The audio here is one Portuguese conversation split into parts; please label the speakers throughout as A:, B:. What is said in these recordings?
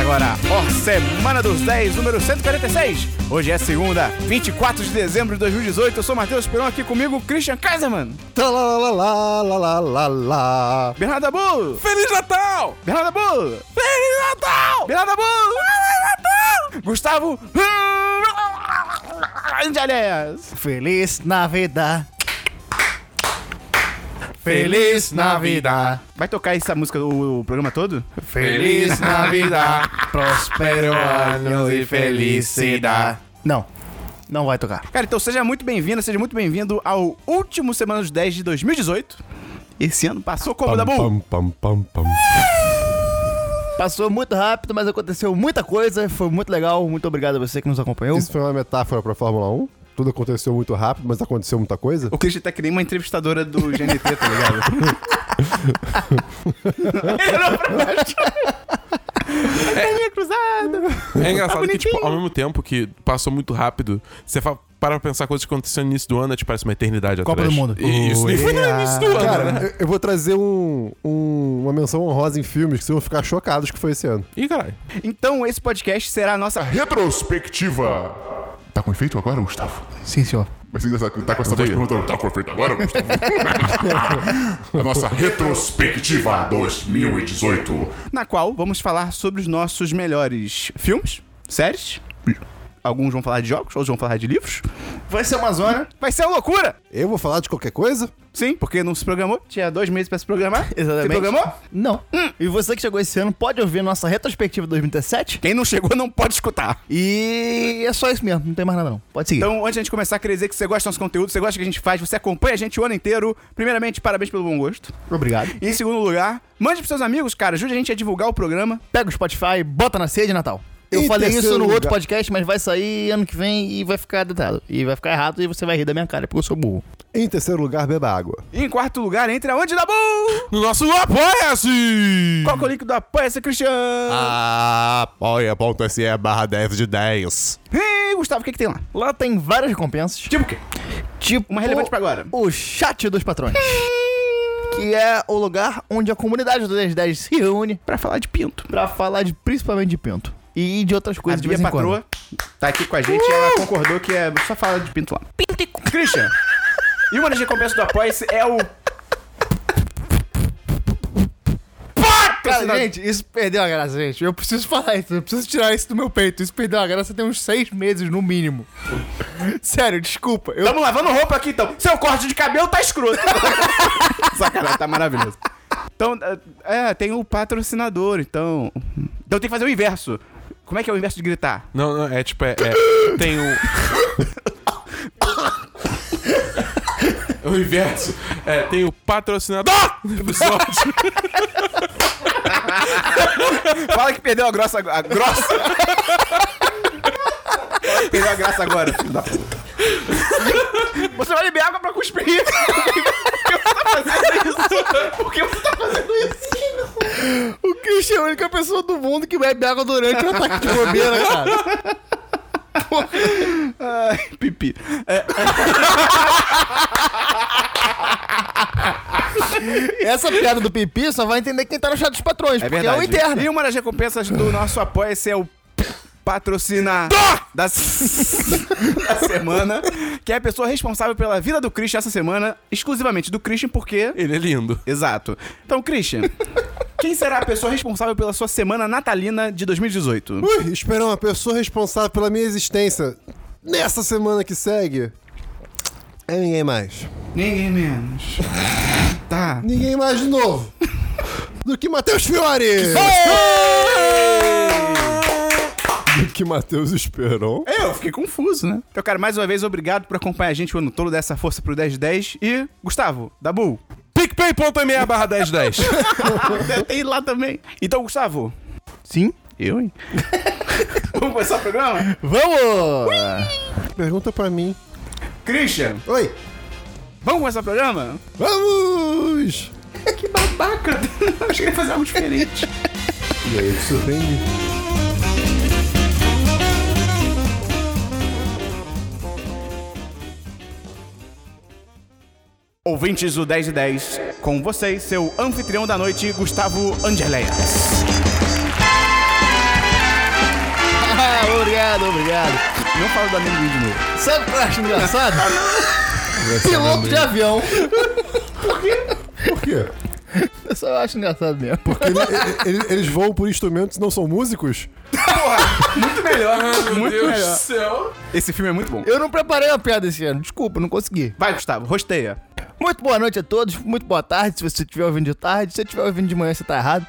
A: agora, ó, Semana dos 10, número 146. Hoje é segunda, 24 de dezembro de 2018. Eu sou Matheus Peron, aqui comigo, Christian Kaiserman,
B: Tá lá, lá, lá, lá, lá, lá, lá.
A: Bernardo Bull,
C: Feliz Natal!
A: Bernardo Bull,
C: Feliz Natal!
A: Bernardo Bull, Gustavo Angeles.
B: Feliz Navidad.
C: Feliz Navidad!
A: Vai tocar essa música o, o programa todo?
C: Feliz Navidad!
B: Próspero
C: ano e felicidade.
B: Não, não vai tocar.
A: Cara, então seja muito bem-vindo, seja muito bem-vindo ao último Semana dos 10 de 2018. Esse ano passou como, Dabu?
C: pam, pam, pam.
B: Passou muito rápido, mas aconteceu muita coisa. Foi muito legal. Muito obrigado a você que nos acompanhou.
D: Isso foi uma metáfora pra Fórmula 1? Tudo aconteceu muito rápido, mas aconteceu muita coisa?
A: O Christian tá que nem uma entrevistadora do GNT, tá ligado? Ele olhou pra baixo. É minha cruzada.
C: É engraçado que, tipo,
A: bonitinho.
C: ao mesmo tempo que passou muito rápido, você fa- para pra pensar coisas que aconteceram no início do ano, né, te parece uma eternidade
B: Copa
C: atrás.
B: do Mundo. Ah,
C: E isso nem foi no
B: Ué.
C: início do ano,
D: Cara,
C: né?
D: eu, eu vou trazer um- um- uma menção honrosa em filmes que vocês vão ficar chocados que foi esse ano.
C: Ih, caralho.
A: Então, esse podcast será a nossa.
E: Retrospectiva. Tá com efeito agora, Gustavo?
B: Sim, senhor.
E: Mas ainda tá tá com essa voz perguntando, tá com efeito agora, Gustavo? A nossa retrospectiva 2018.
A: Na qual vamos falar sobre os nossos melhores filmes, séries. Alguns vão falar de jogos, outros vão falar de livros.
B: Vai ser uma zona.
A: Vai ser uma loucura!
D: Eu vou falar de qualquer coisa?
A: Sim, porque não se programou. Tinha dois meses pra se programar.
B: Exatamente.
A: Se programou?
B: Não. E você que chegou esse ano pode ouvir nossa retrospectiva 2017.
A: Quem não chegou não pode escutar.
B: E é só isso mesmo. Não tem mais nada, não. Pode seguir.
A: Então, antes de a gente começar, queria dizer que você gosta do nosso conteúdo, você gosta do que a gente faz, você acompanha a gente o ano inteiro. Primeiramente, parabéns pelo bom gosto.
B: obrigado.
A: E em segundo lugar, mande pros seus amigos, cara, ajude a gente a divulgar o programa.
B: Pega o Spotify, bota na ceia de Natal. Eu
D: Em
B: falei isso
D: terceiro
B: no outro
D: lugar-
B: podcast, mas vai sair ano que vem e vai ficar detalhado. E vai ficar errado e você vai rir da minha cara, porque eu sou burro.
D: Em terceiro lugar, beba água.
A: E em quarto lugar, entre aonde da
C: No nosso Apoia-se!
A: Qual que é o link do Apoia-se, Cristian? Ah.
C: Ah,
D: Apoia.se barra 10 de 10.
A: Ei, Gustavo, o que, que tem lá?
B: Lá tem várias recompensas.
A: Tipo o quê?
B: Tipo,
A: Uma relevante pra agora.
B: O chat dos patrões. que é o lugar onde a comunidade do 1010 se reúne
A: Pra falar de pinto.
B: pra falar de, principalmente de pinto. E de outras
A: A
B: coisas de
A: minha
B: vez em
A: patroa
B: quando.
A: tá aqui com a gente e ela concordou que é só falar de pinto lá. Pinto e Christian, e uma das recompensas do Apoia-se é o...
B: Cara, gente, isso perdeu a graça, gente. Eu preciso falar isso, eu preciso tirar isso do meu peito. Isso perdeu a graça tem uns seis meses no mínimo. Sério, desculpa. Eu
A: Tamo lavando roupa aqui, então. Seu corte de cabelo tá escroto. Sacanagem, tá maravilhoso. Então, é, tem o patrocinador, então... Então tem que fazer o inverso. Como é que é o inverso de gritar?
C: Não, não, é tipo, é. é- tem o. o inverso. É, tem o patrocinador do episódio.
A: Fala que perdeu a grossa... A grossa... Fala que perdeu a graça agora, filho da puta. Você vai beber água pra cuspir. Por que você tá fazendo isso? Por que você tá fazendo isso?
B: O Christian é a única pessoa do mundo que bebe água durante o ataque de bobeira, cara.
A: Ai, pipi. É,
B: Essa piada do pipi só vai entender quem tá no chat dos patrões,
A: É
B: porque
A: verdade.
B: é o interno.
A: E uma das recompensas do nosso apoia-se é o patrocinar da, s- da semana, que é a pessoa responsável pela vida do Christian essa semana, exclusivamente do Christian, porque...
C: Ele é lindo.
A: Exato. Então, Christian, quem será a pessoa responsável pela sua semana natalina de 2018?
D: Ui, esperão, a pessoa responsável pela minha existência nessa semana que segue é ninguém mais.
A: Ninguém menos. Tá.
D: Ninguém mais de novo do que Matheus Fiore! Do que Matheus Esperon?
A: É, Eu fiquei confuso, né? Então, cara, mais uma vez, obrigado por acompanhar a gente o ano todo, dessa força pro 1010. E, Gustavo, Dabu,
C: PicPay.me barra 1010.
A: tem lá também. Então, Gustavo,
B: Sim.
A: Eu, hein? Vamos começar o programa?
B: Vamos!
D: Pergunta pra mim.
A: Christian,
D: Oi!
A: vamos começar o programa?
D: Vamos!
A: Que babaca! Acho que ele ia fazer algo diferente.
D: E aí, te surpreendi.
A: Ouvintes do 10 de 10, com vocês, seu anfitrião da noite, Gustavo Angeléas.
B: Ah, obrigado, obrigado.
A: Não falo do amendoim de novo.
B: Sabe o que eu acho engraçado? Piloto de avião.
D: Por quê?
B: Eu só acho engraçado mesmo.
D: Porque ele- ele- ele- eles voam por instrumentos e não são músicos?
A: Muito melhor,
C: Meu
A: muito
C: Deus do
A: melhor.
C: céu.
A: Esse filme é muito bom.
B: Eu não preparei uma piada esse ano, desculpa, não consegui.
A: Vai, Gustavo, rosteia.
B: Muito boa noite a todos, muito boa tarde, se você estiver ouvindo de tarde, se você estiver ouvindo de manhã, você tá errado.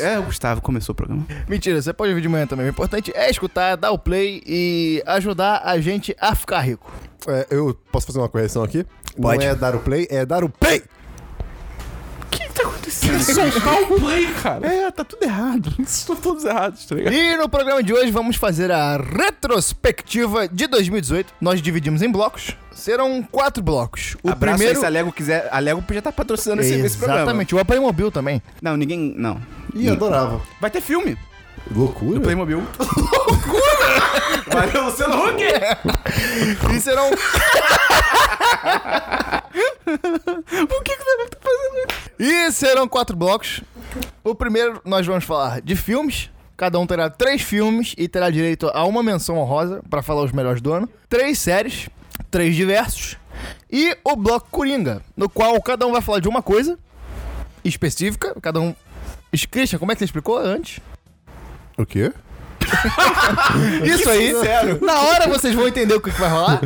A: É, o Gustavo começou o programa.
B: Mentira, você pode ouvir de manhã também. O importante é escutar, dar o play e ajudar a gente a ficar rico.
D: É, eu posso fazer uma correção aqui?
B: Pode.
D: Não é dar o play, é dar o play!
C: Soltar o play, cara.
A: É, tá tudo errado.
C: Estão todos errados, tá ligado?
B: E no programa de hoje vamos fazer a retrospectiva de 2018. Nós dividimos em blocos. Serão quatro blocos. O
A: Abraço aí
B: primeiro.
A: se a Lego quiser. A Lego podia estar patrocinando esse, esse programa.
B: Exatamente, o Playmobil também.
A: Não, ninguém. Não.
D: Ih, adorava.
A: Vai ter filme.
D: Loucura?
A: Playmobil. Loucura! Valeu, Luciano Huck!
B: E serão.
A: Por que, que o Lego tá fazendo isso?
B: e serão quatro blocos. O primeiro nós vamos falar de filmes. Cada um terá três filmes e terá direito a uma menção honrosa para falar os melhores do ano. Três séries, três diversos. E o bloco Coringa, no qual cada um vai falar de uma coisa específica. Cada um. Christian, como é que você explicou antes?
D: O quê?
B: Isso aí.
A: sincero.
B: Na hora vocês vão entender o que que vai rolar.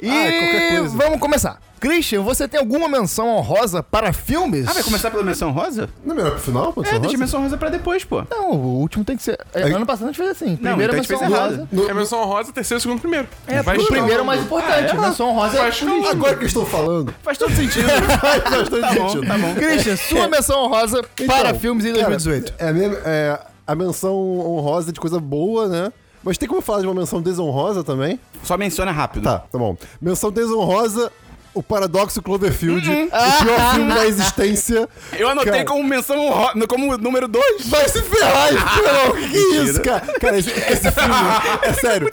B: E
D: qualquer coisa.
B: vamos começar. Christian, você tem alguma menção honrosa para filmes?
A: Ah, vai começar pela menção rosa?
D: Não é melhor pro final? Pode
A: É,
D: ser
A: deixa a
D: rosa?
A: menção rosa pra depois, pô.
B: Não, o último tem que ser. é,
D: Aí-
B: Ano passado a gente fez assim.
A: Não,
B: Primeira
A: então a gente
B: menção
A: fez errado.
B: honrosa.
C: É menção honrosa, terceiro, segundo, primeiro. É,
B: O primeiro é o mais importante. menção honrosa é.
C: Faz calma.
D: Agora que eu estou falando.
A: Faz todo sentido. tá bom, tá bom.
B: Christian, sua menção honrosa para
D: Então,
B: filmes em
D: cara,
B: 2018.
D: é, a minha- é a menção honrosa de coisa boa, né? Mas tem como falar de uma menção desonrosa também?
A: Só menciona rápido.
D: Tá, tá bom. Menção desonrosa, o Paradoxo Cloverfield, o pior filme da existência.
A: Uhum. Ah. Eu anotei
D: Cara.
A: como menção honrosa, como número 2.
D: Vai se ferrar, Esperão! Que isso, cara? Cara, esse, esse filme, é sério.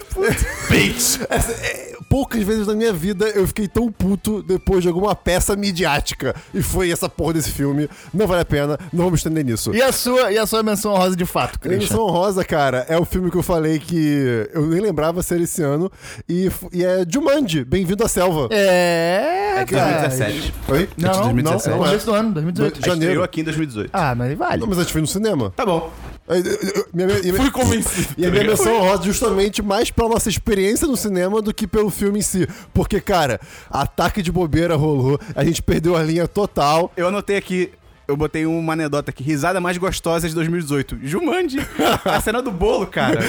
D: Essa- é- poucas vezes na minha vida eu fiquei tão puto depois de alguma peça midiática. E foi essa porra desse filme. Não vale a pena, não vamos estender nisso.
B: E a sua, e a sua menção honrosa de fato,
D: A
B: Christian?
D: Menção Rosa, cara, é o filme que eu falei que eu nem lembrava ser esse ano. E, f- e é Jumanji, Bem-vindo à Selva.
B: É.
A: É que 2017.
D: Oi?
B: Não, não, não,
A: 2017.
B: não, começo do ano, 2018.
D: Janeiro.
A: Estreou aqui em 2018.
B: Ah, mas vale.
D: Não, mas a gente foi no cinema.
A: Tá bom.
D: Aí, eu- eu- minha- minha- minha-
C: Fui convencido.
D: E a minha menção rosa justamente mais pela nossa experiência no cinema do que pelo filme em si. Porque, cara, ataque de bobeira rolou, a gente perdeu a linha total.
A: Eu anotei aqui, eu botei uma anedota aqui. Risada mais gostosa de 2018. Jumanji. a cena do bolo, cara.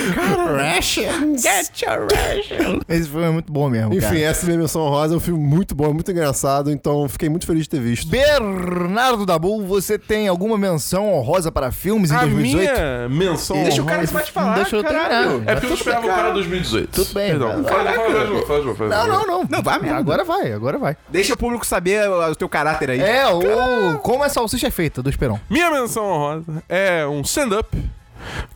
A: Get your ration.
B: Esse filme é muito bom mesmo.
D: Enfim,
B: cara.
D: essa é a minha menção rosa, é um filme muito bom, muito engraçado, então fiquei muito feliz de ter visto.
B: Bernardo Dabu, você tem alguma menção honrosa para filmes em
C: A
B: 2018?
C: minha menção
A: Deixa o
C: honrosa-
A: cara que vai te falar,
B: Deixa eu
A: caralho.
B: terminar.
C: É porque eu esperava o cara 2018.
B: Tudo bem,
C: Perdão.
B: vai.
C: Fala, fala, fala, fala, fala, fala, fala.
B: Não, não, não.
A: Não, vai mesmo.
B: Agora vai, agora vai.
A: Deixa o público saber o o teu caráter aí.
B: É, o Como a Salsicha é Feita, do Esperão.
C: Minha menção honrosa é um stand-up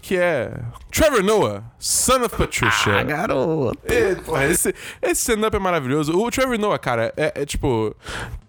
C: que é Trevor Noah, Son of
B: Ah,
C: Patricia.
A: garoto.
C: É, porra, esse esse stand-up é maravilhoso. O Trevor Noah, cara, é, é tipo.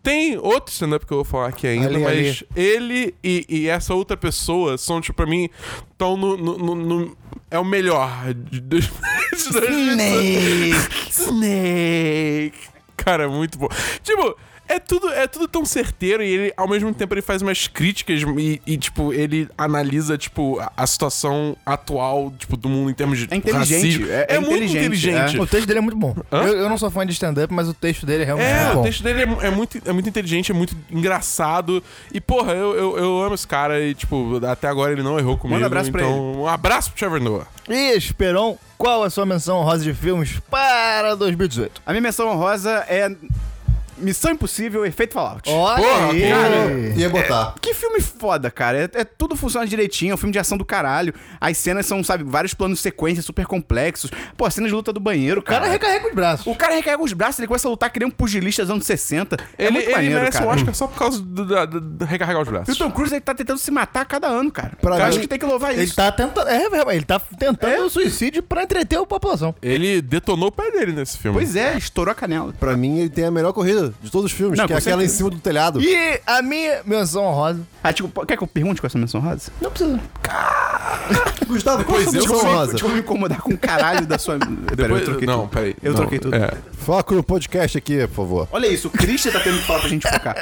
C: Tem outro stand-up que eu vou falar aqui ainda,
B: Ali,
C: mas ele e, e essa outra pessoa são, tipo, pra mim, estão no, no- no- no- É o melhor de dois. de dois- Snake. Cara, é muito bom. Tipo, é tudo, é tudo tão certeiro e ele, ao mesmo tempo, ele faz umas críticas e, e, tipo, ele analisa, tipo, a, a situação atual, tipo, do mundo em termos de
A: É inteligente,
C: racismo.
A: é- é
C: muito
A: inteligente,
C: inteligente.
B: O texto dele é muito bom.
C: Hã?
B: Eu, eu não sou fã de stand-up, mas o texto dele é realmente
C: É,
B: muito bom.
C: o texto dele é, mu- é muito, é muito inteligente, é muito engraçado. E, porra, eu, eu, eu amo esse cara e, tipo, até agora ele não errou comigo.
A: Manda abraço
C: então,
A: pra
C: um abraço pro Trevor Noah.
B: E, Esperão, qual a sua menção honrosa de filmes para 2018?
A: A minha menção honrosa é Missão Impossível, Efeito Fallout.
B: Olha
C: Porra,
B: aí.
D: Cara, ia é
B: é.
D: botar.
A: Que filme foda, cara. É, é- tudo funciona direitinho, é um filme de ação do caralho. As cenas são, sabe, vários planos de sequência super complexos. Pô, cenas de luta do banheiro,
B: O cara
A: cara.
B: recarrega os braços.
A: O cara recarrega os braços, ele começa a lutar que nem um pugilista dos anos 60. é
C: ele
A: muito
C: ele
A: maneiro,
C: merece
A: cara.
C: um Oscar só por causa do, da- da- da- recarregar os
A: E
C: braços.
A: o Tom Cruise, ele tá tentando se matar a cada ano, cara.
D: Pra
A: eu acho
D: mim-
A: que tem que louvar
B: Ele
A: isso.
B: tá tentando. É, velho, ele tá tentando
C: É?
B: o suicídio pra entreter a população.
C: Ele detonou o pai dele nesse filme.
A: Pois é, estourou a canela.
D: Pra mim, ele tem a melhor corrida favorita de todos os filmes,
A: Não,
D: que é
A: com
D: aquela em
A: certeza.
D: cima do telhado.
B: E a minha menção honrosa.
A: Ah, tipo, po- quer que eu pergunte com essa menção rosa?
D: Não precisa. Gustavo, qual é a sua
A: eu
D: menção rosa?
A: Tipo, me incomodar com o caralho da sua. Pera, eu
C: Depois-
A: troquei
C: não,
A: tudo.
C: peraí.
A: Eu
C: não,
A: troquei tudo.
C: é.
D: Foco no podcast aqui, por favor.
A: Olha isso, o Christian tá tendo que falar pra gente focar.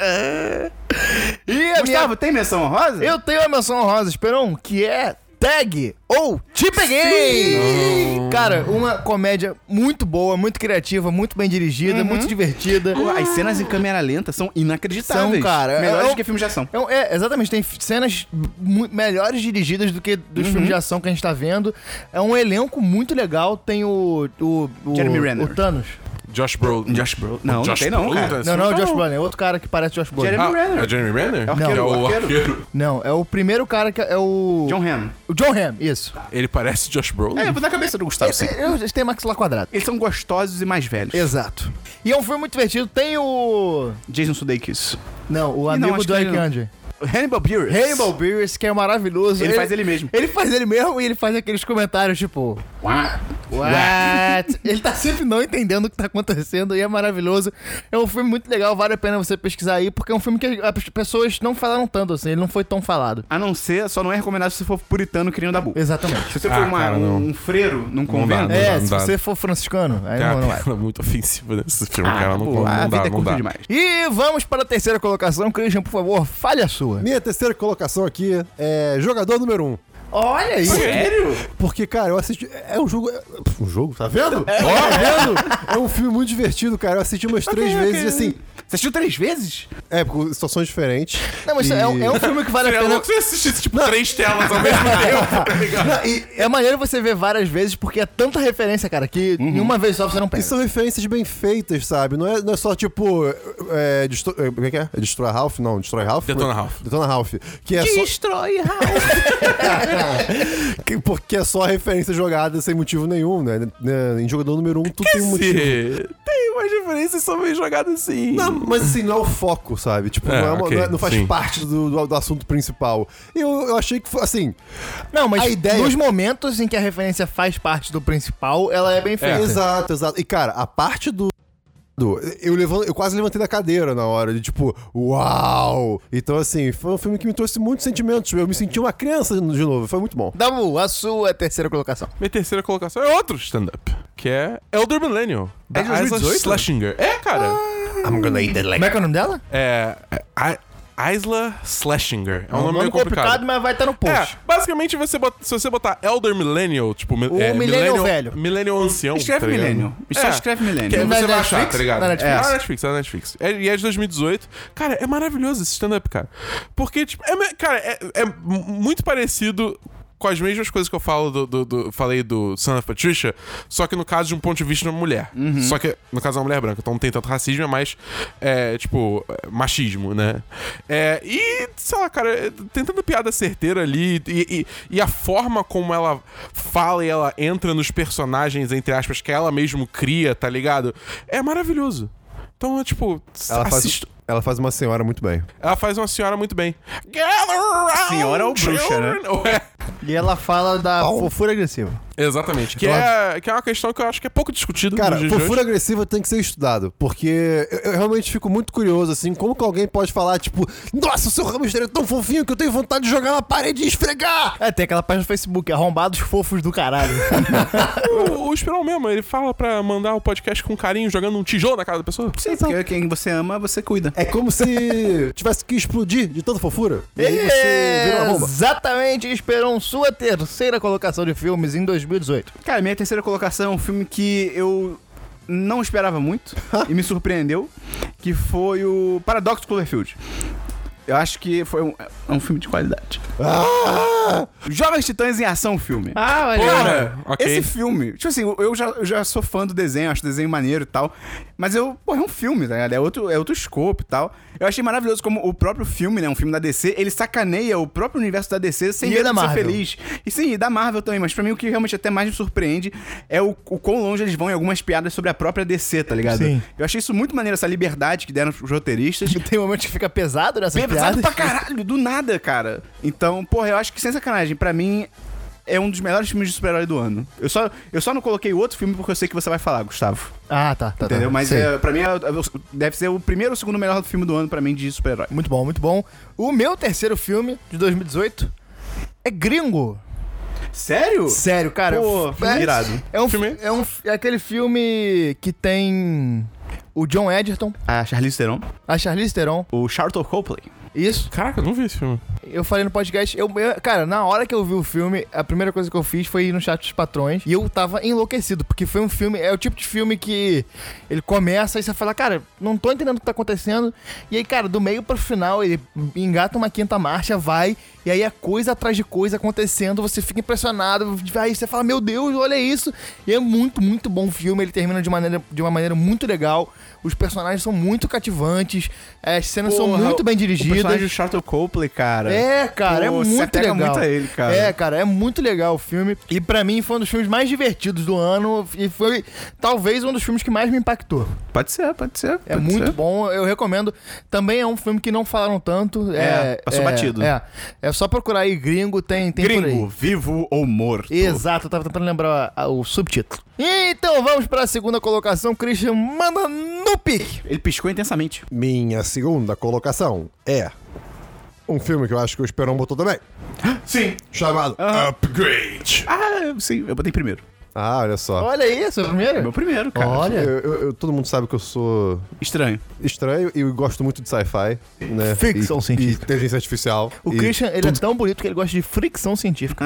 B: E a
A: Gustavo, tem menção rosa?
B: minha... Eu tenho a menção honrosa, Esperão, que é Tag ou Te Peguei! Cara, uma comédia muito boa, muito criativa, muito bem dirigida,
A: Uhum.
B: muito divertida.
A: Pô, as cenas em câmera lenta são inacreditáveis.
B: São, cara.
A: Melhores
B: Eu-
A: que filmes de ação.
B: Então, é, exatamente, tem f- cenas mu- melhores dirigidas do que dos
A: Uhum.
B: filmes de ação que a gente tá vendo. É um elenco muito legal, tem o. o, o
A: Jeremy Renner.
B: O Thanos.
C: Josh Brolin.
A: Josh Brolin. Não, não
C: Josh
A: tem não,
C: Brolin,
A: cara.
C: tá
B: Não, não, é o
C: assim?
B: Josh Brolin, é outro cara que parece Josh Brolin.
A: Oh. Jeremy
C: Ah,
A: Renner.
C: é Jeremy Renner?
A: É o arqueiro,
C: é o
A: arqueiro.
C: arqueiro.
B: Não, é o primeiro cara que é o.
A: John Hamm.
B: O John Hamm, isso.
C: Ele parece Josh Brolin.
A: É, na cabeça do Gustavo, sim.
B: Eu, eu tenho maxilar quadrado.
A: Eles são gostosos e mais velhos.
B: Exato. E é um filme muito divertido. Tem o.
A: Jason Sudeikis.
B: Não, o
A: não,
B: amigo
A: acho
B: do
A: que
B: Eric
A: não.
B: Andre.
A: Hannibal Buress.
B: Hannibal Buress, que é maravilhoso.
A: Ele faz ele mesmo.
B: Ele faz ele mesmo e ele faz aqueles comentários tipo. What? Ele tá sempre não entendendo o que tá acontecendo e é maravilhoso. É um filme muito legal, vale a pena você pesquisar aí, porque é um filme que as pessoas não falaram tanto assim, ele não foi tão falado.
A: A não ser, só não é recomendado se você for puritano que nem o Dabu.
B: Exatamente.
A: Se você
C: Ah,
A: for uma-
C: cara, não.
A: um, um freiro num
C: dá,
A: convento...
C: não
B: É, se
C: dá.
B: você for franciscano, aí
C: Tem
B: não,
C: uma
B: não é.
C: piada muito ofensiva nesse filme, cara. Não,
A: pô,
C: não
A: Ah, a
C: dá,
A: vida é
C: não
A: curta
C: dá.
A: demais.
B: E vamos para a terceira colocação, Christian, por favor, falha a sua.
D: Minha terceira colocação aqui é jogador número 1. Um.
B: Olha aí.
D: Porque, cara, eu assisti. É um jogo. é- Um jogo? Tá vendo? É. Tá vendo? É um filme muito divertido, cara. Eu assisti umas três
A: Ok, ok.
D: vezes e assim.
A: Você assistiu três vezes?
D: É, com situações diferentes.
B: Não, mas é, um-
D: E-
B: é um filme que vale a
C: Seria
B: pena.
C: louco se você assistisse, tipo, três telas ao mesmo tempo, tá ligado?
B: Não, e é maneiro você ver várias vezes, porque é tanta referência, cara, que em uma vez só você não
D: E
B: pega.
D: são referências bem feitas, sabe? Não é, não é só tipo. É, destro... é, Como é que é? É Destroy Ralph? Não, Destroy Ralph?
C: Detona Ralph.
D: Detona Ralph. Que é só.
B: Destrói, Raul.
D: que- Porque é só referência jogada sem motivo nenhum, né? Né, Em jogador número um, tudo tem um motivo.
C: Sim. Tem umas diferenças que são meio jogadas assim.
D: Não, mas assim, não é o foco, sabe? Tipo,
C: É,
D: não, é uma-
C: ok,
D: não é- não faz
C: sim.
D: parte do, do, do assunto principal. E eu, eu achei que, foi, assim,
B: Não, mas
D: A ideia-
B: nos momentos em que a referência faz parte do principal, ela é bem feita.
D: Exato, exato. E, cara, a parte do. do- Eu, levan- eu quase levantei da cadeira na hora, de tipo, uau! Então, assim, foi um filme que me trouxe muitos sentimentos. Eu me senti uma criança de de novo, foi muito bom.
B: Dabu, a sua terceira colocação.
C: Minha terceira colocação é outro stand-up, que é Elder Millennial, da
A: É de 2018?
C: Isla Schlesinger. É, cara.
A: Ah.
B: Como é que é o nome dela?
C: É. A, Isla Schlesinger. É um nome meio complicado.
B: mas vai estar no post.
C: É, basicamente, você bota- se você botar Elder Millennial, tipo... mi-
B: O millennial velho.
C: Millennial ancião. tá
A: Escreve
C: ligado? É.
A: millennial. Só escreve millennial.
C: Que aí
B: Na
C: você vai
B: Netflix?
C: achar, tá ligado?
B: Na Netflix?
C: É, na Netflix, é na Netflix. É, e é de 2018. Cara, é maravilhoso esse stand-up, cara. Porque, tipo, é, me- cara, é, é m- muito parecido... Com as mesmas coisas que eu falo do, do- do- falei do Son of Patricia, só que no caso de um ponto de vista de uma mulher. Só que, no caso, é uma mulher branca, então não tem tanto racismo, é mais, é, tipo, machismo, né? É, e, sei lá, cara, é, tem tanta piada certeira ali, e, e- e a forma como ela fala e ela entra nos personagens, entre aspas, que ela mesmo cria, tá ligado? É maravilhoso. Então, é tipo,
D: Ela faz, um-
C: assisto.
D: ela faz uma senhora muito bem.
C: Ela faz uma senhora muito bem. Gather around,
A: Senhora ou bruxa,
C: children. É,
B: E ela fala da É um fofura agressiva.
C: exatamente. Que é, que é uma questão que eu acho que é pouco discutida
D: Cara,
C: nos dias de hoje.
D: fofura agressiva tem que ser estudado, porque eu, eu realmente fico muito curioso, assim, como que alguém pode falar, tipo, nossa, o seu hamster é tão fofinho que eu tenho vontade de jogar na parede e esfregar!
B: É, tem aquela página no Facebook, arrombados fofos do caralho.
C: O, o Esperão mesmo, ele fala pra mandar o podcast com carinho, jogando um tijolo na cara da pessoa.
A: Sim, porque quem você ama, você cuida.
D: É como se tivesse que explodir de tanta fofura. E aí você vira uma bomba.
B: Exatamente, Esperon, sua terceira colocação de filmes em 2018.
A: Cara, minha terceira colocação é um filme que eu não esperava muito e me surpreendeu, que foi o Paradox Cloverfield. Eu acho que foi um, é um filme de qualidade. Jovens Titãs em Ação filme.
B: Ah,
C: Porra! Ok.
A: Esse filme, tipo assim, eu já, eu já sou fã do desenho, acho desenho maneiro e tal. Mas eu, pô, é um filme, tá ligado? É outro, é outro scope e tal. Eu achei maravilhoso como o próprio filme, né? Um filme da DC, ele sacaneia o próprio universo da DC sem
B: E é
A: medo
B: da
A: de ser
B: Marvel.
A: feliz. E sim, e da Marvel também, mas pra mim o que realmente até mais me surpreende é o, o quão longe eles vão em algumas piadas sobre a própria DC, tá ligado?
B: Sim.
A: Eu achei isso muito maneiro, essa liberdade que deram pros roteiristas.
B: Tem momentos que fica pesado nessas
A: é Pesado
B: piadas.
A: pra caralho, do nada, cara. Então, porra, eu acho que sem sacanagem, pra mim. é um dos melhores filmes de super-herói do ano. Eu só, eu só não coloquei outro filme porque eu sei que você vai falar, Gustavo.
B: Ah, tá, tá.
A: entendeu?
B: tá.
A: Mas
B: Sei.
A: é, pra mim é- é- deve ser o primeiro ou segundo melhor filme do ano pra mim de super-herói.
B: Muito bom, muito bom. O meu terceiro filme de 2018 é Gringo.
A: Sério?
B: Sério, cara.
A: Pô,
B: é,
A: filme irado.
B: É um
C: Filme?
B: filme. É, um, é aquele filme que tem o John Edgerton,
A: A Charlize Theron,
B: a Charlize Theron.
A: o Charlton Copley.
B: Isso.
C: Caraca, eu não vi esse filme.
B: Eu falei no podcast, eu, eu- cara, na hora que eu vi o filme, a primeira coisa que eu fiz foi ir no chat dos patrões e eu tava enlouquecido, porque foi um filme, é o tipo de filme que ele começa e você fala, cara, não tô entendendo o que tá acontecendo. E aí, cara, do meio pro final ele engata uma quinta marcha, vai, e aí é coisa atrás de coisa acontecendo, você fica impressionado, aí você fala, meu Deus, olha isso. E é muito, muito bom o filme, ele termina de, maneira, de uma maneira muito legal. Os personagens são muito cativantes, as cenas são
A: Porra,
B: muito bem
A: O personagem
B: dirigidas.
A: do Charlton Copley, cara.
B: É, cara,
A: Pô,
B: é
A: se
B: muito
A: apega
B: legal.
A: muito a ele, cara.
B: É, cara, é muito legal o filme. E pra mim foi um dos filmes mais divertidos do ano e foi talvez um dos filmes que mais me impactou.
A: Pode ser, pode ser.
B: É
A: pode
B: muito
A: ser.
B: bom, eu recomendo. Também é um filme que não falaram tanto. É,
A: É, passou
B: é,
A: batido.
B: É, é só procurar aí gringo, tem, tem por
A: Gringo,
B: aí.
A: vivo ou morto.
B: Exato, eu tava tentando lembrar a- o subtítulo. Então vamos pra segunda colocação, Christian manda no pique.
A: Ele piscou intensamente.
D: Minha segunda colocação é um filme que eu acho que o Esperão botou também,
A: Sim.
D: chamado Upgrade.
A: Ah, sim, eu botei primeiro.
D: Ah, olha só.
B: Olha aí, seu
A: Meu
B: primeiro.
A: primeiro, cara.
D: Eu,
B: Olha.
D: eu- eu- todo mundo sabe que eu sou
A: Estranho.
D: estranho e eu gosto muito de sci-fi, né?
B: Ficção
D: e, e
B: científica.
D: inteligência artificial.
B: O
D: e,
B: Christian, ele é tão bonito que ele gosta de fricção científica.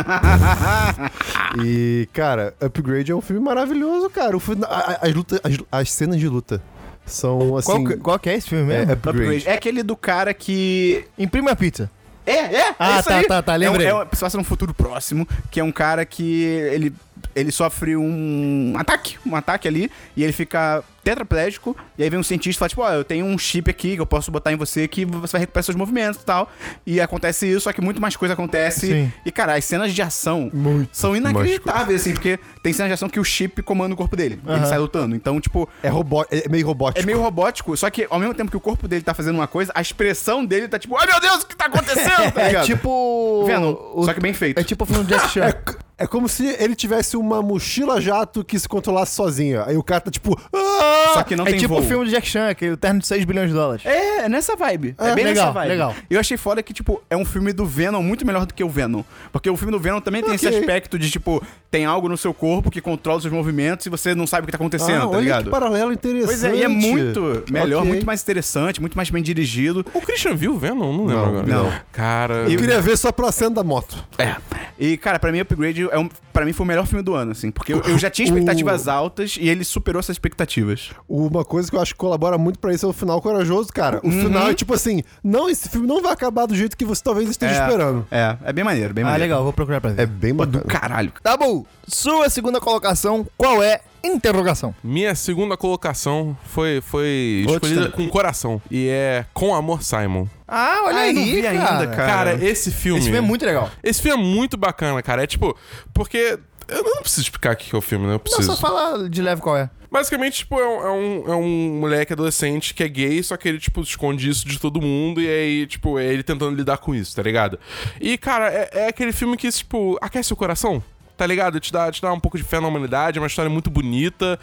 D: E, cara, Upgrade é um filme maravilhoso, cara. O filme- a- a- as, luta- as, as cenas de luta são assim.
B: Qual, que- qual que é esse filme
D: é,
B: mesmo?
D: upgrade.
A: Upgrade. Ah, É aquele do cara que.
B: Imprime a pizza.
A: É, é!
B: Ah,
A: é isso
B: tá,
A: aí.
B: tá, tá, lembrei.
A: É, um- é um- se passa num futuro próximo, que é um cara que ele, ele sofre um ataque, um ataque ali, e ele fica tetraplégico, e aí vem um cientista e fala, tipo, ó, eu tenho um chip aqui que eu posso botar em você que você vai recuperar seus movimentos e tal. E acontece isso, só que muito mais coisa acontece.
B: Sim.
A: E, cara, as cenas de ação são inacreditáveis, assim, porque tem cenas de ação que o chip comanda o corpo dele. Ele sai lutando. Então, tipo,
D: É, robó é meio robótico.
A: É meio robótico, só que ao mesmo tempo que o corpo dele tá fazendo uma coisa, a expressão dele tá tipo, ai meu Deus, o que tá acontecendo? Tá
B: É
A: ligado?
B: tipo.
A: Venom,
B: o-
A: só que bem feito.
B: É tipo o filme do Jack Chan.
D: É como se ele tivesse uma mochila jato que se controlasse sozinha. Aí o cara tá tipo. "Ah!"
A: só que não
B: é
A: tem
B: tipo
A: voo.
B: o filme do Jack Chan, aquele terno de 6 bilhões de dólares.
A: É, é nessa vibe. É,
B: Ah,
A: bem nessa
B: legal,
A: vibe.
B: legal.
A: Eu achei foda que, tipo, é um filme do Venom muito melhor do que o Venom. Porque o filme do Venom também tem esse
D: Ok.
A: aspecto de, tipo, tem algo no seu corpo que controla os seus movimentos e você não sabe o que tá acontecendo,
D: Ah,
A: tá
D: olha
A: ligado?
D: que paralelo interessante.
A: Pois é, e é muito melhor,
D: Ok.
A: muito mais interessante, muito mais bem dirigido.
C: O Christian viu Venom? Não lembro
D: Não,
C: agora.
A: não.
C: Cara.
D: Eu queria ver só pra cena da moto.
A: É. E, cara, pra mim, Upgrade é um, pra mim foi o melhor filme do ano, assim. Porque eu, eu já tinha expectativas altas e ele superou essas expectativas.
D: Uma coisa que eu acho que colabora muito pra isso é o final corajoso, cara.
A: Uhum.
D: O final é tipo assim: não, esse filme não vai acabar do jeito que você talvez esteja
A: é,
D: esperando.
A: É, é bem maneiro, bem
B: Ah,
A: maneiro.
B: legal, vou procurar pra ver.
D: É bem
A: Pô, do
D: bacana.
A: caralho.
B: Tá bom. Sua segunda colocação, qual é? Interrogação.
C: Minha segunda colocação foi, foi
A: Outro
C: escolhida
A: também.
C: com coração. E é Com Amor, Simon.
B: Ah, olha
A: Ah, eu
B: aí,
A: não vi
B: cara.
A: ainda, cara.
C: Cara, esse filme...
B: Esse filme é muito legal.
C: Esse filme é muito bacana, cara. É tipo... Porque... Eu não preciso explicar o que que é o filme, né? Eu
B: Não,
C: preciso.
B: só fala de leve qual é.
C: Basicamente, tipo, é um, é, um, é um moleque adolescente que é gay, só que ele, tipo, esconde isso de todo mundo e aí, tipo, é ele tentando lidar com isso, tá ligado? E, cara, é, é aquele filme que, tipo, aquece o coração. Tá ligado? Te dá, te dá um pouco de fé na humanidade, é uma história muito bonita.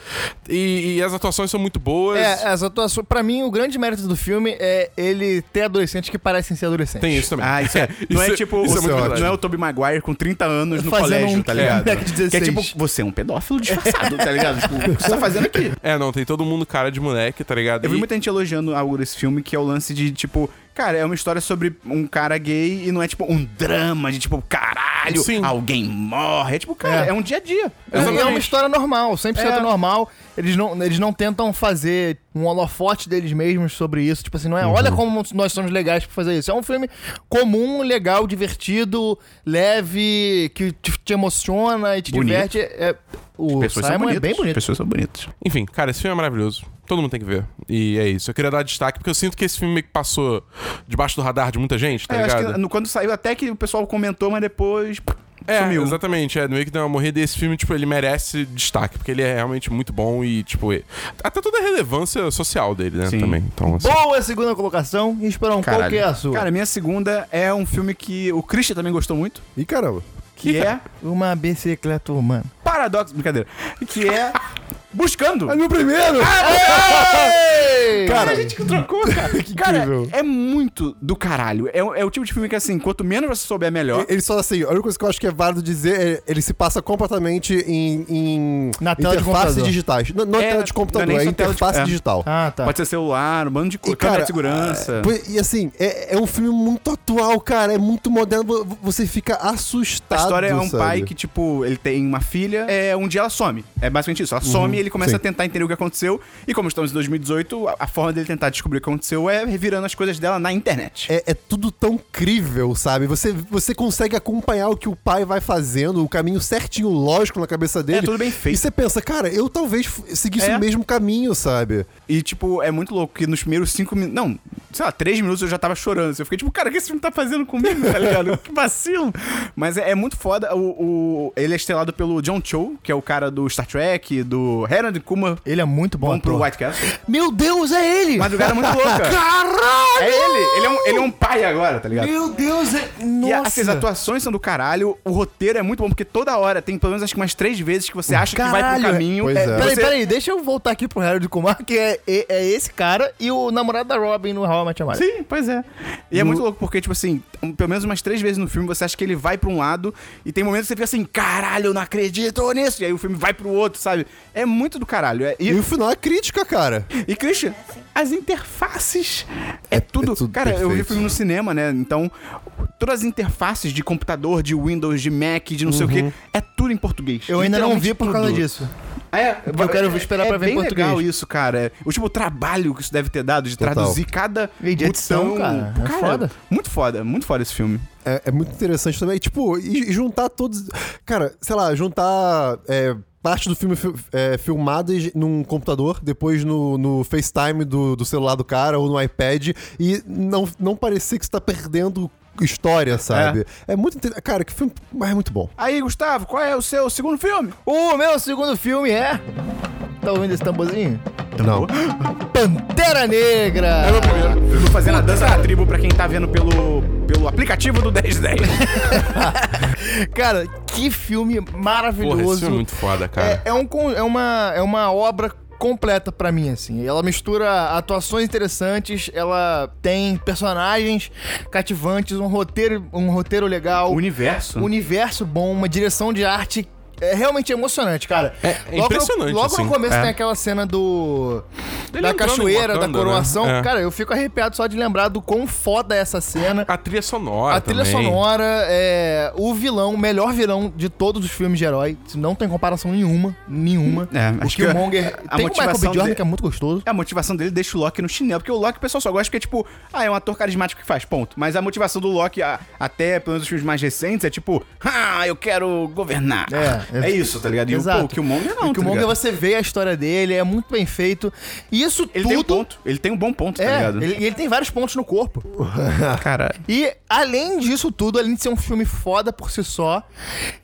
C: E, e as atuações são muito boas.
B: É, as atuações. Pra mim, o grande mérito do filme é ele ter adolescentes que parecem ser adolescentes.
C: Tem isso também.
A: Ah, isso é. Não é
C: Isso-
A: tipo.
C: isso é
A: o,
C: muito
A: não
C: verdade.
A: é o Toby Maguire com 30 anos no
B: Fazendo
A: colégio,
B: um
A: tá ligado?
B: moleque de 16.
A: Que é tipo, você é um pedófilo disfarçado, tá ligado? Tipo, o que você tá fazendo aqui?
C: É, não, tem todo mundo cara de moleque, tá ligado?
A: Eu vi
C: E-
A: muita gente elogiando algo desse filme, que é o lance de, tipo, cara, é uma história sobre um cara gay e não é tipo um drama de tipo, caralho,
C: Sim.
A: alguém morre. É tipo, cara, é,
B: É.
A: um dia a dia.
B: É, é uma história normal, 100%
A: É.
B: normal. Eles não, eles não tentam fazer um holofote deles mesmos sobre isso. Tipo assim, não é,
A: Uhum.
B: olha como nós somos legais pra fazer isso. É um filme comum, legal, divertido, leve, que te, te emociona e te
A: Bonito.
B: diverte. É, o
A: Pessoas são
B: Simon
A: bonitas.
B: é bem bonito.
A: Pessoas são bonitas.
C: Enfim, cara, esse filme é maravilhoso. Todo mundo tem que ver. E é isso. Eu queria dar destaque, porque eu sinto que esse filme meio que passou debaixo do radar de muita gente, tá
A: É, acho
C: ligado?
A: que no- quando saiu, até que o pessoal comentou, mas depois.
C: É,
A: sumiu.
C: exatamente. É, meio que deu uma morrida e esse filme, tipo, ele merece destaque, porque ele é realmente muito bom e, tipo, e- até toda a relevância social dele, né,
A: Sim.
C: também. Então, assim,
B: Boa segunda colocação. E esperar um pouco que é a sua.
A: Cara, minha segunda é um filme que o Christian também gostou muito.
D: Ih, caramba.
A: que é
B: Uma bicicleta humana.
A: Paradoxo, brincadeira, que é Buscando.
B: É
D: meu primeiro!
A: Cara,
D: Cara,
A: a gente que trocou, cara. cara,
D: incrível.
A: é muito do caralho. É, o- é o tipo de filme que, assim, quanto menos você souber, melhor.
D: ele só assim, a única coisa que eu acho que é válido dizer é ele se passa completamente em, em
B: Na tela de computador.
D: digitais. Não, não é,
A: É,
D: tela de computador,
A: não é
D: é,
A: nem só tela de-
D: interface
A: é.
D: digital.
B: Ah, tá.
A: Pode ser celular, um bando de coisa, câmera de segurança.
D: pô, E assim, é, é um filme muito atual, cara. É muito moderno. vo- Você fica
A: A
D: assustado.
A: história é um
D: sabe?
A: pai que, tipo, ele tem uma filha, é, um dia ela some. É basicamente isso. Ela some e ele começa
D: Uhum, sim.
A: a tentar entender o que aconteceu. E como estamos em 2018, a, a forma dele tentar descobrir o que aconteceu é revirando as coisas dela na internet.
D: É, é tudo tão crível, sabe? Você, você consegue acompanhar o que o pai vai fazendo, o caminho certinho, lógico na cabeça dele.
A: É tudo bem feito.
D: E você pensa, cara, eu talvez f- seguisse
A: É.
D: o mesmo caminho, sabe?
A: E, tipo, é muito louco que nos primeiros cinco minutos. Não, sei lá, três minutos eu já tava chorando. assim. Eu fiquei tipo, cara, o que esse filme tá fazendo comigo, tá ligado? que vacilo. Mas é, é muito foda. O, o- ele é estrelado pelo John Cho, que é o cara do Star Trek, do Harold Kuma.
B: Ele é muito bom.
A: Vão pro
B: ator.
A: White Castle.
B: Meu Deus, é ele!
A: Madrugada muito louca.
B: Caralho!
A: É ele. Ele é, um, ele é um pai agora, tá ligado?
B: Meu Deus, é.
A: E
B: Nossa!
A: assim, as atuações são do caralho, o roteiro é muito bom, porque toda hora tem pelo menos acho que umas três vezes que você acha que vai
B: Caralho,
A: pro caminho.
D: pois é.
B: Peraí,
A: você-
B: peraí, deixa eu voltar aqui pro Harold Kumar, que é, é, é esse cara e o namorado da Robin no How I Met Your Mother.
A: Sim, pois é. E é muito louco, porque, tipo assim, um- pelo menos umas três vezes no filme você acha que ele vai pra um lado e tem momentos que você fica assim, caralho, eu não acredito nisso. E aí o filme vai pro outro, sabe? É muito do caralho. É-
D: E
A: e,
D: o final é crítica, cara.
A: e, Christian, as interfaces é tudo.
D: tudo
A: cara, eu vi o
D: perfeito.
A: filme no cinema, né? Então, todas as interfaces de computador, de Windows, de Mac, de não sei o
D: Uhum.
A: quê, é tudo em português.
B: Eu ainda não
A: Literalmente
B: vi por causa
A: tudo.
B: disso.
A: É,
B: Porque eu quero esperar
A: é
B: pra ver em
A: bem
B: português.
A: legal isso, cara. O tipo, o trabalho que isso deve ter dado de
D: Total.
A: traduzir cada
B: E de edição, cara. É foda.
A: Muito foda, muito foda esse filme.
D: É, é muito interessante também. Tipo, e, e juntar todos. Cara, sei lá, juntar. é, Parte do filme fi- é, filmada e- num computador, depois no, no FaceTime do, do celular do cara ou no iPad, e não, não parecer que você tá perdendo história, sabe? É, muito interessante. Cara, que filme. mas É muito bom.
A: Aí, Gustavo, qual é o seu segundo filme?
B: O meu segundo filme é. Tá ouvindo esse tamborzinho?
D: Não.
B: Pantera Negra!
A: Eu tô fazendo a dança da tribo pra quem tá vendo pelo, pelo aplicativo do 1010.
B: Cara, que filme maravilhoso.
C: Porra, esse filme é muito foda, cara.
B: É, é um, con- é, uma, é uma obra completa pra mim, assim. Ela mistura atuações interessantes, ela tem personagens cativantes, um roteiro, um roteiro legal,
A: O universo.
B: Um universo bom, uma direção de arte é realmente emocionante, cara.
C: É, é impressionante,
B: No, logo
C: assim.
B: no começo
A: É.
B: tem aquela cena do
C: Dele
B: da
C: entrando em
B: cachoeira,
C: Wakanda,
B: da coroação.
C: né? É.
B: Cara, eu fico arrepiado só de lembrar do quão foda é essa cena.
C: A trilha sonora.
B: A trilha
C: Ah, também.
B: sonora é o vilão, o melhor vilão de todos os filmes de herói. Não tem comparação nenhuma, nenhuma.
A: É,
B: o
A: acho que
B: Killmonger
A: a
B: tem o Michael B.
A: motivação
B: Jordan,
A: de-
B: que é muito gostoso.
A: A motivação dele deixa o Loki no chinelo, porque o Loki o pessoal só gosta porque, tipo, ah, é um ator carismático que faz, ponto. Mas a motivação do Loki, a- até pelo menos os filmes mais recentes, é tipo, ah, eu quero governar.
B: É,
A: É, isso, tá ligado? E o, pô, o Killmonger não,
B: O
A: tá
B: Killmonger,
A: ligado?
B: você vê a história dele, é muito bem feito. E isso
A: Ele
B: tudo...
A: tem um ponto. Ele tem um bom ponto, tá
B: É,
A: ligado?
B: ele, e ele tem vários pontos no corpo.
A: Cara,
B: E além disso tudo, além de ser um filme foda por si só,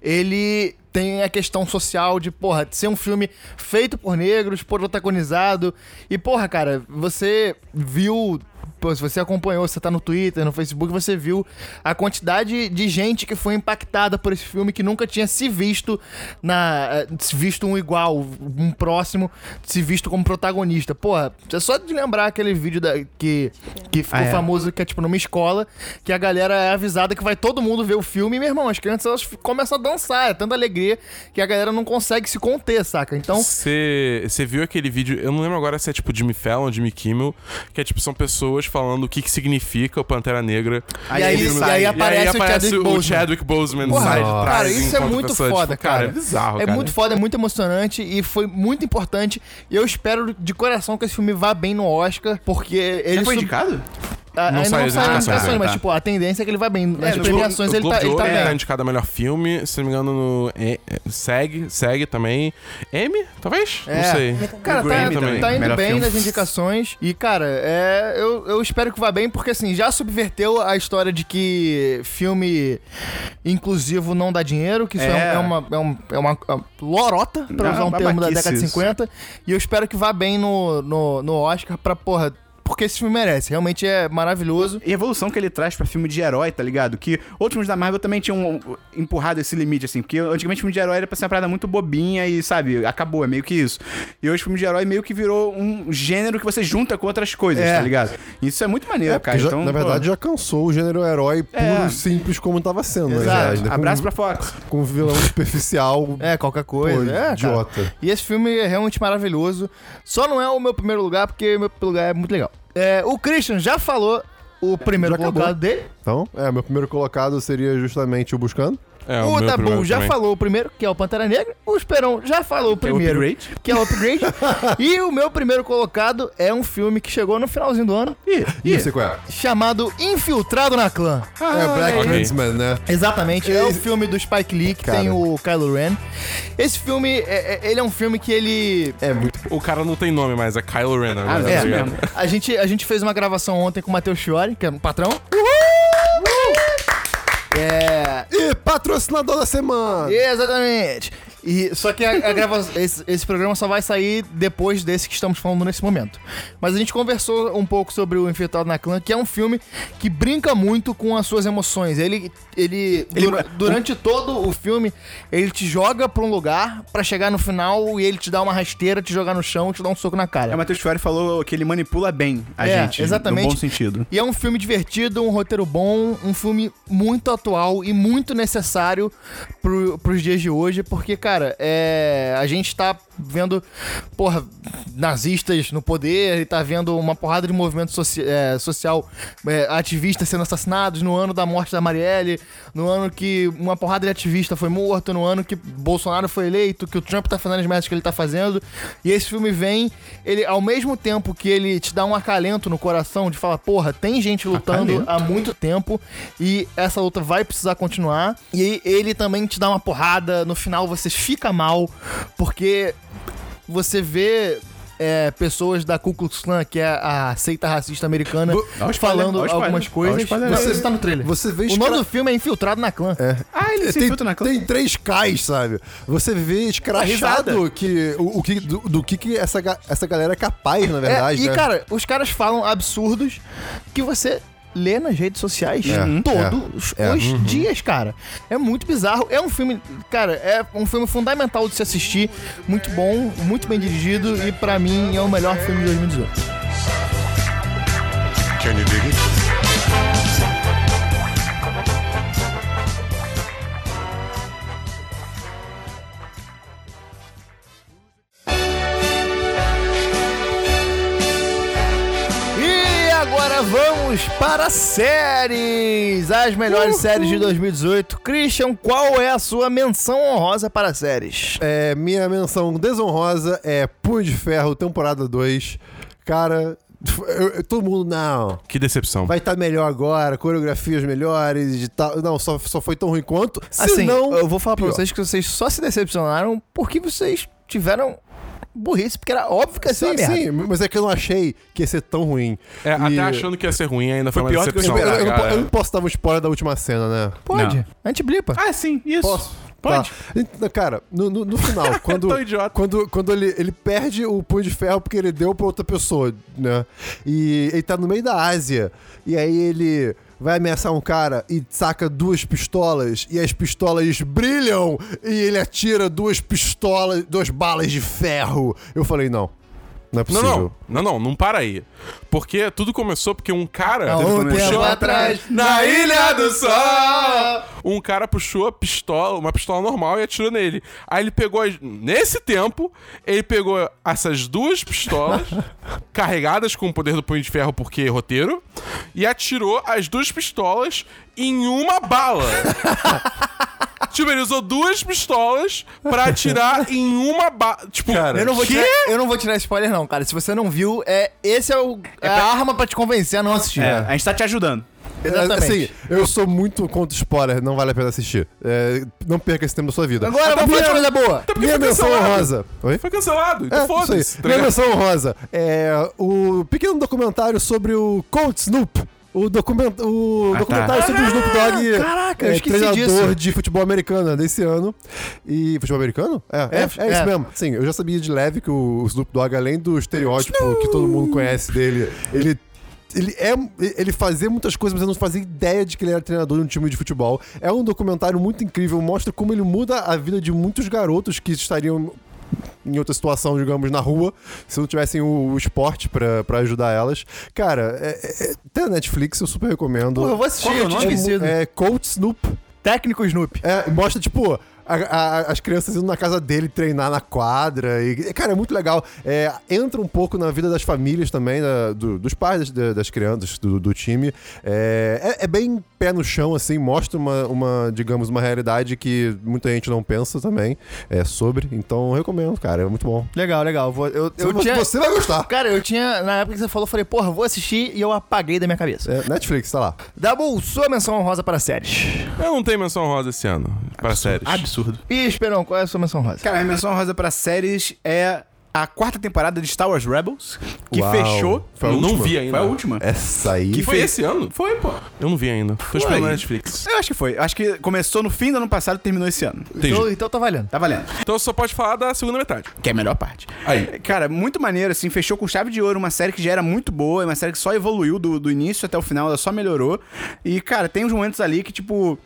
B: ele tem a questão social de, porra, de ser um filme feito por negros, protagonizado. E, porra, cara, você viu. pô, se você acompanhou, você tá no Twitter, no Facebook, você viu a quantidade de gente que foi impactada por esse filme que nunca tinha se visto na. eh, se visto um igual, um próximo, se visto como protagonista. Porra, é só de lembrar aquele vídeo da, que, que ficou
A: Ah, é.
B: famoso famoso que é tipo numa escola, que a galera é avisada que vai todo mundo ver o filme, e meu irmão, as crianças elas f- começam a dançar, é tanta alegria que a galera não consegue se conter, saca? Então,
C: Você você viu aquele vídeo, eu não lembro agora se é tipo Jimmy Fallon, Jimmy Kimmel, que é tipo, são pessoas falando o que, que significa o Pantera Negra.
A: Aí ele
C: filme-
A: sai.
B: e aí aparece o Chadwick Boseman.
C: Chadwick Boseman
B: Porra,
C: sai de
B: cara,
C: trás.
B: isso é
C: enquanto
B: muito
C: a pessoa,
B: foda, cara.
C: É bizarro,
B: é
C: cara.
B: muito foda, é muito emocionante e foi muito importante. E eu espero de coração que esse filme vá bem no Oscar, porque ele
A: ele foi
B: sub-
A: indicado?
B: a-
C: Não
B: ainda Ah,
C: saiu
B: não saiu as
C: as indicações,
B: indicações,
A: né?
B: mas
A: Tá.
B: tipo, a tendência é que ele vai bem. Nas
A: no
B: premiações
C: O
B: ele
C: Globo
B: tá,
C: de
B: ele tá
C: Ouro tá
B: bem.
C: indicado a melhor filme, se não me engano, no. é, é, segue, segue também. M, talvez? Não sei.
B: É. Cara,
A: O
B: tá,
A: Grammy
B: tá-
A: também,
B: tá indo
A: melhor
B: bem
A: filme.
B: nas indicações. E, cara, é, eu, eu espero que vá bem, porque assim, já subverteu a história de que filme inclusivo não dá dinheiro, que isso é,
A: É.
B: é uma, é, um- é uma, é uma lorota, pra
A: Não,
B: usar um termo da
A: babaquice
B: década de
A: isso.
B: 50. E eu espero que vá bem no, no, no Oscar pra, porra. porque esse filme merece. Realmente é maravilhoso.
A: E a evolução que ele traz pra filme de herói, tá ligado? Que outros filmes da Marvel também tinham empurrado esse limite, assim. Porque antigamente filme de herói era pra ser uma parada muito bobinha e, sabe, acabou, é meio que isso. E hoje filme de herói meio que virou um gênero que você junta com outras coisas,
B: É.
A: tá ligado? Isso é muito maneiro,
D: É,
A: cara.
D: porque já-
A: Então,
D: na
A: pô,
D: verdade, já cansou o gênero herói puro
A: É.
D: e simples como tava sendo. né,
A: Exato.
D: verdade, né?
A: Abraço
D: com,
A: pra Fox.
D: com um vilão superficial.
B: É, qualquer coisa.
D: Pô,
B: é, cara.
D: idiota.
B: E esse filme é realmente maravilhoso. Só não é o meu primeiro lugar, porque o meu primeiro lugar é muito legal. É, o Christian já falou o primeiro
D: acabou.
B: colocado dele.
D: Então, é, meu primeiro colocado seria justamente o Buscando.
C: É,
B: o
C: meu
B: Dabu
C: primeiro
B: tá já
C: também.
B: falou o primeiro, que é o Pantera Negra. O Esperão já falou o
A: é o
B: primeiro,
A: upgrade.
B: que é o Upgrade. e o meu primeiro colocado é um filme que chegou no finalzinho do ano,
A: Ih,
D: E
A: ih.
D: você qual é?
B: chamado Infiltrado na Clã.
D: é Black
C: olha aí.
D: Huntsman, né?
B: Exatamente, é o filme do Spike Lee que tem
D: Cara.
B: o Kylo Ren. Esse filme, é- é- ele é um filme que ele
D: É muito.
C: O cara não tem nome mais, é Kylo Ren agora.
A: Ah,
C: tá
A: é,
C: ligado?
A: mesmo.
B: A gente, a gente fez uma gravação ontem com o Matheus Fiore, que é um patrão. É.
D: E patrocinador da semana!
B: Exatamente. E, só que a, a grava- esse, esse programa só vai sair depois desse que estamos falando nesse momento. Mas a gente conversou um pouco sobre o Infiltrado na Clã, que é um filme que brinca muito com as suas emoções. Ele, ele,
A: Ele-
B: dura- durante todo o filme, ele te joga pra um lugar pra chegar no final e ele te dá uma rasteira, te jogar no chão, te dá um soco na cara.
A: É, o Matheus Fiore falou que ele manipula bem a
B: É,
A: gente.
B: exatamente.
A: No bom sentido.
B: E é um filme divertido, um roteiro bom, um filme muito atual e muito necessário pro, pros dias de hoje, porque, cara, é, a gente tá vendo, porra, nazistas no poder e tá vendo uma porrada de movimento soci- é, social, é, ativistas sendo assassinados no ano da morte da Marielle, no ano que uma porrada de ativista foi morto, no ano que Bolsonaro foi eleito, que o Trump tá fazendo as merdas que ele tá fazendo. E esse filme vem, ele ao mesmo tempo que ele te dá um acalento no coração de falar, porra, tem gente lutando
A: Acalento?
B: há muito tempo e essa luta vai precisar continuar. E aí ele também te dá uma porrada, no final você fica mal, porque você vê é, pessoas da Ku Klux Klan, que é a seita racista americana,
A: Dá um spoiler,
B: falando
A: dá um spoiler,
B: algumas
A: dá um
B: coisas.
A: spoiler.
B: Você,
D: Você-
B: tá no trailer.
D: Você vê
B: o
D: escra-
B: nome do filme é Infiltrado na Clã.
A: Ah, ele se
D: tem,
A: infiltra na clã.
D: tem três Ks, sabe? Você vê escrachado
A: Risada.
D: que, o, o que, do, do que, que essa, ga- essa galera é capaz, na
B: É,
D: verdade.
B: e,
D: né?
B: cara, os caras falam absurdos que você lê nas redes sociais
D: É,
B: todos
D: é, é.
B: os dias, cara. É muito bizarro. É um filme, cara, é um filme fundamental de se assistir. Muito bom, muito bem dirigido e, pra mim, é o melhor filme de 2018.
E: Can you dig it?
B: E agora vamos para séries! As melhores séries de 2018. Christian, qual é a sua menção honrosa para séries?
D: É, minha menção desonrosa é Punho de Ferro, temporada 2. Cara, eu- eu- todo mundo, não.
C: Que decepção.
D: Vai estar melhor agora, coreografias melhores e tal. Não, só, só foi tão ruim quanto. Se
B: Assim,
D: não,
B: eu vou falar pra
D: pior.
B: vocês que vocês só se decepcionaram porque vocês tiveram burrice, porque era óbvio que ia ser uma
D: Sim,
B: merda.
D: sim, mas é que eu não achei que ia ser tão ruim.
C: É,
D: E-
C: até achando que ia ser ruim, ainda foi,
A: Foi
C: uma
A: pior do que eu
C: decepção.
D: Eu, eu não, po-
C: cara.
D: eu não posso dar um spoiler da última cena, né?
B: Pode,
A: Não.
B: a gente blipa.
A: Ah, sim, isso. Pode.
D: Pode. Cara, no, no- no final, quando,
C: Tão idiota.
D: quando, quando ele, ele perde o punho de ferro porque ele deu pra outra pessoa, né? E ele tá no meio da Ásia. E aí ele vai ameaçar um cara e saca duas pistolas. E as pistolas brilham. E ele atira duas pistolas, duas balas de ferro. Eu falei, não. Não é
C: Não,
D: possível.
C: não, não, não, não para aí. Porque tudo começou porque um cara.
D: Ah,
B: Há um
A: começou
B: tempo
A: lá
B: atrás,
C: Na Ilha do Sol! Um cara puxou a pistola, uma pistola normal, e atirou nele. Aí ele pegou. as- Nesse tempo, ele pegou essas duas pistolas, carregadas com o poder do punho de ferro, porque é roteiro, e atirou as duas pistolas em uma bala. tipo, ele usou duas pistolas pra atirar em uma bala. Tipo,
B: Eu não, vou
C: quê?
B: tirar, eu não vou tirar spoiler não, cara. Se você não viu, é esse é, o, é a arma pra te convencer a não assistir. É,
A: É, a gente tá te ajudando.
D: Assim, eu sou muito contra spoiler, não vale a pena assistir. É, não perca esse tempo da sua vida. é
B: Agora vamos um falar de coisa boa.
C: Até porque
D: Minha
C: foi
D: menção
C: cancelado.
D: honrosa. Oi?
C: Foi cancelado, então
D: É, isso
C: foda-se.
D: aí.
C: tá
D: Minha
C: ligado?
D: menção honrosa é o pequeno documentário sobre o Colt Snoop, O, document,
A: Ah,
D: o
A: tá.
D: documentário sobre o Snoop Dogg
B: Caraca, eu
D: é,
B: esqueci
D: treinador
B: disso.
D: de futebol americano desse ano. E futebol americano? É, é,
B: É,
D: é isso
B: é.
D: mesmo. Sim, eu já sabia de leve que o Snoop Dogg, além do estereótipo que todo mundo conhece dele, ele. Ele, é, ele fazia muitas coisas, mas eu não fazia ideia de que ele era treinador de um time de futebol. É um documentário muito incrível, mostra como ele muda a vida de muitos garotos que estariam em outra situação, digamos, na rua, se não tivessem o, o esporte pra, pra ajudar elas. Cara, é, é, tem a Netflix, eu super recomendo.
B: Pô, eu vou assistir,
D: Qual que é
B: eu
D: o
B: tinha
D: nome?
B: esquecido.
D: É Coach Snoop.
B: Técnico Snoop.
D: É, mostra, tipo, a- a- as crianças indo na casa dele treinar na quadra. E, cara, é muito legal. É, entra um pouco na vida das famílias também, da- do- dos pais das, da- das crianças, do, do time. É, é- é bem pé no chão, assim, mostra uma, uma, digamos, uma realidade que muita gente não pensa também é, sobre. Então, eu recomendo, cara. É muito bom.
B: Legal, legal. Vou- eu, eu
D: Você-
B: tinha-
D: Você vai gostar.
B: Cara, eu tinha. Na época que você falou, eu falei, porra, vou assistir e eu apaguei da minha cabeça.
D: É, Netflix, tá lá.
B: Dabu, sua menção honrosa para séries.
C: Eu não tenho menção rosa esse ano, pra séries.
A: Absurdo.
B: E Esperão, qual é a sua menção honrosa?
A: Cara, a menção rosa pra séries é a quarta temporada de Star Wars Rebels, que
D: Uau.
A: fechou.
D: Foi a
C: eu não
D: última? É.
C: vi ainda.
A: Foi a última.
D: Essa aí.
C: Que foi
A: Foi-
C: esse ano?
A: Foi, pô.
C: Eu não vi ainda. Tô esperando
A: Foi.
C: na Netflix.
A: Eu acho que foi. Eu Acho que começou no fim do ano passado e terminou esse ano.
B: Então, então tá valendo.
A: Tá valendo.
C: Então só pode falar da segunda metade.
A: Que é a melhor parte.
C: Aí.
A: Cara, muito maneiro, assim, fechou com chave de ouro uma série que já era muito boa, é uma série que só evoluiu do, do início até o final, ela só melhorou. E, cara, tem uns momentos ali que, tipo,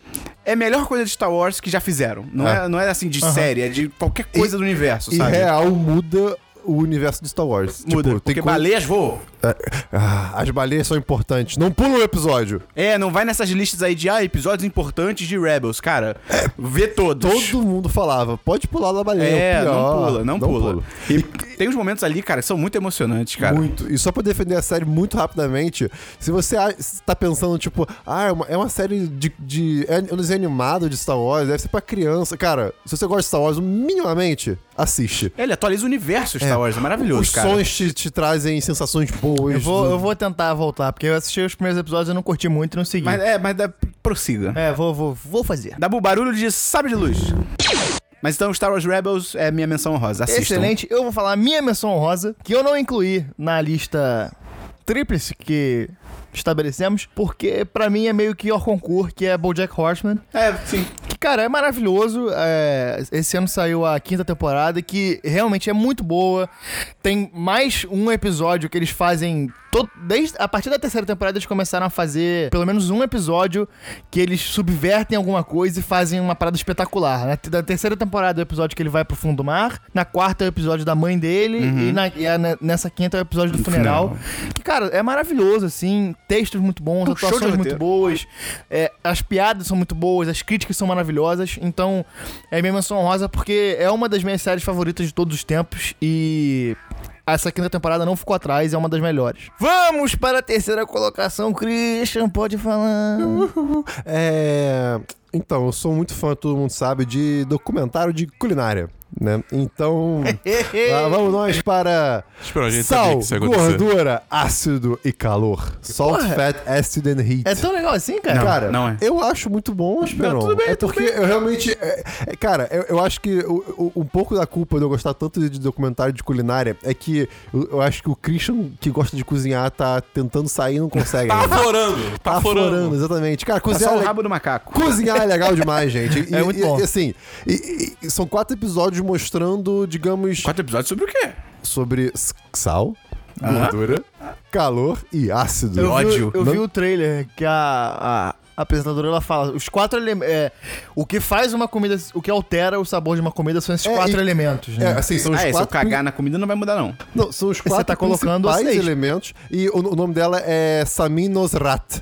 A: é a melhor coisa de Star Wars que já fizeram. Não é, não é assim de série, é de qualquer coisa do universo,
D: E
A: sabe?
D: real muda o universo de Star Wars.
A: Muda,
D: Tipo,
A: porque
D: coisa-
A: baleias voam.
D: Ah, as baleias são importantes. Não pula o episódio.
A: É, não vai nessas listas aí de, ah, episódios importantes de Rebels, cara. Vê todos.
D: Todo mundo falava, pode pular da baleia.
A: É,
D: o pior.
A: não pula, não, pula.
D: pula.
A: E tem uns momentos ali, cara, que são muito emocionantes, cara.
D: Muito. E só pra defender a série muito rapidamente, se você a- se tá pensando, tipo, ah, é uma, é uma série de, de é um desenho animado de Star Wars, deve ser pra criança. Cara, se você gosta de Star Wars minimamente, assiste.
A: Ele atualiza o universo Star Wars, é maravilhoso,
D: Os
A: cara.
D: sons te, te trazem sensações boas.
B: Eu vou,
D: do-
B: eu vou tentar voltar, porque eu assisti os primeiros episódios e não curti muito e não segui.
A: Mas é, mas dá, prossiga.
B: É, vou, vou, vou fazer.
A: Dabu, barulho de sabre de luz. Mas então, Star Wars Rebels é minha menção honrosa. Assistam.
B: Excelente. Eu vou falar a minha menção honrosa, que eu não incluí na lista tríplice que estabelecemos, porque pra mim é meio que o concurso, que é BoJack Horseman.
A: É, sim.
B: Que, cara, é maravilhoso. é, esse ano saiu a quinta temporada, que realmente é muito boa. Tem mais um episódio que eles fazem. to- desde, a partir da terceira temporada, eles começaram a fazer pelo menos um episódio que eles subvertem alguma coisa e fazem uma parada espetacular. Na, na terceira temporada é o episódio que ele vai pro fundo do mar. Na quarta é o episódio da mãe dele. E, na- e a- na- nessa quinta é o episódio Uhum. do funeral. Que, cara, é maravilhoso, assim. Textos muito bons,
A: um show de
B: atuações muito
A: roteiro.
B: boas, é, as piadas são muito boas, as críticas são maravilhosas. Então, é minha menção honrosa porque é uma das minhas séries favoritas de todos os tempos e essa quinta temporada não ficou atrás, é uma das melhores. Vamos para a terceira colocação, Christian, pode falar.
D: É. Então, eu sou muito fã, todo mundo sabe, de documentário de culinária, né? Então. lá vamos nós para.
C: Espera, a gente sabia
D: Sal,
C: que isso ia acontecer.
D: gordura, ácido e calor. Salt,
B: Porra.
D: fat, acid and heat.
B: É tão legal assim, cara?
A: Não,
D: Cara,
A: não é.
D: eu acho muito bom, Esperon.
A: tudo bem,
D: é
A: tudo
D: porque eu realmente. é, é, cara, eu, eu acho que o- o- um pouco da culpa de eu gostar tanto de documentário de culinária é que eu, eu acho que o Christian, que gosta de cozinhar, tá tentando sair e não consegue.
C: Tá
D: ainda.
C: aflorando. Tá aflorando.
D: exatamente. Cara,
A: É
D: cozinhar
A: só o
D: é-
A: rabo do macaco.
D: Cozinhar é legal demais, gente. E-
B: É muito
D: e-
B: bom.
D: E, assim, e- e- e são quatro episódios mostrando, digamos,
A: Quatro episódios sobre o quê?
D: sobre s- sal, gordura, calor e ácido.
B: Eu vi,
A: Ódio.
B: Eu vi
D: Não-
B: o trailer que a, a apresentadora ela fala, os quatro elementos, o que faz uma comida, o que altera o sabor de uma comida são esses
D: É,
B: quatro
D: e-
B: elementos,
D: É,
B: né?
D: assim, são os
A: Ah, é, se eu
D: quatro.
A: cagar na comida não vai mudar, não.
D: Não, são os
B: Você
D: quatro
B: tá colocando a
D: principais
B: seis.
D: elementos. E o, o nome dela é Samin Nosrat.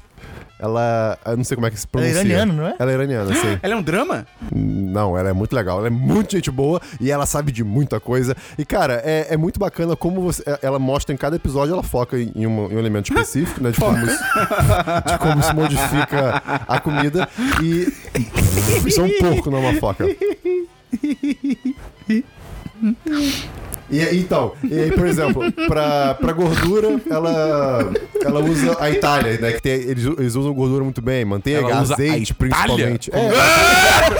D: Ela. Eu não sei como é que se pronuncia.
B: iraniana, não é?
D: Ela é iraniana, sim.
A: Ela é um drama?
D: Não, ela é muito legal, ela é muito gente boa e ela sabe de muita coisa. E, cara, é, é muito bacana como você- é- ela mostra em cada episódio, ela foca em, em uma- em um elemento específico, né? De como, isso- de como se modifica a comida. E. Isso é um porco, não é uma foca. E, então, e aí, por exemplo, pra, pra gordura, ela Ela usa a Itália, né? Que tem- eles, eles usam gordura muito bem, manteiga,
C: Ela usa a
D: azeite,
C: Itália?
D: principalmente. É.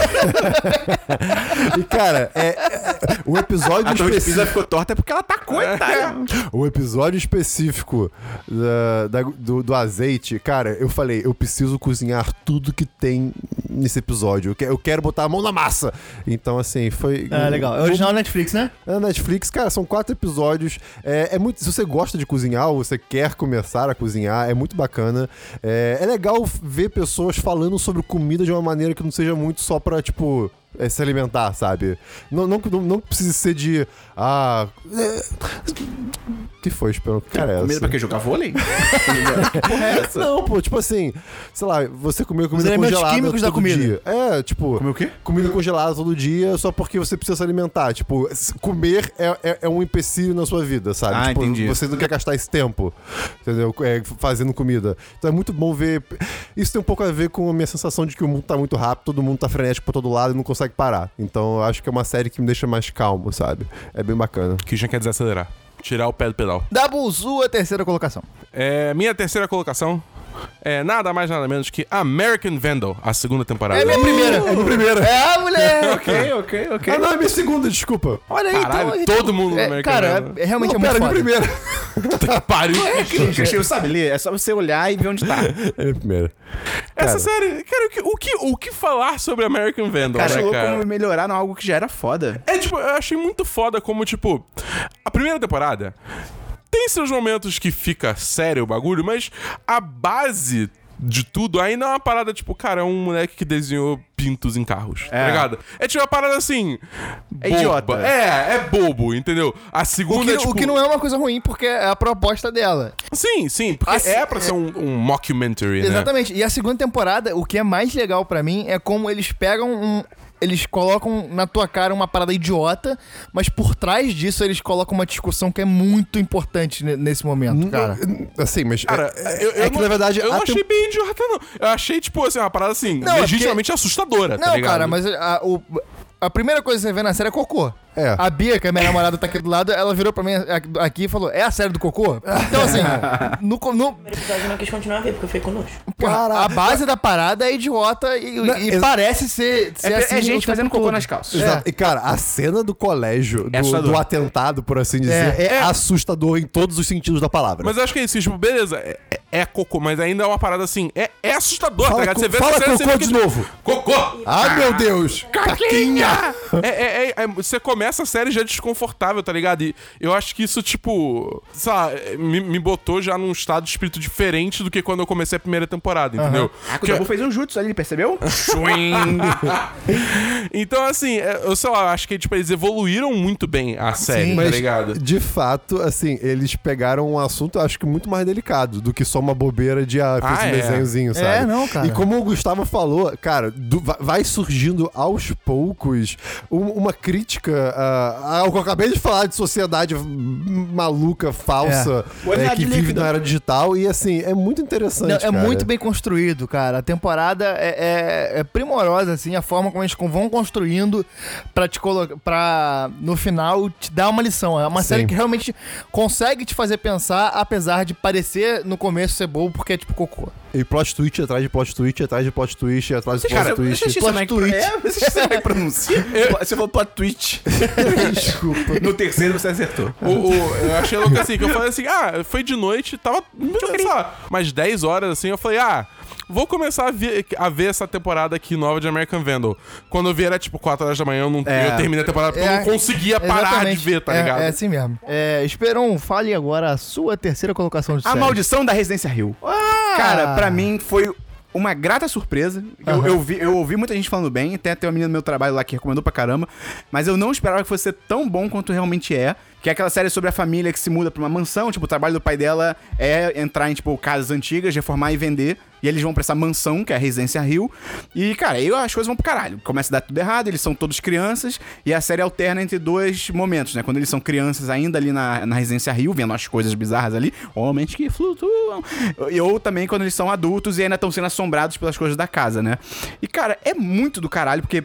D: e, cara, é, é, um episódio
A: A torre de Pisa
D: específico. É.
A: ficou torta é porque ela tacou a Itália.
D: O episódio específico da- da- do, do azeite, cara, eu falei, eu preciso cozinhar tudo que tem nesse episódio. Eu, que- eu quero botar a mão na massa. Então, assim, foi.
B: É, legal. É original Netflix, né?
D: É Na Netflix, cara, são quatro episódios. É, é muito. Se você gosta de cozinhar ou você quer começar a cozinhar, é muito bacana. É, é legal ver pessoas falando sobre comida de uma maneira que não seja muito só pra, tipo. é, se alimentar, sabe? Não, não, não, não precisa ser de. Ah. é, O que foi, Esperão? Que cara é
A: Comida
D: essa?
A: pra quê? Jogar vôlei? é
D: Não, pô, tipo assim, sei lá, você comeu comida
B: elementos
D: congelada
B: químicos
D: todo
B: da comida.
D: dia. É, tipo,
A: Comeu o quê?
D: comida congelada todo dia só porque você precisa se alimentar. Tipo, s- comer é, é- é um empecilho na sua vida, sabe?
A: Ah,
D: tipo,
A: entendi.
D: você não quer gastar esse tempo, entendeu? É, f- fazendo comida. Então é muito bom ver. Isso tem um pouco a ver com a minha sensação de que o mundo tá muito rápido, todo mundo tá frenético pra todo lado e não consegue parar. Então eu acho que é uma série que me deixa mais calmo, sabe? É bem bacana.
C: Christian quer desacelerar. Tirar o pé do pedal.
B: Dabuzu, a terceira colocação.
C: É, minha terceira colocação é nada mais nada menos que American Vandal, a segunda temporada.
B: primeira. É minha primeira. É, moleque.
A: ok, ok, ok.
D: Ah, não, é minha segunda, desculpa.
B: Olha aí,
C: Caralho,
B: então.
C: todo mundo né? no
B: É,
C: American
B: cara,
C: Vandal.
B: é, é realmente
D: Não,
B: é muito
D: pera, é minha
B: foda.
D: primeira.
C: Puta que pariu.
A: Christian, você sabe ler? É só você olhar e ver onde tá.
D: É minha primeira.
C: Essa série, cara, o que, o que, o que falar sobre American Vandal,
A: Cara,
C: né,
A: louco
C: cara?
A: como melhoraram algo que já era foda.
C: É, tipo, eu achei muito foda como, tipo, a primeira temporada tem seus momentos que fica sério o bagulho, mas a base de tudo ainda é uma parada, tipo, cara, é um moleque que desenhou pintos em carros, tá
A: É.
C: ligado? É tipo uma parada assim. boba.
A: idiota.
C: É, é bobo, entendeu? A
B: O
C: segunda
B: que,
C: é, tipo,
B: o que não é uma coisa ruim, porque é a proposta dela.
C: Sim, sim, porque
B: Assim,
C: é pra ser um, um mockumentary, né?
B: Exatamente. E a segunda temporada, o que é mais legal pra mim é como eles pegam um. Eles colocam na tua cara uma parada idiota, mas por trás disso eles colocam uma discussão que é muito importante ne- nesse momento, cara.
D: Assim, mas.
C: Cara,
D: é,
C: eu, eu
D: é que
C: não,
D: na verdade.
C: eu não
D: a
C: achei
D: tem-
C: bem idiota, não. Eu achei, tipo, assim, uma parada assim,
B: Não, é
C: legitimamente assustadora, tá
B: Não,
C: ligado?
B: cara, mas a, o- a primeira coisa que você vê na série é cocô.
D: É.
B: A Bia, que é minha namorada, tá aqui do lado, ela virou pra mim a- aqui e falou: É a série do cocô? Então, assim, no, co- no-
F: primeiro episódio eu não quis continuar a ver, porque eu fiquei conosco.
B: a base da parada é idiota e, e
D: exa-
B: parece ser, ser
A: É,
B: assim
A: é
B: o
A: gente
B: tempo
A: fazendo cocô
B: todo.
A: nas calças.
D: Exato. E, cara, a cena do colégio,
A: É
D: do,
A: assustador.
D: do atentado, por assim dizer,
B: É,
D: é,
B: é.
D: assustador em todos os sentidos da palavra.
C: Mas eu acho que é isso, tipo, beleza, é, é- é cocô, mas ainda é uma parada assim, é, é assustador, tá
D: fala
C: ligado?
D: co-
C: Você vê
D: fala
C: essa série,
D: cocô
C: você
D: de
C: fica, tipo,
D: novo.
C: Cocô!
D: Ah, meu Deus! Caquinha!
C: É, é- é- é- você começa a série já desconfortável, tá ligado? E eu acho que isso, tipo, sei lá, me, me botou já num estado de espírito diferente do que quando eu comecei a primeira temporada, entendeu?
A: Ah, o
C: Que- é
A: Dabu fez um jutsu ali, percebeu?
C: então, assim, é, eu sei lá, eu acho que, tipo, eles evoluíram muito bem a série, tá
D: Mas,
C: ligado?
D: de fato, assim, eles pegaram um assunto, acho que muito mais delicado do que só uma bobeira de ah, fiz
C: Ah,
D: um
C: é.
D: desenhozinho, sabe?
B: não, cara.
D: E como o Gustavo falou, cara, do- va- vai surgindo aos poucos um- uma crítica ah, ao que eu acabei de falar de sociedade m- maluca, falsa,
A: É. Olha
D: eh,
A: a
D: que
A: líquida.
D: vive na era digital. E, assim, é muito
B: Não,
D: interessante,
B: é
D: cara.
B: muito bem construído, cara. A temporada é, é- é primorosa, assim, a forma como eles con- vão construindo pra te colocar. pra no final te dar uma lição. É uma
D: Sim.
B: série que realmente consegue te fazer pensar, apesar de parecer no começo ser bobo, porque é tipo cocô.
D: E plot twist atrás de plot twist, atrás de plot twist, atrás de plot
A: Cara,
D: twist.
A: deixa eu
D: Plot
A: chamar que-
D: twist.
A: É, deixa eu chamar que pronuncia. Você falou plot twist. Desculpa. No terceiro você acertou.
C: O, o- eu achei louco assim, que eu falei assim, ah, foi de noite, tava, sei lá, umas 10 horas assim, eu falei, ah, vou começar a ver, a ver essa temporada aqui nova de American Vandal. Quando eu vi era tipo 4 horas da manhã, eu, não,
A: É.
C: eu terminei a temporada porque eu não
B: É,
C: conseguia parar
B: Exatamente.
C: de ver, tá
B: É-
C: ligado?
B: É, assim mesmo. É, Esperon, fale agora a sua terceira colocação de
A: A
B: série.
A: Maldição da Residência Rio. Cara, pra mim foi uma grata surpresa. Eu,
B: Aham.
A: eu vi- eu ouvi muita gente falando bem, até tem uma menina do meu trabalho lá que recomendou pra caramba. Mas eu não esperava que fosse ser tão bom quanto realmente é. Que é aquela série sobre a família que se muda pra uma mansão. Tipo, o trabalho do pai dela é entrar em, tipo, casas antigas, reformar e vender. E eles vão pra essa mansão, que é a Residência Rio. E, cara, aí as coisas vão pro caralho. Começa a dar tudo errado, eles são todos crianças. E a série alterna entre dois momentos, né? Quando eles são crianças ainda ali na, na Residência Rio, vendo as coisas bizarras ali. Homens que flutuam. E, ou também quando eles são adultos e ainda estão sendo assombrados pelas coisas da casa, né? E, cara, é muito do caralho, porque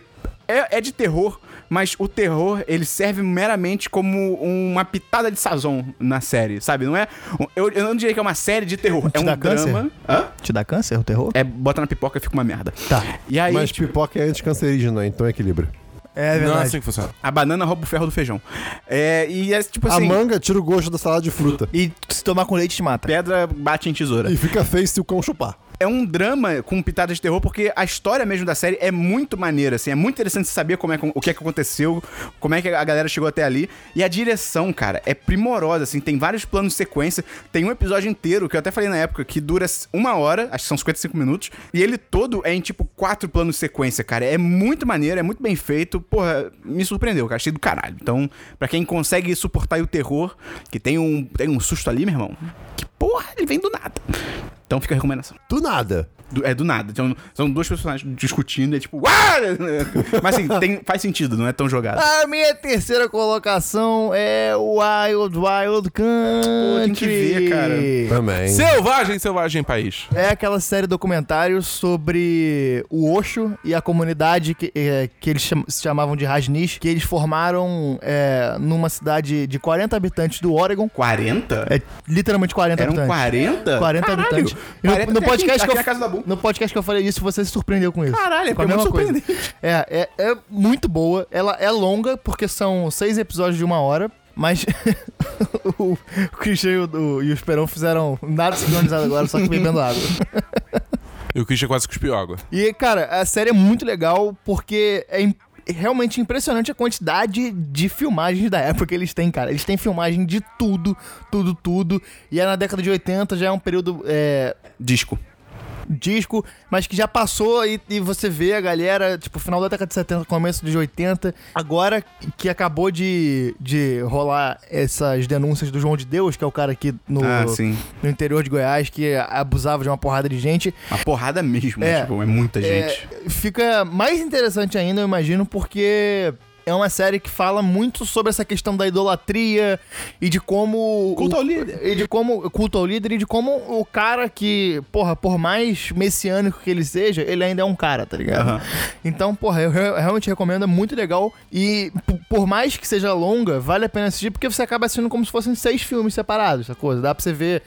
A: é, é de terror. mas o terror, ele serve meramente como uma pitada de sazon na série, sabe? Não é. Eu, eu não diria que é uma série de terror,
B: Te
A: é um
B: dá
A: drama.
B: câncer?
A: Hã?
B: Te dá câncer o terror?
A: É, bota na pipoca e fica uma merda.
B: Tá.
A: E aí,
D: Mas
A: tipo,
D: pipoca é anticancerígena, então equilibra.
B: É
C: Não é
B: verdade.
C: assim que funciona.
A: a banana rouba o ferro do feijão. É, e é tipo
D: A
A: assim.
D: manga tira o gosto da salada de fruta.
B: E se tomar com leite te mata.
A: Pedra bate em tesoura.
D: E fica feio se o cão chupar.
A: É um drama com pitadas de terror, porque a história mesmo da série é muito maneira, assim. É muito interessante saber como é, que- o que é que aconteceu, como é que a galera chegou até ali. E a direção, cara, é primorosa, assim. Tem vários planos de sequência. Tem um episódio inteiro, que eu até falei na época, que dura uma hora, acho que são 55 minutos. E ele todo é em, tipo, quatro planos de sequência, cara. É muito maneiro, é muito bem feito. Porra, me surpreendeu, cara. Achei do caralho. Então, pra quem consegue suportar aí o terror, que tem um, tem um susto ali, meu irmão, que porra, ele vem do nada. Então fica a recomendação.
D: Do nada.
A: Do- é do nada. São, são dois personagens discutindo, é tipo. "Uá!" Mas assim, tem- faz sentido, não é tão jogado.
B: A minha terceira colocação é Wild Wild Country.
A: tem que ver, cara.
D: Também.
C: Selvagem, selvagem país.
B: É aquela série documentário sobre o Osho e a comunidade que, é, que eles cham- se chamavam de Rajnish, que eles formaram é, numa cidade de 40 habitantes do Oregon.
A: 40?
B: É literalmente 40
A: Eram
B: habitantes.
A: 40?
B: 40
A: Caralho!
B: habitantes. E
A: 40
B: no, no
A: tem aqui,
B: podcast
A: aqui
B: que eu,
A: na casa da Bu.
B: no podcast que eu falei isso, você se surpreendeu com isso.
A: Caralho, é
B: com a
A: porque é
B: mesma
A: muito
B: coisa. É, é, é muito boa. Ela é longa, porque são seis episódios de uma hora. Mas o, o Christian e o, o- e o Esperão fizeram nada sincronizado agora, só que bebendo água.
C: E o Christian quase cuspiu água.
B: E, cara, a série é muito legal porque é im- realmente impressionante a quantidade de filmagens da época que eles têm, cara. Eles têm filmagem de tudo, tudo, tudo. E é na década de 80, já é um período é,
A: Disco.
B: disco, mas que já passou e, e você vê a galera, tipo, final da década de 70, começo de 80, agora que acabou de, de rolar essas denúncias do João de Deus, que é o cara aqui no,
A: Ah, sim.
B: no interior de Goiás, que abusava de uma porrada de gente,
A: Uma porrada mesmo,
B: É.
A: é, tipo, é muita
B: é,
A: gente.
B: fica mais interessante ainda, eu imagino, porque é uma série que fala muito sobre essa questão da idolatria e de como. o-
A: Culto ao líder.
B: E de como. Culto ao líder e de como o cara que, porra, por mais messiânico que ele seja, ele ainda é um cara, tá ligado?
A: Aham.
B: Então, porra, eu re- realmente recomendo, é muito legal. E p- por mais que seja longa, vale a pena assistir, porque você acaba assistindo como se fossem seis filmes separados, essa coisa. Dá pra você ver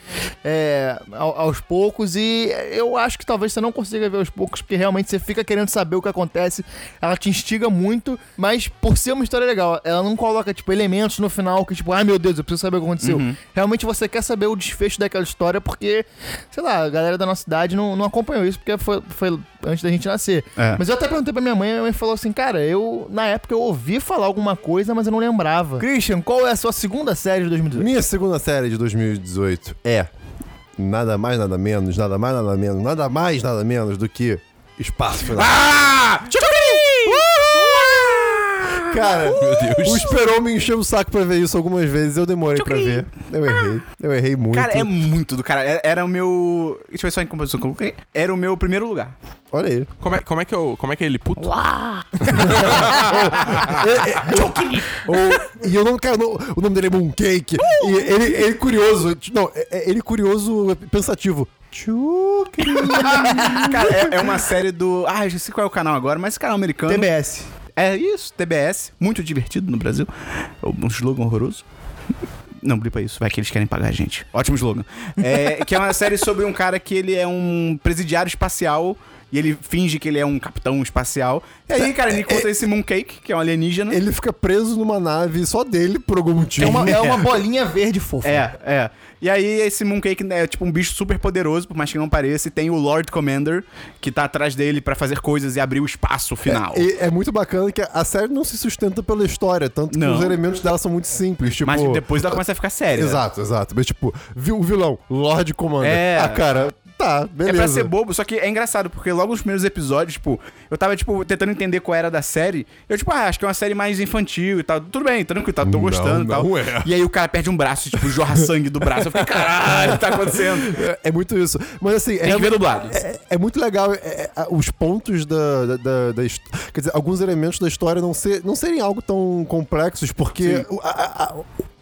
B: é, ao- aos poucos. E eu acho que talvez você não consiga ver aos poucos, porque realmente você fica querendo saber o que acontece. Ela te instiga muito, mas por ser uma história legal, ela não coloca, tipo, elementos no final que, tipo, ai meu Deus, eu preciso saber o que aconteceu. Realmente você quer saber o desfecho daquela história, porque, sei lá, a galera da nossa idade não, não acompanhou isso, porque foi, foi antes da gente nascer.
A: É.
B: Mas eu até perguntei pra minha mãe, minha mãe falou assim, cara, eu, na época, eu ouvi falar alguma coisa, mas eu não lembrava. Christian, qual é a sua segunda série de 2018?
D: Minha segunda série de 2018 é nada mais, nada menos, nada mais, nada menos, nada mais, nada menos do que Espaço Final.
C: Ah!
D: Cara,
C: Meu
D: o
C: Deus.
D: Esperon me encheu o saco pra ver isso algumas vezes, eu demorei pra ver. Eu errei, eu errei muito.
A: Cara, é muito do cara. Era- Era o meu. Deixa eu ver só em composição. como que- Era o meu primeiro lugar.
D: Olha aí.
C: Como é, como é que eu, como é que é ele puto?
B: Ah,
D: Ou- e eu não quero. não- o nome dele é Mooncake.
A: Uh!
D: E ele, ele curioso. Não, é- é ele curioso pensativo. Tchuc.
A: Cara, é, é uma série do. Ah, eu já sei qual é o canal agora, mas esse canal americano.
B: TBS.
A: É isso, TBS, muito divertido no Brasil. Um slogan horroroso. Não, blipa isso, vai que eles querem pagar a gente. Ótimo slogan. É, que é uma série sobre um cara que ele é um presidiário espacial e ele finge que ele é um capitão espacial. E aí, cara, ele encontra esse Mooncake, que é um alienígena.
D: Ele fica preso numa nave só dele por algum motivo.
B: É uma, é uma bolinha verde fofa.
A: É, é. E aí, esse Mooncake é tipo um bicho super poderoso, por mais que não pareça, e tem o Lord Commander, que tá atrás dele pra fazer coisas e abrir o espaço final.
D: E é muito bacana que a série não se sustenta pela história, tanto que
A: Não.
D: os elementos dela são muito simples, tipo...
A: Mas depois é. ela começa a ficar séria. né?
D: Exato, exato. Mas tipo, vi- o vilão, Lord Commander.
A: É.
D: Ah, cara, tá,
A: É
D: beleza.
A: pra ser bobo, só que é engraçado, porque logo nos primeiros episódios, tipo, eu tava, tipo, tentando entender qual era da série. Eu, tipo, ah, acho que é uma série mais infantil e tal. Tudo bem, tranquilo, tá, tô gostando e tal.
D: não é.
A: E aí o cara perde um braço, tipo, jorra sangue do braço. Eu fiquei, caralho, o que tá acontecendo?
D: É- É muito isso. Mas assim,
A: Tem
D: é,
A: que ver dublado.
D: é- é muito legal é- é- a- os pontos da, da, da- da his- Quer dizer, alguns elementos da história não, ser, não serem algo tão complexos, porque o- a- a- a-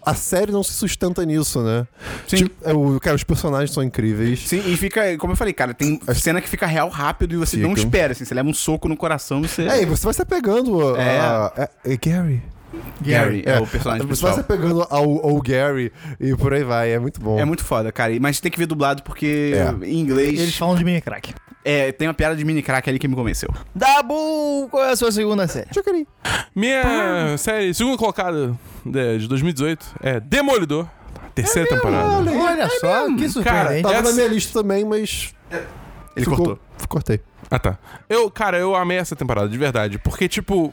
D: a série não se sustenta nisso, né? Tipo, é, o, cara, os personagens são incríveis.
A: Sim, e fica, como eu falei, cara, tem cena que fica real rápido e você não
D: Fica.
A: espera, assim, você leva um soco no coração e você.
D: É, e você vai se apegando a-
A: É.
D: a- a- é Gary.
A: Gary é, o personagem
D: Você vai
A: principal.
D: se apegando ao, ao Gary e por aí vai. É muito bom.
A: É muito foda, cara. e- Mas tem que ver dublado porque
D: É.
A: em inglês.
B: Eles falam de mini crack.
A: É, tem uma piada de mini crack ali que me convenceu.
B: Dabu, qual é a sua segunda série?
D: Chucari.
C: Minha série segunda colocada de, de 2018 é Demolidor.
B: É
C: Terceira temporada.
B: Olha só, que surpreendente.
D: Tava
C: Essa-
D: na minha lista também, mas.
A: Ele
D: ficou-
A: cortou.
D: Cortei.
C: Ah, tá. Eu, cara, eu amei essa temporada, de verdade. Porque, tipo,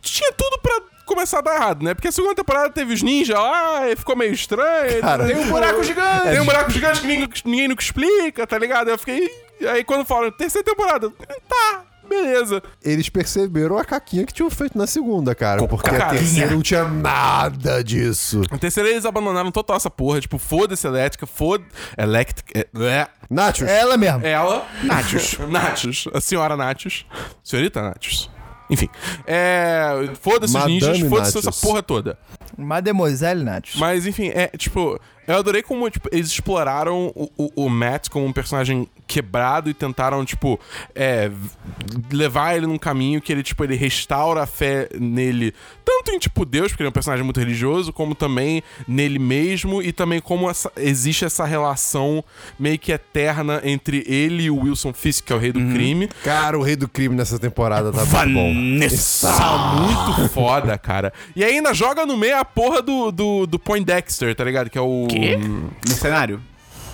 C: tinha tudo pra começar a dar errado, né? Porque a segunda temporada teve os ninjas lá, e ficou meio estranho.
D: Cara,
C: tem um buraco gigante.
D: É,
C: Tem um buraco gigante que ninguém, ninguém nunca explica, tá ligado? Eu fiquei... Aí quando falam, terceira temporada, tá, beleza.
D: Eles perceberam a caquinha que tinham feito na segunda, cara. Porque a
C: Caquinha.
D: terceira não tinha nada disso.
C: A terceira eles abandonaram total essa porra, tipo, foda-se elétrica, foda... Eléctrica... É,
D: Nachos.
B: Ela mesmo.
C: Ela. Nachos. Nachos. A senhora Nachos. Senhorita Nachos. Enfim. É. Foda-se os
D: Madame
C: ninjas, foda-se
D: Nachos.
C: essa porra toda.
B: Mademoiselle Nath.
C: Mas, enfim, é tipo. Eu adorei como tipo, eles exploraram o, o, o Matt como um personagem quebrado e tentaram, tipo, é, v- levar ele num caminho que ele, tipo, ele restaura a fé nele, tanto em, tipo, Deus, porque ele é um personagem muito religioso, como também nele mesmo e também como essa- existe essa relação meio que eterna entre ele e o Wilson Fisk, que é o rei do crime.
D: Cara, o rei do crime nessa temporada tá muito bom.
C: Tá muito foda, cara. E ainda joga no meio a porra do, do, do Poindexter, tá ligado? Que é o.
A: Mercenário?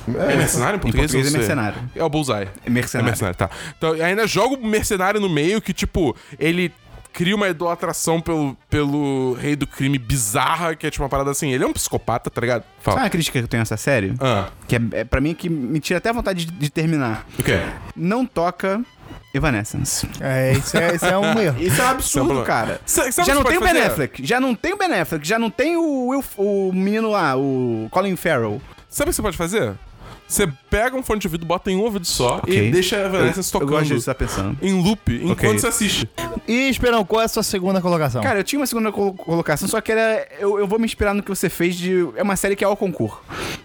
C: É mercenário em português?
A: português é
C: Eu não sei.
A: mercenário.
C: É o Bullseye.
A: É mercenário.
C: É mercenário, tá. Então, ainda joga o mercenário no meio que, tipo, ele cria uma idolatração pelo, pelo rei do crime bizarra, que é tipo uma parada assim. Ele é um psicopata, tá ligado?
A: Sabe
C: Fala.
A: uma crítica que eu tenho a essa série?
C: Ah,
A: Que é, é pra mim que me tira até a vontade de, de terminar.
C: o quê?
A: Não toca Evanescence.
B: É, isso é, isso é um
A: Isso
B: erro.
A: é um
C: Isso é um
A: absurdo,
C: problema.
A: cara.
C: Sabe- sabe
A: já
C: o
A: não
C: que
A: tem
C: você
A: o
C: pode
A: Ben
C: fazer?
A: Affleck, já não tem o Ben Affleck, já não tem o, Will, o menino lá, o Colin Farrell.
C: Sabe o que você pode fazer? Você pega um fone de ouvido, bota em um ouvido só
A: Ok.
C: e deixa a Vanessa
A: Eu
C: tocando.
A: gosto disso, tá pensando.
C: Em loop, enquanto
A: Ok.
C: você assiste.
B: E, Esperão, qual é a sua segunda colocação?
A: Cara, eu tinha uma segunda colo- colocação, só que era. Eu, eu vou me inspirar no que você fez de. É uma série que é ao concurso.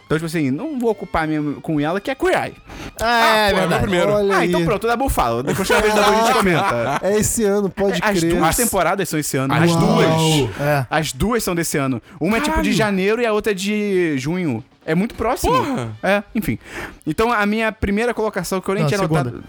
A: Então, tipo assim, não vou ocupar minha, com ela, que é Queer Eye.
B: ah, é
C: pô, é meu
B: verdade.
C: primeiro.
D: Olha
A: Ah,
D: aí.
A: então pronto, o Dabu fala. Depois da vez da a gente comenta.
D: É esse ano, pode
A: As
D: crer.
A: duas temporadas são esse ano. As
C: Uau.
A: duas.
B: É.
A: As duas são desse ano. Uma é tipo de
C: Caralho.
A: janeiro e a outra é de junho. É muito próximo.
C: Porra.
A: É, enfim. Então a minha primeira colocação, que eu nem
B: Não,
A: tinha
B: segunda.
A: notado.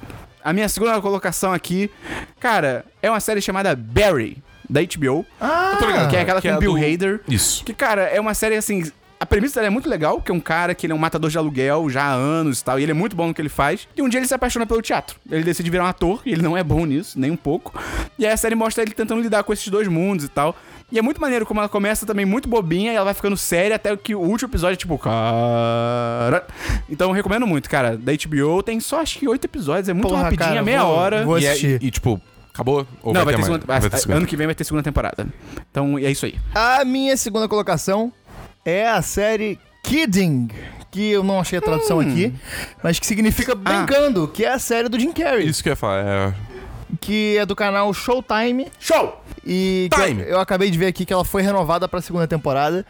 A: A minha segunda colocação aqui, cara, é uma série chamada Barry, da HBO.
B: Ah,
C: Tô ligado.
A: que é aquela
C: que
A: com
C: é
A: o Bill
C: do-
A: Hader.
C: Isso.
A: Que, cara, é uma série assim. A premissa dela é muito legal, que é um cara que ele é um matador de aluguel já há anos e tal, e ele é muito bom no que ele faz. E um dia ele se apaixona pelo teatro. Ele decide virar um ator, e ele não é bom nisso, nem um pouco. E aí a série mostra ele tentando lidar com esses dois mundos e tal. E é muito maneiro como ela começa também muito bobinha e ela vai ficando séria até que o último episódio é tipo, cara. Então eu recomendo muito, cara. Da HBO tem só acho que oito episódios, é muito
B: Porra,
A: rapidinho,
B: cara,
A: é meia
B: vou-
A: hora.
B: vou
C: E, é-
B: assistir.
C: e, tipo, acabou? Ou
A: Não, vai, ter
C: mais?
A: segunda, ah,
C: Vai ter segunda.
A: Ano que vem vai ter segunda temporada. Então é isso aí.
B: A minha segunda colocação é a série Kidding, que eu não achei a tradução aqui, mas que significa brincando, que é a série do Jim Carrey,
C: Isso que eu ia falar. É...
B: que é do canal Showtime
A: Show!
B: e que
C: Time.
B: eu, eu acabei de ver aqui que ela foi renovada pra segunda temporada.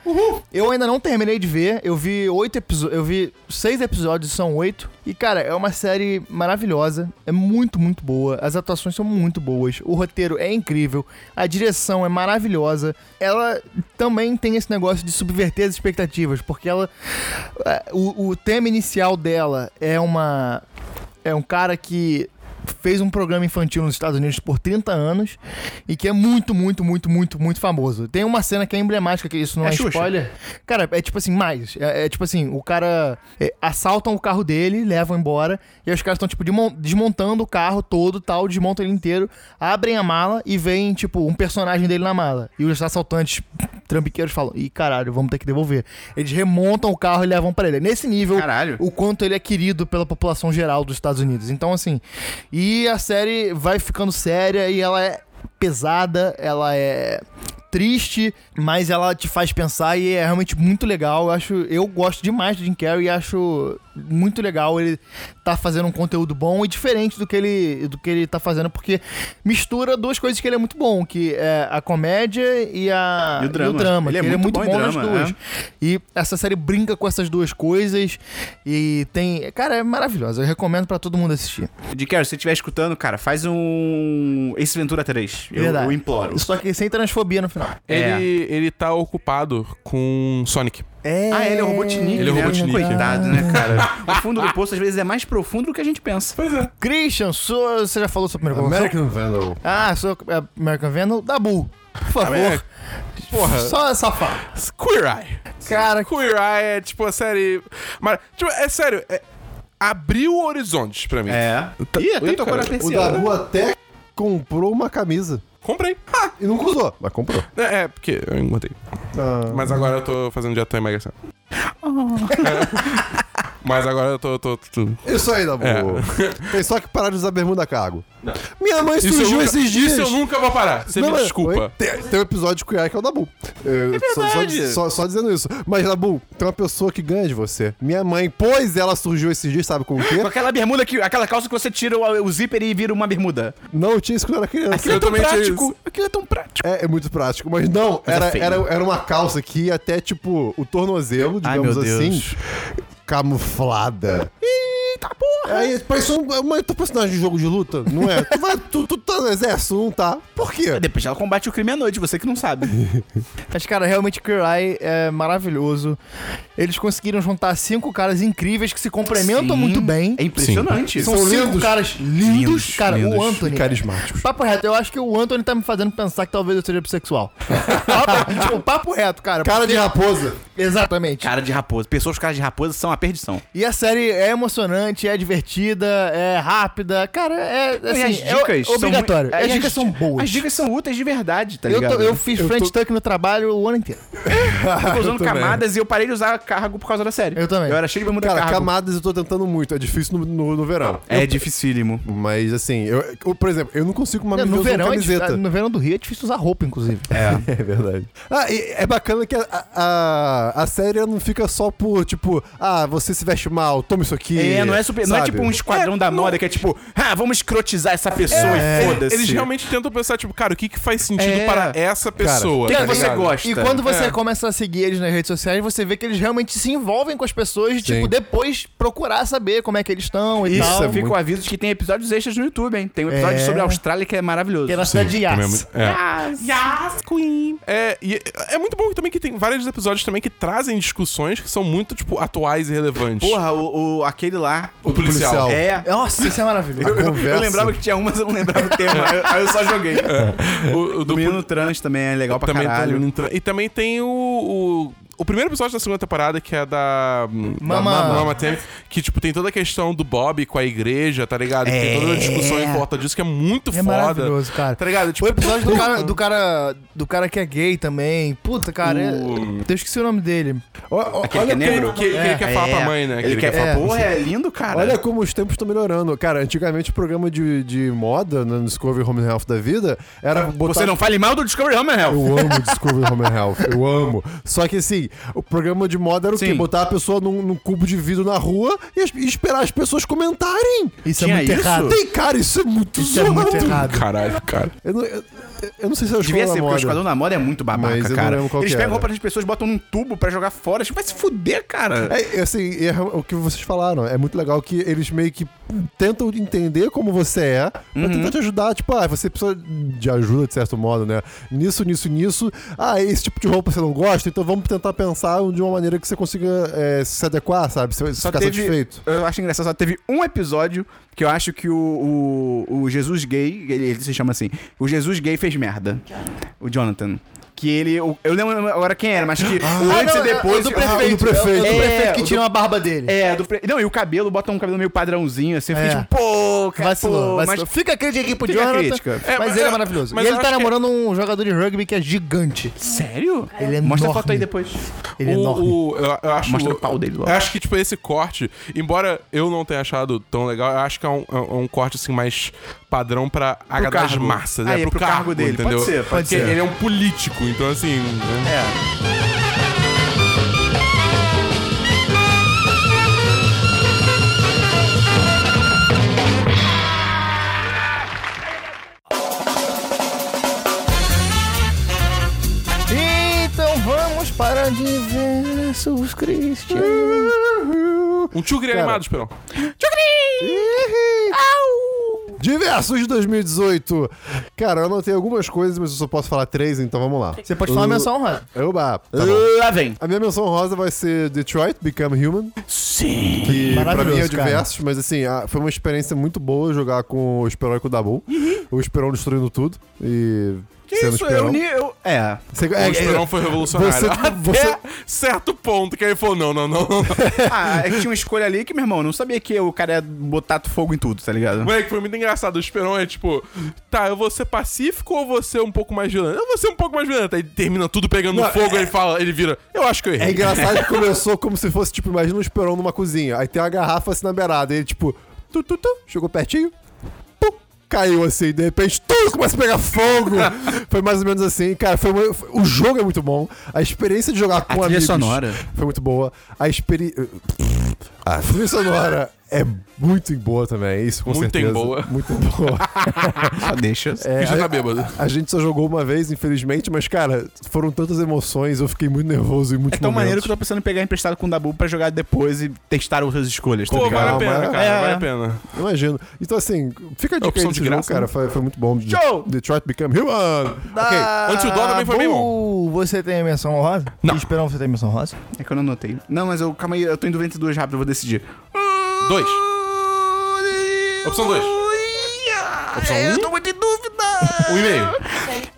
B: Eu ainda não terminei de ver, eu vi oito episódios, eu vi seis episódios, são oito. E cara, é uma série maravilhosa, é muito, muito boa. As atuações são muito boas, o roteiro é incrível, a direção é maravilhosa. Ela também tem esse negócio de subverter as expectativas, porque ela é, o, o tema inicial dela é uma é um cara que fez um programa infantil nos Estados Unidos por 30 anos e que é muito, muito, muito, muito, muito famoso. Tem uma cena que é emblemática, que isso não
A: É
B: é,
A: Xuxa.
B: spoiler. Cara, é tipo assim, mais. É, é tipo assim, o cara é, assaltam o carro dele, levam embora, e aí os caras estão, tipo, demon- desmontando o carro todo tal, desmontam ele inteiro, abrem a mala e vem, tipo, um personagem dele na mala. E os assaltantes trambiqueiros falam, ih, caralho, vamos ter que devolver. Eles remontam o carro e levam pra ele. É Nesse nível,
A: Caralho.
B: o quanto ele é querido pela população geral dos Estados Unidos. Então, assim, e a série vai ficando séria e ela é pesada, ela é triste, mas ela te faz pensar e é realmente muito legal. Eu acho, eu gosto demais do Jim Carrey e acho muito legal ele tá fazendo um conteúdo bom e diferente do que ele do que ele tá fazendo porque mistura duas coisas que ele é muito bom, que é a comédia e a
A: E o drama.
B: que Ele é muito, bom,
A: em
B: nas
A: drama,
B: duas.
A: é.
B: E essa série brinca com essas duas coisas e tem, cara, é maravilhosa. Eu recomendo pra todo mundo assistir.
A: De Carrie, se você estiver escutando, cara, faz um Ace Ventura 3. Eu,
B: Verdade.
A: eu imploro.
B: Só que sem transfobia no final.
A: É.
C: Ele, ele tá ocupado com Sonic.
B: É.
A: Ah, ele é o Robotnik,
C: Ele é o
A: né?
C: Robotnik.
A: Coitado, né, cara? O fundo do poço, às vezes, é mais profundo do que a gente pensa. Pois é.
B: Christian, sua- você já falou sua primeira colocação?
D: American Vandal.
B: Ah, sou é, American Venom da Bull. Por favor.
C: É, Porra.
B: Só essa fala.
C: Queer Eye.
B: Cara,
C: Queer Eye é tipo a série. Mas, tipo, é sério. é- Abriu horizontes pra mim.
A: É. Ih, até
C: Ih,
A: tocou
C: cara,
A: na
D: O
A: terceira.
D: Dabu até comprou uma camisa.
C: Comprei. Ah,
D: E nunca usou, mas comprou.
C: é, é, porque eu engordei. Mas agora eu tô fazendo dieta emagrecendo. Mas agora eu tô. tô, tô-
D: Isso aí, Dabu.
C: É.
D: Tem só que parar de usar bermuda cargo. Minha mãe
C: Isso, eu
D: surgiu
C: nunca,
D: esses dias.
C: isso eu nunca vou parar. Você me
D: Não,
A: é,
D: mas- Oi?
C: desculpa.
D: Tem, tem um episódio com o Yaya que é o Dabu. Eu- só- só-
C: verdade.
D: Só, só dizendo isso. Mas, Dabu, tem uma pessoa que ganha de você. Minha mãe, pois ela surgiu esses dias, sabe com o quê?
A: Com aquela bermuda que. Aquela calça que você tira o, o zíper e vira uma bermuda.
D: Não, eu tinha isso quando eu era criança.
A: Aquilo é tão
C: também tinha
A: prático.
C: isso.
A: Aquilo é tão prático.
D: É, é muito prático, mas não,
A: Mas é
D: era,
A: feio.
D: era, era uma calça que ia até, tipo, o tornozelo,
A: Ai,
D: digamos
A: meu
D: assim,
A: Deus.
D: camuflada.
A: Eita porra!
D: Aí, parece um, uma tu é personagem de jogo de luta, não é? tu, vai, tu, tu tá no exército, não tá? Por quê?
A: Depois ela combate o crime à noite, você que não sabe.
B: mas cara, realmente Queer Eye é maravilhoso. Eles conseguiram juntar cinco caras incríveis que se complementam
A: Sim.
B: muito bem.
A: É impressionante.
D: Sim.
B: São
D: São
B: cinco
D: lindos.
B: caras lindos.
A: Lindos,
B: cara,
A: lindos
B: o
D: E
B: Anthony.
D: carismáticos.
B: Papo reto, eu acho que o Anthony tá me fazendo pensar que talvez eu seja bissexual. Papo- tipo, papo reto, cara.
D: Cara de raposa.
B: Exatamente.
A: Cara de raposa. Pessoas com cara de raposa são a perdição.
B: E a série é emocionante, é divertida, é rápida. Cara, é
A: E
B: assim, é
A: são
B: obrigatório.
A: muito-
B: as,
A: e
B: dicas são boas.
A: As dicas são úteis de verdade, tá
B: eu, tô-
A: ligado?
B: eu fiz
D: Eu tô-
B: frente tuck no trabalho o ano inteiro.
A: Eu tô usando
D: também.
A: camadas e eu parei de usar cargo por causa da série.
B: Eu também.
A: Eu era cheio de bermuda
D: Cara,
A: cargo.
D: camadas eu tô tentando muito, é difícil no, no, no verão.
A: É dificílimo.
D: Mas assim, eu, eu, por exemplo, eu não consigo uma
B: no,
D: minhosa
B: verão é
D: camiseta.
B: difícil- no verão do Rio é difícil usar roupa, inclusive.
D: É verdade. Ah, e é bacana que a, a, a série não fica só por, tipo, ah, você se veste mal, toma isso aqui.
A: É, não é super. Não é
D: sabe?
A: tipo um esquadrão da moda que é tipo, ah, vamos escrotizar essa pessoa e foda-se.
C: Eles realmente tentam pensar, tipo, cara, o que, que faz sentido
A: É.
C: para essa pessoa?
A: O que,
C: tá
A: que você
C: ligado?
A: gosta?
B: E quando você começa a seguir eles nas redes sociais, você vê que eles realmente se envolvem com as pessoas e, tipo,
D: Sim.
B: depois procurar saber como é que eles estão e
A: Isso,
B: tal.
A: fica o aviso de que tem episódios extras no YouTube, hein? Tem um episódio
B: É.
A: sobre a Austrália que é maravilhoso.
B: Que é na cidade de
C: Também é
B: Yas.
C: muito- é. É, e é muito bom também que tem vários episódios também que trazem discussões que são muito, tipo, atuais e relevantes.
A: Porra, o, o- aquele lá.
C: o policial.
D: policial.
A: É.
B: Nossa, isso é maravilhoso.
A: Eu, eu
D: conversa.
A: lembrava que tinha um, mas eu não lembrava o tema. Aí eu- Aí eu só joguei.
C: É. O, o
A: Do
C: do
A: É. menino trans também é legal pra
C: também tem
A: caralho.
C: um intra- E também tem o, o. o primeiro episódio da segunda temporada, que é da. hum, da
B: Mama-
C: Mama Tam, que, tipo, tem toda a questão do Bob com a igreja, tá ligado? Tem toda a discussão em volta disso, que é muito
B: É
C: foda.
B: maravilhoso, cara.
C: Tá ligado? Tipo,
B: O episódio do cara, do cara do cara que é gay também. Puta, cara, é-
C: O-
B: eu esqueci o nome dele.
D: Ó, ó,
A: Aquele
D: olha,
A: que é negro.
D: como,
C: que, que ele quer falar pra mãe, né?
A: Ele, quer
B: falar,
A: falar,
B: é,
A: porra, é lindo, cara.
D: olha como os tempos estão melhorando. Cara, antigamente o programa de, de moda né, no Discovery Home and Health da vida era botar...
A: você não fale mal do Discovery Home, né, Hell.
D: Eu amo Discovery Home and Health, eu amo. Só que assim, o programa de moda era o quê?
A: Sim.
D: Botar a pessoa num, num cubo de vidro na rua e, as- e esperar as pessoas comentarem.
B: Isso
A: Tinha
B: é muito
A: isso?
B: errado.
D: Tem, cara, isso é muito
B: Isso é muito
D: zoado.
B: errado.
C: Caralho, cara.
D: Eu não, eu- eu não sei se é o
B: Tipo
A: Devia
D: Escola
A: ser, porque
D: da
A: o
D: Moda.
A: Esquadrão da Moda é muito babaca,
D: Mas eu não
A: cara.
D: lembro qual
A: Eles
D: que
A: pegam
D: era.
A: roupa das pessoas, botam num tubo pra jogar fora. Tipo, vai se fuder, cara.
D: É, assim, é o que vocês falaram. É muito legal que eles meio que tentam entender como você é pra
A: Uhum.
D: tentar te ajudar. Tipo, ah, você precisa de ajuda de certo modo, né? Nisso, nisso, nisso. Ah, esse tipo de roupa você não gosta, então vamos tentar pensar de uma maneira que você consiga é, se adequar, sabe? Você
A: Só
D: ficar
A: teve-
D: satisfeito.
A: Eu acho engraçado, só teve um episódio que eu acho que o, o, o Jesus gay, ele, ele se chama assim, o Jesus gay fez merda. O Jonathan. Que ele. o- eu lembro agora quem era, mas que o antes
B: não,
A: e depois.
B: é do
A: Ah,
B: prefeito.
D: do prefeito.
B: É, o do
A: É,
B: prefeito que
A: o
B: tira uma barba dele.
A: É, do pre... Não, e o cabelo, bota um cabelo meio padrãozinho, assim, eu fiquei
B: É.
A: tipo, pô, cara,
B: Vacilou,
A: pô,
B: vacilou.
A: mas...
B: Fica a crítica aqui pro
A: Fica a
B: Jonathan,
A: crítica.
B: mas,
C: É, mas
B: ele é
C: eu-
B: maravilhoso.
C: mas
B: E
C: eu
B: ele tá
C: acho que-
B: namorando um jogador de rugby que é gigante.
A: Sério?
B: Ele é
A: Mostra a
B: enorme.
A: foto aí depois.
B: Ele é
C: O-
B: enorme.
C: o- eu, eu acho,
A: Mostra o pau dele logo.
C: Eu acho que, tipo, esse é um corte, embora eu não tenha achado tão legal, eu acho que é um, é um corte, assim, mais padrão pra agradar as
A: cargo.
C: massas.
A: Aí,
C: é, pro,
A: pro
C: cargo,
A: cargo dele. Pode
C: entendeu?
A: ser, pode
C: Porque
A: ser.
C: ele é um político, então assim... né?
A: É.
B: Então vamos para diversos Christian.
C: Um tigre animado, Esperão.
B: Tá
D: Diversos de 2018. Cara, eu anotei algumas coisas, mas eu só posso falar três, então vamos lá.
B: Você pode falar menção honrosa.
D: Oba! Tá bom.
A: Lá vem.
D: A minha menção rosa vai ser Detroit Become Human. Sim! Que pra mim é
B: Maravilhoso, cara.
D: diversos, mas assim, a- foi uma experiência muito boa jogar com o Esperão e com o Dabu. O Esperão destruindo tudo e.
A: Que isso? Eu, ni- eu. É.
D: Você,
C: O
D: é,
C: Esperão foi revolucionário.
D: você-
C: Até
D: você-
C: certo ponto que ele falou, não, não, não. não.
A: Ah, é que tinha uma escolha ali que, meu irmão, eu não sabia que o cara ia botar fogo em tudo, tá ligado?
C: Moleque, foi muito engraçado. O Esperão é tipo, tá, eu vou ser pacífico ou vou ser um pouco mais violento? Eu vou ser um pouco mais violento. Aí termina tudo pegando
D: Não,
A: é-
C: fogo, ele fala, ele vira, eu acho que eu
D: É
C: errei.
D: engraçado que começou como se fosse, tipo, imagina um esperão numa cozinha. Aí tem uma garrafa assim na beirada. E ele, tipo, tu, tu, tu, chegou pertinho, pum, caiu assim. E de repente, tudo começa a pegar fogo. foi mais ou menos assim. Cara, foi, uma- foi- o jogo é muito bom. A experiência de jogar com
A: trilha
D: amigos
A: sonora.
D: foi muito boa. A experiência... A trilha sonora é muito em boa também, isso com
C: Muito em
D: certeza.
C: boa.
D: Muito em boa.
A: Só Ah, deixa.
D: É,
C: já tá
D: a-
C: bêbado.
D: A, a gente só jogou uma vez, infelizmente, mas, cara, foram tantas emoções, eu fiquei muito nervoso e muito
A: É tão maneiro que eu tô pensando em pegar emprestado com o Dabu pra jogar depois e testar outras escolhas, tá
C: Pô,
A: ligado?
C: vale a pena,
D: Calma.
C: cara,
A: É.
C: vale a pena.
D: Imagino. Então, assim, fica a dica
C: opção
D: aí
C: de
D: desse jogo,
C: graça, né?
D: cara. Foi, foi muito bom. De-
A: Show!
D: Detroit Become Human!
A: Ah,
B: Okay.
C: Antes o Dó também foi bem
B: Você tem a menção honrosa?
C: Não.
B: Esperão, você tem a menção honrosa?
A: É que eu não anotei. Não, mas eu, calma aí, eu tô indo 22 rápido, eu vou decidir.
C: Dois. Opção dois. Opção um.
A: tô muito em dúvida!
C: Um e meio.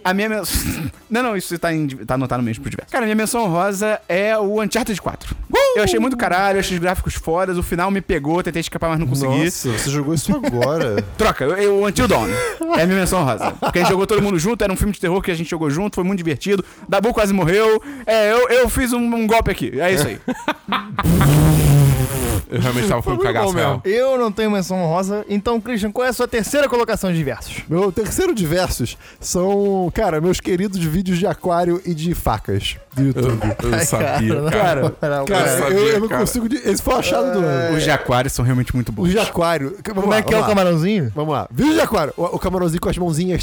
A: A minha menção. Não, não, isso tá, em- tá anotado mesmo pro diverso. Cara, minha menção rosa é o Uncharted 4. Eu
D: Uh!
A: achei muito caralho, achei os gráficos fodas, o final me pegou, tentei escapar, mas não consegui.
D: Nossa, você jogou isso agora.
A: Troca, eu, eu, Until Dawn. É a minha menção rosa. Porque a gente jogou todo mundo junto, era um filme de terror que a gente jogou junto, foi muito divertido. Dabu quase morreu. É, eu, eu fiz um, um golpe aqui. É isso aí.
C: Eu realmente tava com um
D: muito
C: cagaço
D: bom
C: real.
B: Eu não tenho menção honrosa. Então, Christian, qual é a sua terceira colocação de diversos?
D: Meu terceiro de versos são, cara, meus queridos vídeos de aquário e de facas do YouTube.
C: Eu sabia, cara.
B: Cara,
D: Cara,
C: eu
D: eu,
C: sabia,
D: eu não
C: cara.
D: consigo. De... Esse foi o achado do ano.
A: Os de aquário são realmente muito
D: Os
A: bons.
D: de aquário. Vamos
B: como
D: lá,
B: é que é o
D: vamos lá.
B: camarãozinho?
D: Vamos lá. Vídeo de aquário. O, o camarãozinho com as mãozinhas.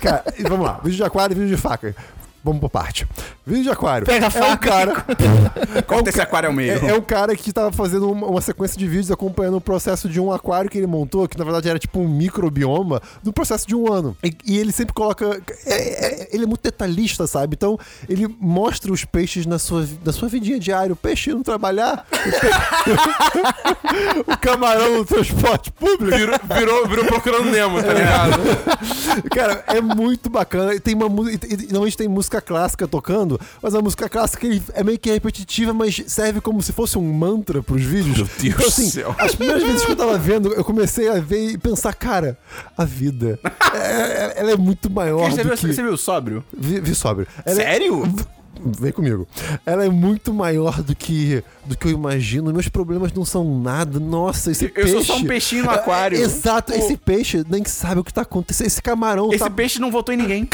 D: Cara, e vamos lá. Vídeo de aquário e vídeo de faca. Vamos por parte. Vídeo de aquário.
B: Pega a
D: É um
B: faca.
D: cara,
A: Corta esse aquário ao meio.
D: é, é um cara que tava fazendo uma, uma sequência de vídeos acompanhando o processo de um aquário que ele montou, que na verdade era tipo um microbioma, do processo de um ano. E, e ele sempre coloca. é- é- ele é muito detalhista, sabe? Então, ele mostra os peixes na sua, vi- na sua vidinha diária. O peixe indo trabalhar, o, pe- o camarão no transporte público.
C: Virou, virou, virou procurando Nemo, tá ligado?
D: Cara, é muito bacana. E tem uma música. e- e Normalmente tem música clássica tocando, mas a música clássica ele é meio que repetitiva, mas serve como se fosse um mantra pros vídeos.
C: Meu Deus
D: então, assim,
C: do céu.
D: As primeiras vezes que eu tava vendo, eu comecei a ver e pensar, cara, a vida. é- é- ela é muito maior.
A: Você
D: do
A: viu,
D: que...
A: você viu o sóbrio?
D: Vi, vi sóbrio. Ela é-
A: Sério?
D: Vem comigo. Ela é muito maior do que do que eu imagino. Meus problemas não são nada. Nossa, esse
A: Eu
D: peixe. É,
A: sou só um peixinho no aquário.
D: Exato, esse peixe nem sabe o que tá acontecendo. Esse camarão
A: Esse
D: tá
A: peixe não votou em ninguém.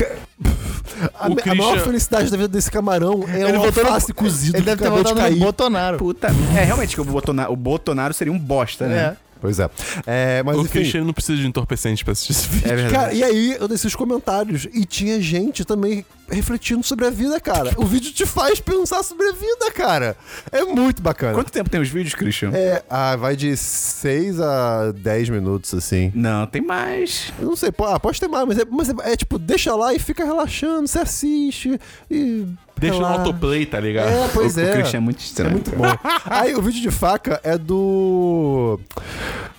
D: a,
C: O
D: me- a
C: Christian-
D: maior felicidade da vida desse camarão é
B: Ele
D: o
B: votou no-
D: alface cozido
B: Ele
D: que
B: deve ter
D: acabou de
B: voltado no
D: cair.
B: Bolsonaro.
A: Puta. É realmente que o Botonaro, o Botonaro seria um bosta, né?
B: É.
D: Pois é. É, mas
C: O
D: enfim...
C: Christian não precisa de entorpecente pra assistir esse vídeo.
D: Cara, e aí eu desci os comentários e tinha gente também refletindo sobre a vida, cara. O vídeo te faz pensar sobre a vida, cara. É muito bacana.
A: Quanto tempo tem os vídeos, Christian?
D: É, ah, vai de 6 a 10 minutos, assim.
A: Não, tem mais.
D: Eu não sei, pô, ah, pode ter mais, mas, é, mas é- é tipo, deixa lá e fica relaxando, você assiste e...
C: Deixa no
D: relaxa.
C: autoplay, tá ligado?
D: É, pois
A: o,
D: é.
A: O Christian é muito estranho.
D: Bom, aí o vídeo de faca é do.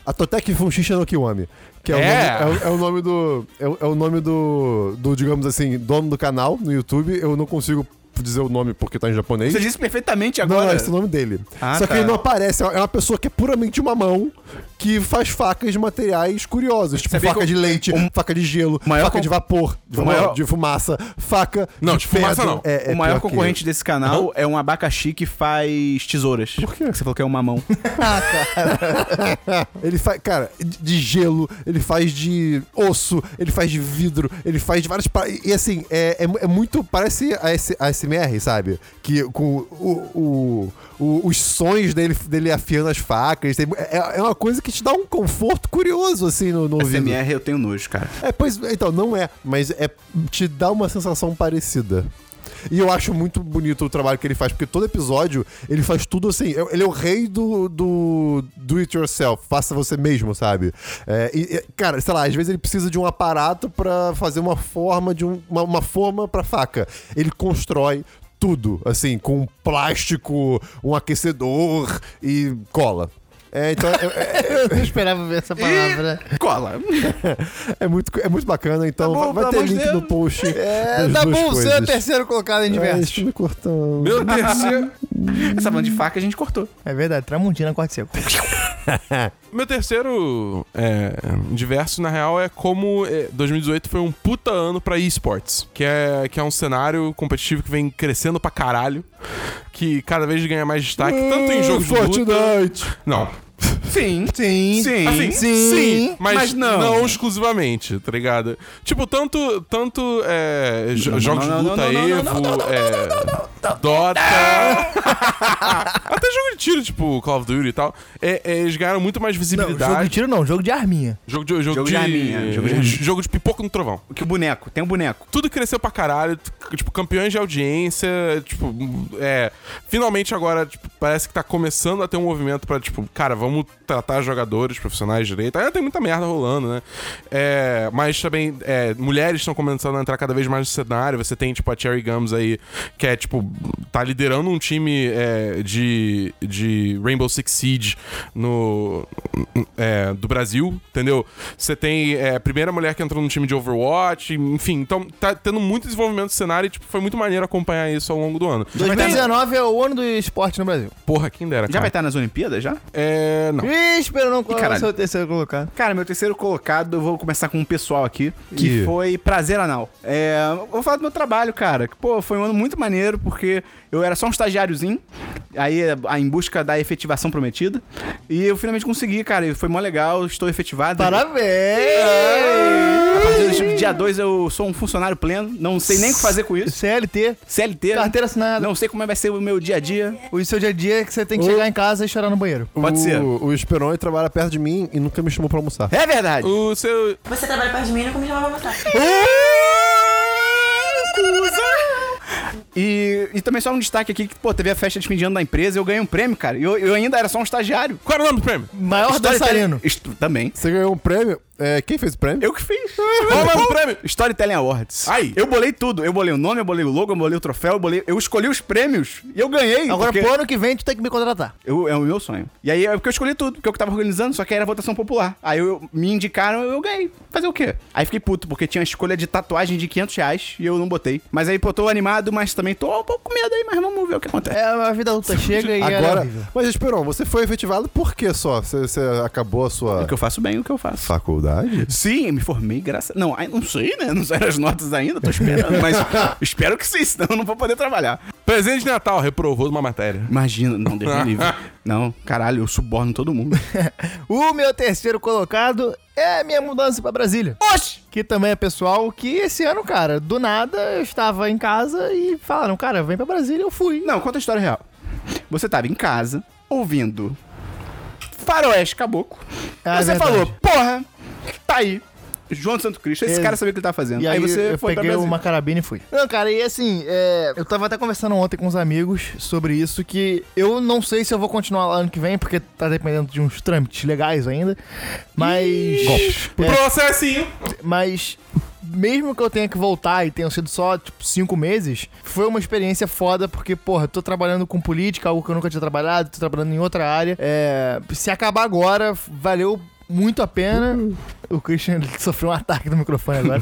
D: A Totec Funshisha no Kiwami. Que é,
C: É.
D: O, nome, é, o- é o nome do. É, o- é o nome do, do, digamos assim, dono do canal no YouTube. Eu não consigo dizer o nome porque tá em japonês.
A: Você disse perfeitamente
D: Não,
A: agora.
D: não, esse é o nome dele.
A: Ah,
D: Só que
A: tá.
D: ele não aparece. É uma pessoa que é puramente uma mão que faz facas de materiais curiosos. Tipo
A: Sabia
D: faca
A: que
D: de
A: o-
D: leite, faca de gelo,
A: maior
D: faca
A: con-
D: de vapor, de,
A: o maior-
D: de fumaça, faca.
C: Não, de fumaça
D: pedra.
C: não.
D: É, é
A: o maior
D: pior que-
A: concorrente desse canal é um abacaxi que faz tesouras. Por
D: quê?
A: Você falou que é um mamão.
D: Ele faz, cara, de- de gelo, ele faz de osso, ele faz de vidro, ele faz de várias. pa- E assim, é, é, mu- é muito. Parece a S- a SMR, sabe? Que com o, o- o- os sons dele, dele afiando as facas. tem- é, é uma coisa que te dá um conforto curioso, assim, no, no ouvido.
A: SMR eu tenho nojo, cara.
D: É, pois, então, não é, mas é te dá uma sensação parecida. E eu acho muito bonito o trabalho que ele faz, porque todo episódio ele faz tudo assim. é- Ele é o rei do do, do it yourself, faça você mesmo, sabe? É, e- e, cara, sei lá, às vezes ele precisa de um aparato pra fazer uma forma de um, uma, uma forma pra faca. Ele constrói tudo, assim, com plástico, um aquecedor e cola. É, então, é- é-
B: Eu não esperava ver essa palavra.
A: Cola.
D: é muito, é muito bacana, então
A: Tá bom,
D: vai,
A: pelo
D: vai ter
A: amor de
D: link
A: Deus.
D: no post.
B: É,
D: das
B: tá
D: duas
B: bom, você é
D: coisas.
B: terceiro colocado em
D: É,
B: diversos.
D: isso me cortando.
C: Meu terceiro.
A: Essa banda de faca a gente cortou.
B: É verdade, Tramontina corte seco.
C: Meu terceiro é, diverso, na real, é como é, 2018 foi um puta ano pra esports. Que é, que é um cenário competitivo que vem crescendo pra caralho. Que cada vez ganha mais destaque, tanto em jogos de luta...
D: Hum, Fortnite.
C: Não.
A: Sim. Sim. Sim.
C: Assim,
B: Sim.
C: mas,
A: Mas não.
C: não. exclusivamente, tá ligado? Tipo, tanto, tanto é, jo-
A: não,
C: jogos
A: não,
C: de
A: não,
C: luta,
A: não, não,
C: Evo, é, Dota... Até jogo de tiro, tipo Call of Duty e tal. é, é, eles ganharam muito mais
B: Não, jogo de
C: visibilidade.
B: tiro não, jogo de arminha.
C: Jogo de, jogo,
A: Jogo de
C: de,
A: arminha, jogo de arminha.
C: jogo de pipoca no trovão.
A: Que boneco, tem um boneco.
C: Tudo cresceu pra caralho, t- tipo, campeões de audiência, tipo, é, finalmente agora, tipo, parece que tá começando a ter um movimento pra, tipo, cara, vamos tratar jogadores profissionais direito. Ainda tem muita merda rolando, né? É, mas também, é, mulheres estão começando a entrar cada vez mais no cenário, você tem, tipo, a Cherry Gums aí, que é, tipo, tá liderando um time é, de, de Rainbow Six Siege no, é, do Brasil, entendeu? Você tem é, a primeira mulher que entrou no time de Overwatch, enfim, então tá tendo muito desenvolvimento do cenário e tipo, foi muito maneiro acompanhar isso ao longo do ano.
B: 2019 é o ano do esporte no Brasil.
C: Porra, quem dera,
A: Já vai
C: cara.
A: estar nas Olimpíadas já?
C: É, não.
B: Ih, espera não,
A: Ih,
B: qual é o
A: caralho.
B: seu terceiro colocado?
A: Cara, meu terceiro colocado, eu vou começar com um pessoal aqui, que
D: Ih.
A: foi Prazer Anal. É, eu vou falar do meu trabalho, cara. que, Pô, foi um ano muito maneiro, porque eu era só um estagiáriozinho, aí a- em busca da efetivação prometida, e eu finalmente consegui, cara, e foi mó legal, estou efetivado.
B: Parabéns!
A: A partir do dia 2 eu sou um funcionário pleno, não sei nem o que fazer com isso.
B: CLT,
A: CLT,
B: carteira assinada.
A: né? não sei como é vai ser o meu dia a dia.
B: O seu dia a dia é que você tem que chegar em casa e chorar no banheiro.
A: Pode
D: o,
A: ser.
D: O Esperon trabalha perto de mim e nunca me chamou pra almoçar.
A: É verdade.
C: O seu.
F: Você trabalha perto de mim e nunca me chamava pra almoçar.
A: E, e também só um destaque aqui que, pô, teve a festa de fim de ano da empresa, eu ganhei um prêmio, cara. E eu, eu ainda era só um estagiário.
C: Qual era o nome do prêmio?
B: Maior dançarino.
A: Estu- também.
D: Você ganhou um prêmio? É, quem fez o prêmio?
A: Eu que fiz.
C: Qual o nome do prêmio?
A: Storytelling Awards.
C: Aí.
A: Eu bolei tudo. Eu bolei o nome, eu bolei o logo, eu bolei o troféu, eu bolei. Eu escolhi os prêmios e eu ganhei.
B: Agora
A: porque
B: pro ano que vem tu tem que me contratar.
A: eu- É o meu sonho. E aí é porque eu escolhi tudo, porque eu que tava organizando, só que era votação popular. Aí eu, me indicaram, eu ganhei. Fazer o quê? Aí fiquei puto, porque tinha a escolha de tatuagem de 500 reais e eu não botei. Mas aí, pô, tô animado, mas também tô um pouco com medo aí, mas vamos ver o que acontece.
B: É, a vida adulta chega e ela é
D: Agora.
B: horrível.
D: Mas Esperon, você foi efetivado por quê só? Você, você acabou a sua
A: O É que eu faço bem, o que eu faço.
D: faculdade?
A: Sim, eu me formei graças. Não, ai, não sei, né? Não saíram as notas ainda, tô esperando, mas espero que sim, senão eu não vou poder trabalhar.
C: Presente de Natal, reprovou numa matéria.
A: Imagina, não, Deus me livre. Não, caralho, eu suborno todo mundo.
B: O meu terceiro colocado é a minha mudança pra Brasília.
A: Oxi!
B: Que também é pessoal que esse ano, cara, do nada eu estava em casa e falaram, cara, vem pra Brasília, eu fui.
A: Não, conta a história real. Você tava em casa, ouvindo Faroeste Caboclo.
B: Ah, é
A: você
B: verdade.
A: falou, porra, tá aí. João de Santo Cristo, esse
B: É.
A: cara sabia o que ele tava fazendo.
B: E aí,
A: você
B: eu
A: foi pra
B: peguei
A: Brasília.
B: uma carabina e fui. Não, cara, e assim, é, eu tava até conversando ontem com uns amigos sobre isso, que eu não sei se eu vou continuar lá ano que vem, porque tá dependendo de uns trâmites legais ainda, mas... É.
C: Processinho!
B: mas mesmo que eu tenha que voltar e tenham sido só, tipo, cinco meses, foi uma experiência foda, porque, porra, tô trabalhando com política, algo que eu nunca tinha trabalhado, tô trabalhando em outra área. É, se acabar agora, valeu muito a pena.
D: Uhum.
B: O Christian sofreu um ataque do microfone agora.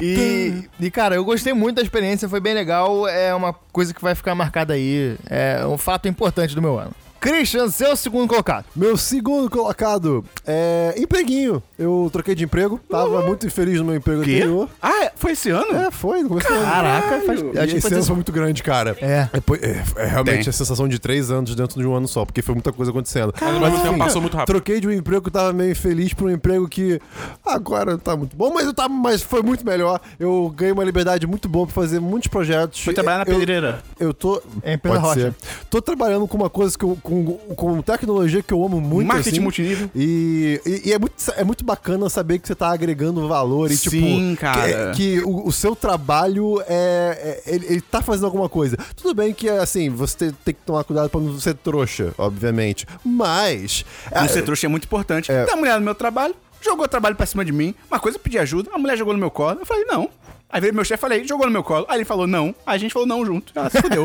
B: E, e, cara, eu gostei muito da experiência, foi bem legal. É uma coisa que vai ficar marcada aí. É um fato importante do meu ano. Christian, seu segundo colocado.
D: Meu segundo colocado é empreguinho. Eu troquei de emprego, tava muito infeliz no meu emprego
A: Uhum. Quê?
D: anterior.
A: Ah, é- foi esse ano?
D: É, foi, no começo do ano.
B: Caraca, faz.
D: E
B: acho que
D: esse
B: foi
D: ano
B: dezesse-
D: foi muito grande, cara.
B: É.
D: Depois- É, é realmente
A: Tem.
D: a sensação de três anos dentro de um ano só, porque foi muita coisa acontecendo.
C: Mas ao mesmo tempo passou muito rápido.
D: Troquei de um emprego que eu tava meio infeliz pra um emprego que agora tá muito bom, mas, eu tava, mas foi muito melhor. Eu ganhei uma liberdade muito boa pra fazer muitos projetos.
A: Foi trabalhar na
D: Eu-
A: pedreira.
D: Eu tô.
B: É, Pedro
D: pode
B: Rocha.
D: ser. Tô trabalhando com uma coisa que eu. com, com tecnologia que eu amo muito.
A: Marketing
D: assim.
A: multinível.
D: E, e, e é, muito, é muito bacana saber que você tá agregando valor e, tipo.
A: Sim, cara.
D: Que, que o, o seu trabalho é. é- ele, ele tá fazendo alguma coisa. Tudo bem que, assim, você tem que tomar cuidado pra não ser trouxa, obviamente. Mas.
A: Não
D: é,
A: ser trouxa é muito importante.
D: É.
A: Tem uma mulher no meu trabalho, jogou o trabalho pra cima de mim. Uma coisa eu pedi ajuda, a mulher jogou no meu colo. Eu falei, não. Aí veio meu chefe e falei, jogou no meu colo. Aí ele falou, não. Aí a gente falou, não, junto. Ela se fudeu.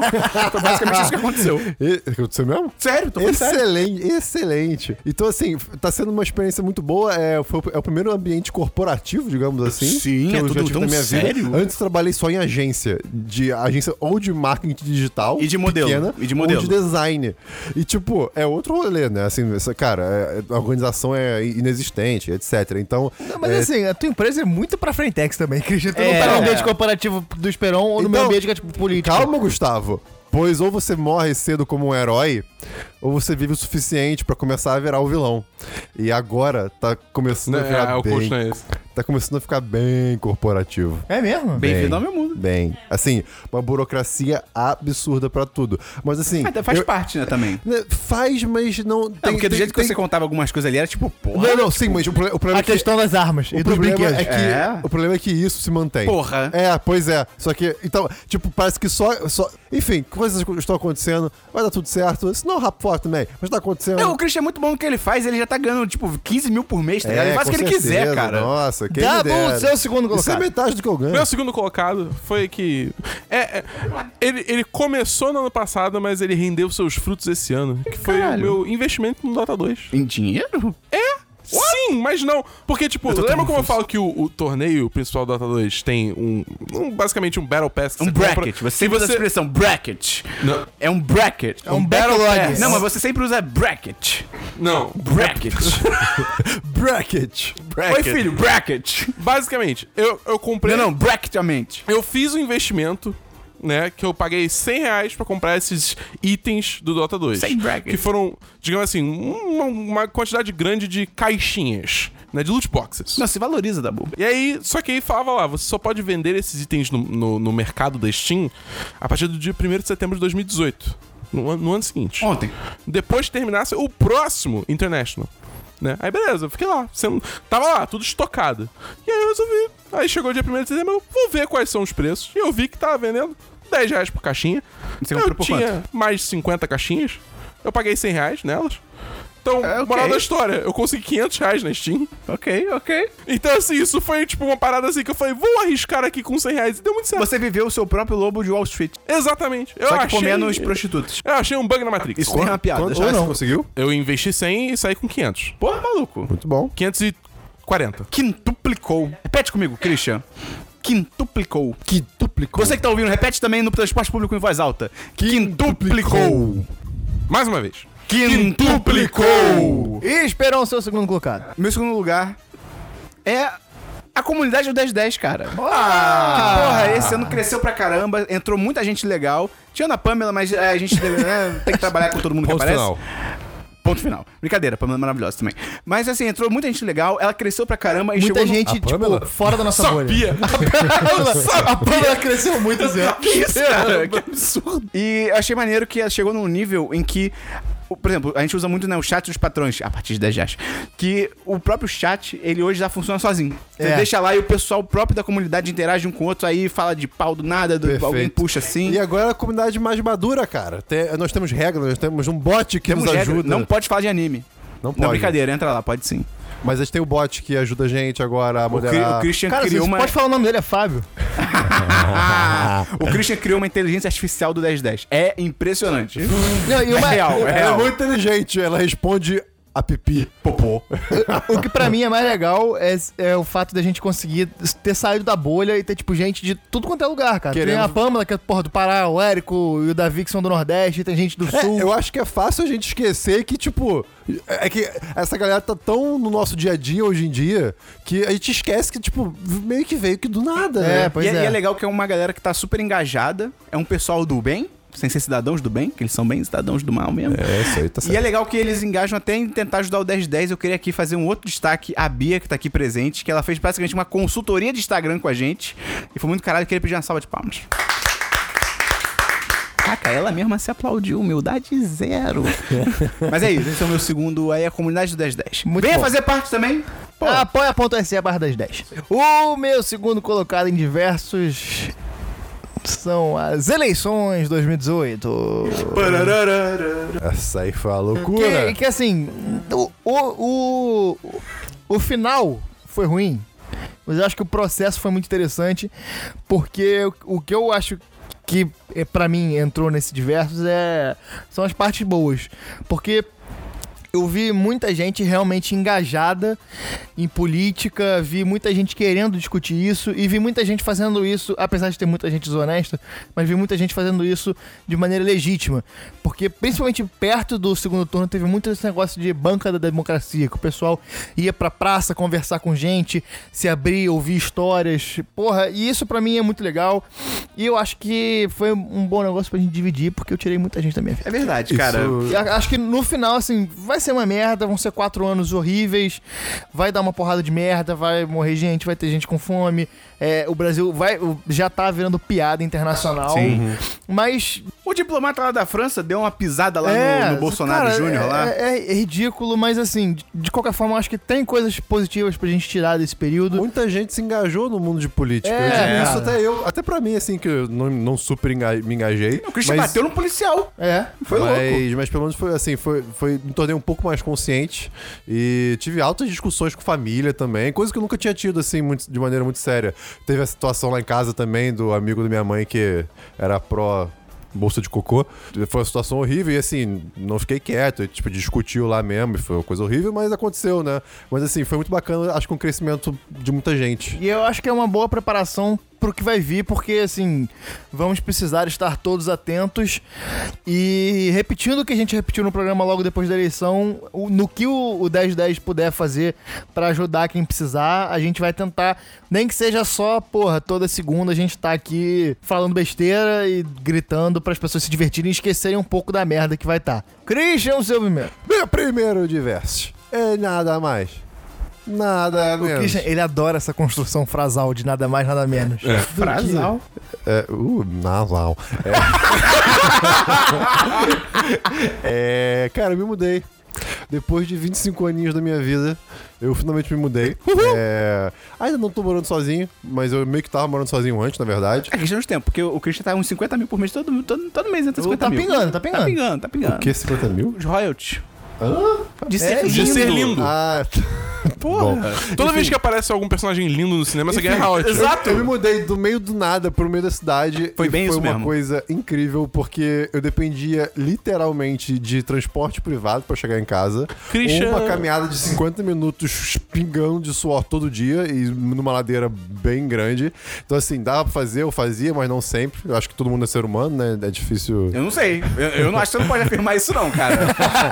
A: Foi basicamente isso que aconteceu.
D: e- é, Aconteceu mesmo?
A: Sério, tô falando sério.
D: Excelente, excelente. Então, assim, tá sendo uma experiência muito boa. É, foi, o- é o primeiro ambiente corporativo, digamos assim.
A: Sim,
D: que
A: é
D: eu
A: tudo
D: já tive
A: tão
D: na minha
A: sério.
D: vida. Antes trabalhei só em agência. De agência ou de marketing digital.
A: E de modelo,
D: Pequena,
A: e de modelo.
D: Ou de design. E, tipo, é outro rolê, né? Assim, essa, cara, é- a organização é inexistente, etc. Então.
B: Não, mas
D: é,
B: assim, a tua empresa é muito pra Frentex também, Christian. Tu
A: É.
B: não tá no ambiente corporativo do Esperon ou no meu
D: Então,
B: ambiente que é tipo político.
D: Calma, Gustavo. Pois ou você morre cedo como um herói, ou você vive o suficiente pra começar a virar o vilão. E agora tá começando a
C: É,
D: virar
C: o
A: né?
C: custo
D: bem,
C: é esse.
D: tá começando a ficar bem corporativo.
B: É mesmo?
A: Bem-vindo
D: Bem.
A: ao meu mundo.
D: Bem, assim, uma burocracia absurda pra tudo. Mas assim,
A: Até faz
D: eu-
A: parte, né, também.
D: né, faz, mas não
A: Não,
D: tem
A: porque do
D: tem-
A: jeito que
D: tem-
A: você contava algumas coisas ali, era tipo, porra.
D: Não, não, sim, mas o, proble- o problema
B: A
D: é que
B: questão das armas
D: o
B: e dos
D: problema
B: brinquedos.
D: é que
A: É.
D: o problema é que isso se mantém.
A: Porra.
D: É, pois é. Só que então, tipo, parece que só só, enfim, coisas estão acontecendo, vai dar tudo certo. Se não, é rap fora também, mas tá acontecendo.
A: Não, o Christian é muito bom no que ele faz, ele já tá ganhando, tipo, 15 mil por mês, tá ligado? Ele faz o
D: É, com
A: que ele
D: certeza.
A: quiser, cara.
D: Nossa, quem
B: Dá
D: me dera.
B: bom seu segundo
D: Isso é
B: colocado.
D: metade do que eu ganho.
C: Meu segundo colocado foi que. É, é, ele, ele começou no ano passado, mas ele rendeu seus frutos esse ano. Que foi
A: Caralho.
C: o meu investimento no Dota 2.
A: Em dinheiro? É
C: Sim, mas não. Porque, tipo, lembra como eu falo que o, o torneio principal do Dota 2 tem um, um- Basicamente um Battle Pass que
A: Um
C: você
A: bracket.
C: compra,
A: Você sempre
C: que
A: usa a expressão bracket.
C: Não.
A: É um bracket. É
B: um backlog.
A: Não, mas você sempre usa bracket.
C: Não.
A: Bracket.
D: bracket.
A: Oi, filho, bracket.
C: Basicamente, eu, eu comprei.
A: Não, não, bracketamente.
C: Eu fiz um investimento, né? Que eu paguei 100 reais pra comprar esses itens do Dota 2.
A: 100 brackets.
C: Que foram, digamos assim, uma, uma quantidade grande de caixinhas, né? De loot boxes.
A: Não, se valoriza, Dabu.
C: E aí, só que aí falava lá, você só pode vender esses itens no, no, no mercado da Steam a partir do dia 1 de setembro de 2018. No, ano- no ano seguinte.
A: Ontem.
C: Depois que terminasse o próximo International. Né? Aí beleza, eu fiquei lá. sendo- Tava lá, tudo estocado. E aí eu resolvi. Aí chegou o dia 1 de setembro, eu vou ver quais são os preços. E eu vi que tava vendendo 10 reais por caixinha.
A: Você
C: eu
A: comprou por
C: tinha mais de 50 caixinhas. Eu paguei 100 reais nelas. Então,
A: É, ok.
C: moral da história, eu consegui 500 reais na Steam.
A: Ok, ok.
C: Então, assim, isso foi tipo uma parada assim que eu falei, vou arriscar aqui com 100 reais. E deu muito certo.
A: Você viveu o seu próprio lobo de Wall Street.
C: Exatamente. Eu
A: Só que
C: achei...
A: comendo os prostitutos.
C: Eu achei um bug na Matrix.
A: Isso tem uma piada.
D: Quanto
A: já.
D: reais você conseguiu?
C: Eu investi 100 e saí com 500.
A: Porra, maluco.
D: Muito bom.
C: 540.
A: Quintuplicou. Repete comigo, Christian. Quintuplicou.
D: Que duplicou.
A: Você que tá ouvindo, repete também no transporte público em voz alta. Quintuplicou.
C: Mais uma vez.
A: Quintuplicou.
B: E Esperon, seu segundo colocado.
A: Meu segundo lugar é a comunidade do 1010, cara. Que porra, esse ano cresceu pra caramba, entrou muita gente legal. Tinha a Pamela, mas é, a gente né, tem que trabalhar com todo mundo que
D: Ponto
A: aparece.
D: final.
A: Ponto final. Brincadeira, a Pamela é maravilhosa também. Mas assim, entrou muita gente legal, ela cresceu pra caramba e
B: Muita
A: chegou no-
B: gente,
D: A Pamela?
B: tipo, fora da nossa bolha.
C: Sabia.
B: A Pamela cresceu muito, assim, Zé.
A: Que isso, cara? Que absurdo. E eu achei maneiro que ela chegou num nível em que. o- Por exemplo, a gente usa muito né, o chat dos patrões, a partir de 10 reais. Que o próprio chat, ele hoje já funciona sozinho. Você
B: É.
A: deixa lá e o pessoal próprio da comunidade interage um com o outro, aí fala de pau do nada, do,
D: Perfeito.
A: alguém puxa assim.
D: E agora é a comunidade mais madura, cara. Tem- nós temos regras, nós temos um bot que
A: Temos
D: nos
A: regra,
D: ajuda.
A: Não pode falar de anime.
D: Não
A: Não, brincadeira, entra lá, pode sim.
D: Mas a gente tem o bot que ajuda a gente agora a
A: O, Cri- o
D: moderar.
A: Christian
B: Cara, você
A: criou uma.
B: pode falar o nome dele, é Fábio.
A: Ah, o Christian criou uma inteligência artificial do 1010. É impressionante.
B: Não, e
A: É real, é
D: Ela é
A: real.
D: muito inteligente, ela responde a pipi, popô.
B: O que pra mim é mais legal é, é o fato da gente conseguir ter saído da bolha e ter, tipo, gente de tudo quanto é lugar, cara. Tem a
D: Queremos-
B: Pâmela, que é, porra, do Pará, o Érico e o Davi, que são do Nordeste, tem gente do
D: É,
B: Sul.
D: eu acho que é fácil a gente esquecer que, tipo, é que essa galera tá tão no nosso dia a dia hoje em dia que a gente esquece que, tipo, meio que veio que do nada,
B: É,
D: né?
B: pois
A: e, é.
B: é.
A: e é legal que é uma galera que tá super engajada, é um pessoal do bem, sem ser cidadãos do bem, que eles são bem cidadãos do mal mesmo.
D: É, isso aí tá
A: E é legal que eles engajam até em tentar ajudar o 1010. Eu queria aqui fazer um outro destaque. A Bia, que tá aqui presente, que ela fez basicamente uma consultoria de Instagram com a gente. E foi muito caralho, eu queria pedir uma salva de palmas. Caraca, ela mesma se aplaudiu, humildade zero. Mas é isso, esse é o meu segundo aí, a comunidade do 1010.
B: Muito
A: Venha
B: bom.
A: fazer parte também. Pô,
B: Apoia.se barra das 10. O meu segundo colocado em diversos são as eleições 2018.
D: Essa aí foi uma loucura.
B: Que, que assim, o, o, o, o final foi ruim, mas eu acho que o processo foi muito interessante, porque o, o que eu acho que eh, pra mim entrou nesse diversos é são as partes boas, porque eu vi muita gente realmente engajada em política, vi muita gente querendo discutir isso e vi muita gente fazendo isso, apesar de ter muita gente desonesta, mas vi muita gente fazendo isso de maneira legítima. Porque, principalmente perto do segundo turno, teve muito esse negócio de banca da democracia, que o pessoal ia pra praça conversar com gente, se abrir, ouvir histórias. Porra, e isso pra mim é muito legal. E eu acho que foi um bom negócio pra gente dividir, porque eu tirei muita gente da minha vida.
A: é verdade,
D: Isso-
A: cara.
B: E a- Acho que no final, assim, vai ser uma merda, vão ser quatro anos horríveis, vai dar uma porrada de merda, vai morrer gente, vai ter gente com fome. é, o Brasil vai, o- já tá virando piada internacional.
A: Sim.
B: Mas.
A: O diplomata lá da França deu uma pisada lá
B: é,
A: no, no Bolsonaro
B: cara,
A: Júnior
B: é,
A: lá.
B: É, é ridículo, mas assim, de, de qualquer forma, eu acho que tem coisas positivas pra gente tirar desse período.
D: Muita gente se engajou no mundo de política.
B: É,
D: eu digo isso
B: cara.
D: até eu, até pra mim, assim, que eu não, não super enga- me engajei.
A: O Christian bateu no policial.
B: É.
A: Foi louco.
D: mas, mas pelo menos foi assim, foi, foi, me tornei um pouco mais consciente e tive altas discussões com família também, coisa que eu nunca tinha tido assim muito- de maneira muito séria. Teve a situação lá em casa também do amigo da minha mãe que era pró bolsa de cocô. Foi uma situação horrível e assim, não fiquei quieto, e, tipo, discutiu lá mesmo, e foi uma coisa horrível, mas aconteceu, né? Mas assim, foi muito bacana, acho que um crescimento de muita gente.
B: E eu acho que é uma boa preparação pro que vai vir, porque assim, vamos precisar estar todos atentos. E repetindo o que a gente repetiu no programa logo depois da eleição, o- no que o, o 1010 puder fazer pra ajudar quem precisar, a gente vai tentar, nem que seja só, porra, toda segunda a gente tá aqui falando besteira e gritando pras pessoas se divertirem e esquecerem um pouco da merda que vai estar. Tá. Christian Silvimento.
D: Meu primeiro diverso é nada mais. Nada
B: O
D: menos.
B: Christian, ele adora essa construção frasal de nada mais, nada menos.
A: Frasal.
D: É, uh, nasal. É. É, cara, eu me mudei. Depois de 25 aninhos da minha vida, eu finalmente me mudei. É, ainda não tô morando sozinho, mas eu meio que tava morando sozinho antes, na verdade.
A: É questão de tempo, porque o Christian tá uns 50 mil por mês, todo, todo, todo mês entra 50
B: Tá
A: mil.
B: pingando,
A: Tá
B: tá pingando.
A: pingando, tá pingando.
D: O que, 50 mil?
A: Os royalties.
D: Hã?
A: De ser
C: De ser lindo.
D: Ah,
A: Porra.
C: Toda vez que aparece algum personagem lindo no cinema, você ganha royalties.
D: Exato. Eu me mudei do meio do nada pro meio da cidade.
A: Foi
D: e
A: bem
D: foi
A: isso
D: uma
A: mesmo.
D: coisa incrível, porque eu dependia literalmente de transporte privado pra chegar em casa.
C: Christian.
D: Uma caminhada de 50 minutos pingando de suor todo dia e numa ladeira bem grande. Então, assim, dava pra fazer, eu fazia, mas não sempre. Eu acho que todo mundo é ser humano, né? É difícil.
A: Eu não sei. Eu, eu não acho que você não pode afirmar isso, não, cara.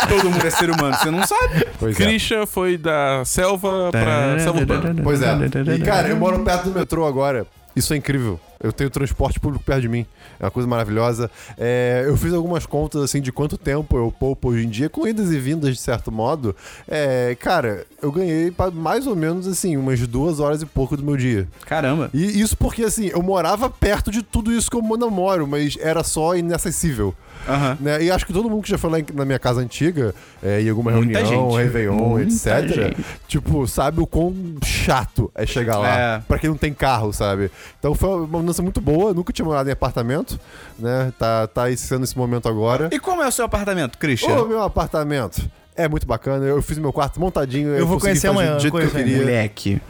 A: Todo mundo é ser humano, você não sabe.
D: Pois é.
C: Christian foi da selva pra selva urbana.
D: Pois é. E, cara, eu moro perto do metrô agora. Isso é incrível. Eu tenho transporte público perto de mim. É uma coisa maravilhosa. É, eu fiz algumas contas, assim, de quanto tempo eu poupo hoje em dia, com idas e vindas, de certo modo. É, cara, eu ganhei pa- mais ou menos, assim, umas duas horas e pouco do meu dia.
A: Caramba.
D: E isso porque, assim, eu morava perto de tudo isso que eu namoro, mas era só inacessível.
A: Aham.
D: Né? E acho que todo mundo que já foi lá em- na minha casa antiga, é, em alguma
A: Muita
D: reunião,
A: gente.
D: Réveillon, etc., tipo, sabe o quão chato é chegar lá.
A: É.
D: Pra quem não tem carro, sabe? Então foi uma mudança muito boa, nunca tinha morado em apartamento, né? Tá, tá aí sendo esse momento agora.
A: E como é o seu apartamento, Christian?
D: O meu apartamento é muito bacana, eu fiz meu quarto montadinho.
B: Eu vou
D: consegui
B: conhecer
D: fazer
B: amanhã,
D: do jeito que eu
B: conheço
D: queria.
A: Moleque.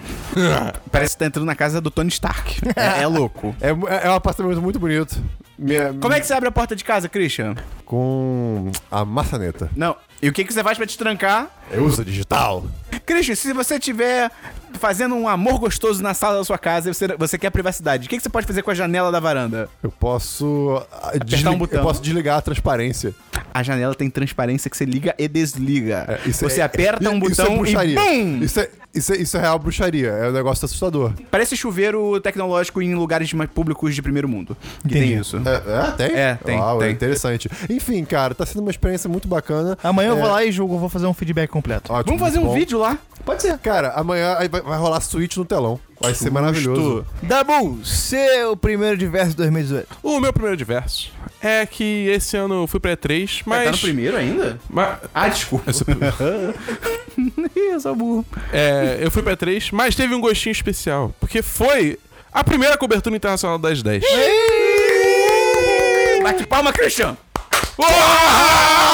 A: Parece que tá entrando na casa do Tony Stark. É, é louco.
D: É, é um apartamento muito bonito. Minha-
A: Como é que você abre a porta de casa, Christian?
D: com a maçaneta.
A: Não. E o que, que você faz pra te trancar?
D: Eu uso digital.
A: Christian, se você tiver fazendo um amor gostoso na sala da sua casa e você, você quer privacidade, o que, que você pode fazer com a janela da varanda?
D: Eu posso. ah, desli-
A: um botão.
D: Eu posso desligar a transparência.
A: A janela tem transparência que você liga e desliga.
D: É, isso
A: você
D: é-
A: aperta
D: é-
A: um
D: isso é
A: botão e
D: bruxaria.
A: BUM!
D: Isso é, isso, é, isso é real bruxaria. É um negócio assustador.
A: Parece chuveiro tecnológico em lugares mais públicos de primeiro mundo. Que
B: Entendi.
A: tem isso.
D: É, é, tem?
A: É, tem,
D: Uau,
A: tem. Ah,
D: É interessante. Enfim, cara, tá sendo uma experiência muito bacana.
B: Amanhã eu
D: É,
B: vou lá e julgo, vou fazer um feedback completo.
D: ótimo,
A: Vamos fazer um
D: muito bom.
A: vídeo lá.
D: Pode ser. Cara, amanhã aí vai, vai rolar suíte no telão. Vai ser maravilhoso.
B: Dabu, seu primeiro de verso 2018.
C: O meu primeiro diverso é que esse ano eu fui pra E3, mas.
A: Tá no primeiro ainda?
C: mas-
A: Ah, desculpa.
C: eu sou-
A: Ih, sou burro.
C: é, eu fui pra E3, mas teve um gostinho especial. Porque foi a primeira cobertura internacional das 10.
A: Bate palma, Christian!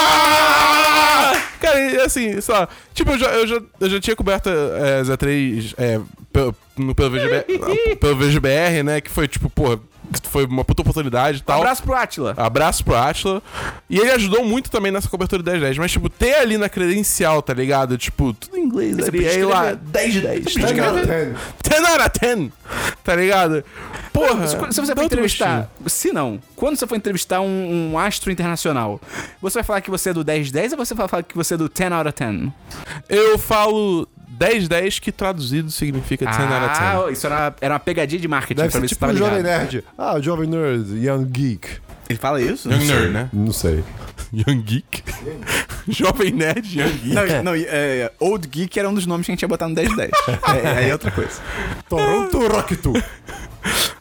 C: Uá! Cara, e assim, sei lá. Tipo, eu já, eu já, eu já tinha coberto é, as A3 é, pelo, no- pelo, VGBR, pelo VGBR, né? Que foi tipo, porra, foi uma puta oportunidade e
A: Um
C: tal.
A: abraço pro Atila.
C: Abraço pro Atila. E ele ajudou muito também nessa cobertura do 10 10. Mas, tipo, ter ali na credencial, tá ligado? Tipo, tudo em inglês ali. Aí lá, 10 de 10. Tá ligado? 10 out of 10. Tá ligado? Porra.
A: Se, se você
C: dá
A: for
C: outro
A: entrevistar. Se não, quando você for entrevistar um, um astro internacional, você vai falar que você é do 10-10 ou você vai falar que você é do 10 out of 10?
C: gostinho. Eu falo 10 10 que traduzido significa 10 out of 10.
A: Ah, isso era uma, era uma pegadinha de marketing
D: Deve
A: pra
D: ser
A: ver se
D: tipo
A: tava
D: um Jovem
A: ligado.
D: Nerd. Ah, Jovem Nerd, Young Geek.
A: Ele fala isso?
C: Young Nerd, né?
D: Não sei.
C: Young Geek. Jovem Nerd, Young Geek.
A: Não, não é, é, Old Geek era um dos nomes que a gente ia botar no 1010. é, é outra coisa.
D: Toronto Rocktu.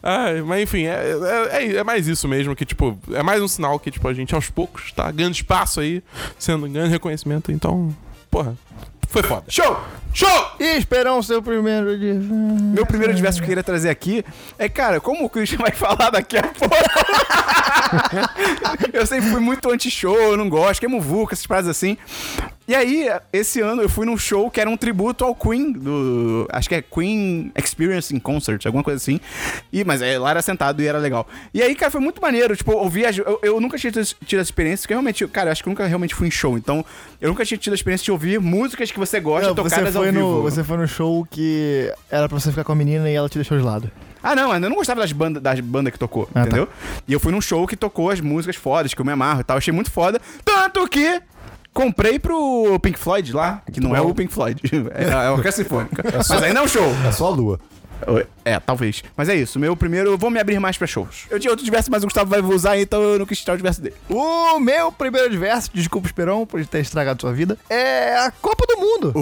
C: Ai, mas enfim, é, é, é- é mais isso mesmo, que tipo, é mais um sinal que tipo, a gente aos poucos tá ganhando espaço aí, sendo ganhando reconhecimento, então, porra, foi foda.
A: Show!
C: Show!
B: E Esperão, seu primeiro de
A: Meu primeiro diverso que eu queria trazer aqui é, cara, como o Christian vai falar daqui a pouco? eu sempre fui muito anti-show, eu não gosto, que é muvuca, essas paradas assim. E aí, esse ano eu fui num show que era um tributo ao Queen, do. Acho que é Queen Experience in Concert, alguma coisa assim. E, mas é, lá era sentado e era legal. E aí, cara, foi muito maneiro. Tipo, ouvir as, eu, eu nunca tinha tido, tido essa experiência, porque eu realmente, cara, eu acho que eu nunca realmente fui em show. Então, eu nunca tinha tido a experiência de ouvir músicas que você gosta
B: Não,
A: tocadas
B: você, foi
A: ao vivo.
B: no, você foi no show que era pra você ficar com a menina e ela te deixou de lado.
A: Ah, não, eu não gostava das bandas das banda que tocou,
B: Ah,
A: entendeu? E eu fui num show que tocou as músicas fodas, que eu me amarro e tal, achei muito foda. Tanto que comprei pro Pink Floyd lá, que não é o Pink Floyd, é a é a Orquestra Sinfônica. Mas ainda é um show.
D: É só a lua.
A: É, talvez. Mas é isso, meu primeiro, eu vou me abrir mais pra shows. Eu tinha outro diverso, mas o Gustavo vai usar, então eu não quis tirar o diverso dele.
B: O meu primeiro de verso, desculpa Esperão por ter estragado sua vida, é a Copa do Mundo.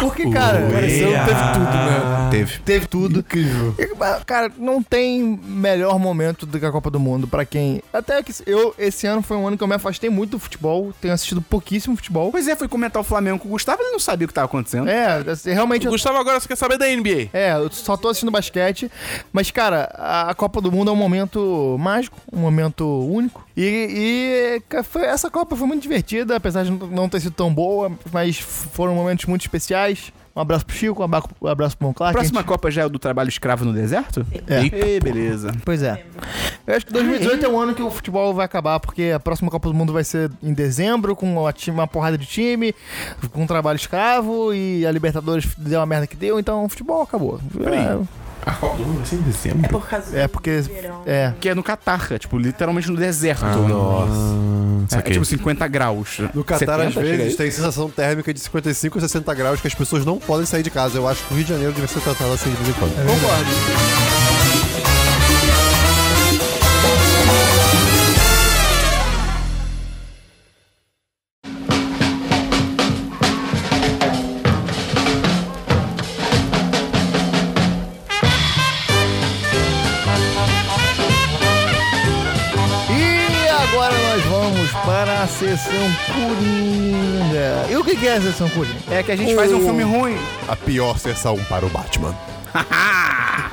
B: Porque, cara,
D: Pareceu, teve tudo,
A: Ah.
D: né?
A: Teve.
B: teve tudo.
D: Incrível.
B: E, mas, Cara, não tem melhor momento do que a Copa do Mundo pra quem. Até que eu, esse ano foi um ano que eu me afastei muito do futebol, tenho assistido pouquíssimo futebol.
A: Pois é, fui comentar o Flamengo com o Gustavo, ele não sabia o que tava acontecendo.
B: ah. É, assim, realmente.
C: O
B: eu-
C: Gustavo agora só quer saber da NBA.
B: É, eu só tô assistindo basquete. Mas, cara, a a Copa do Mundo é um momento mágico, um momento único. E, e, ca- foi- essa Copa foi muito divertida, apesar de não- não ter sido tão boa, mas f- foram momentos muito especiais. Um abraço pro Chico, um abraço, um abraço pro Mão Clark.
A: Próxima
B: a gente-
A: Copa já é o do trabalho escravo no deserto?
B: É.
A: Ei, beleza.
B: Pois é. Eu acho que 2018 é o ano que o futebol vai acabar, porque a próxima Copa do Mundo vai ser em dezembro, com uma, ti- uma porrada de time, com um trabalho escravo, e a Libertadores deu a merda que deu, então o futebol acabou.
C: A Copa do
A: um
C: Mundo vai
A: assim
C: ser em dezembro.
F: É por causa do
B: É, é porque.
F: verão.
B: É.
A: Que é no Catar, é, tipo, literalmente no deserto.
C: Ah.
B: Ah,
C: Nossa.
A: É, tipo 50 graus.
D: No Catar,
A: 70,
D: às
A: chega
D: vezes,
A: aí.
D: tem sensação térmica de 55 a 60 graus que as pessoas não podem sair de casa. Eu acho que o Rio de Janeiro devia ser tratado assim de vez em quando.
B: E agora nós vamos para a sessão Coringa. E o que que é a sessão Coringa?
A: É que a gente faz um filme ruim.
D: A pior sessão para o Batman.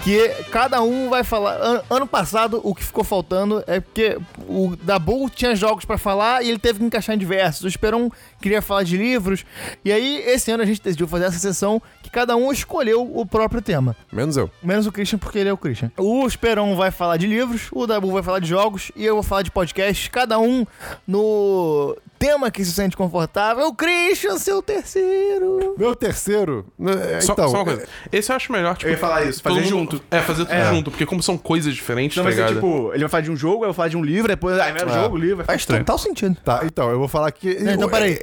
B: que cada um vai falar. An- ano passado, o que ficou faltando é porque o Dabu tinha jogos pra falar e ele teve que encaixar em diversos. O Esperon queria falar de livros. E aí, esse ano, a gente decidiu fazer essa sessão que cada um escolheu o próprio tema.
C: Menos eu.
B: Menos o Christian, porque ele é o Christian. O Esperon vai falar de livros, o Dabu vai falar de jogos e eu vou falar de podcast. Cada um no tema que se sente confortável. É O Christian, seu terceiro.
D: Meu terceiro. né,
C: Só,
D: então,
C: só uma coisa. Esse eu acho melhor,
A: Eu
C: tipo.
A: ia falar isso,
C: todo
A: fazer
C: mundo-
A: junto.
C: É, fazer tudo
A: É.
C: junto, porque como são coisas diferentes,
A: Não
C: tá
A: vai ser
C: ligado?
A: tipo, ele vai falar de um jogo, eu vou falar de um livro, depois ah, é. jogo, livro, vai
B: Faz
A: estranho.
B: total sentido.
D: Tá, então, eu vou falar que.
B: Então,
D: eu-
B: peraí.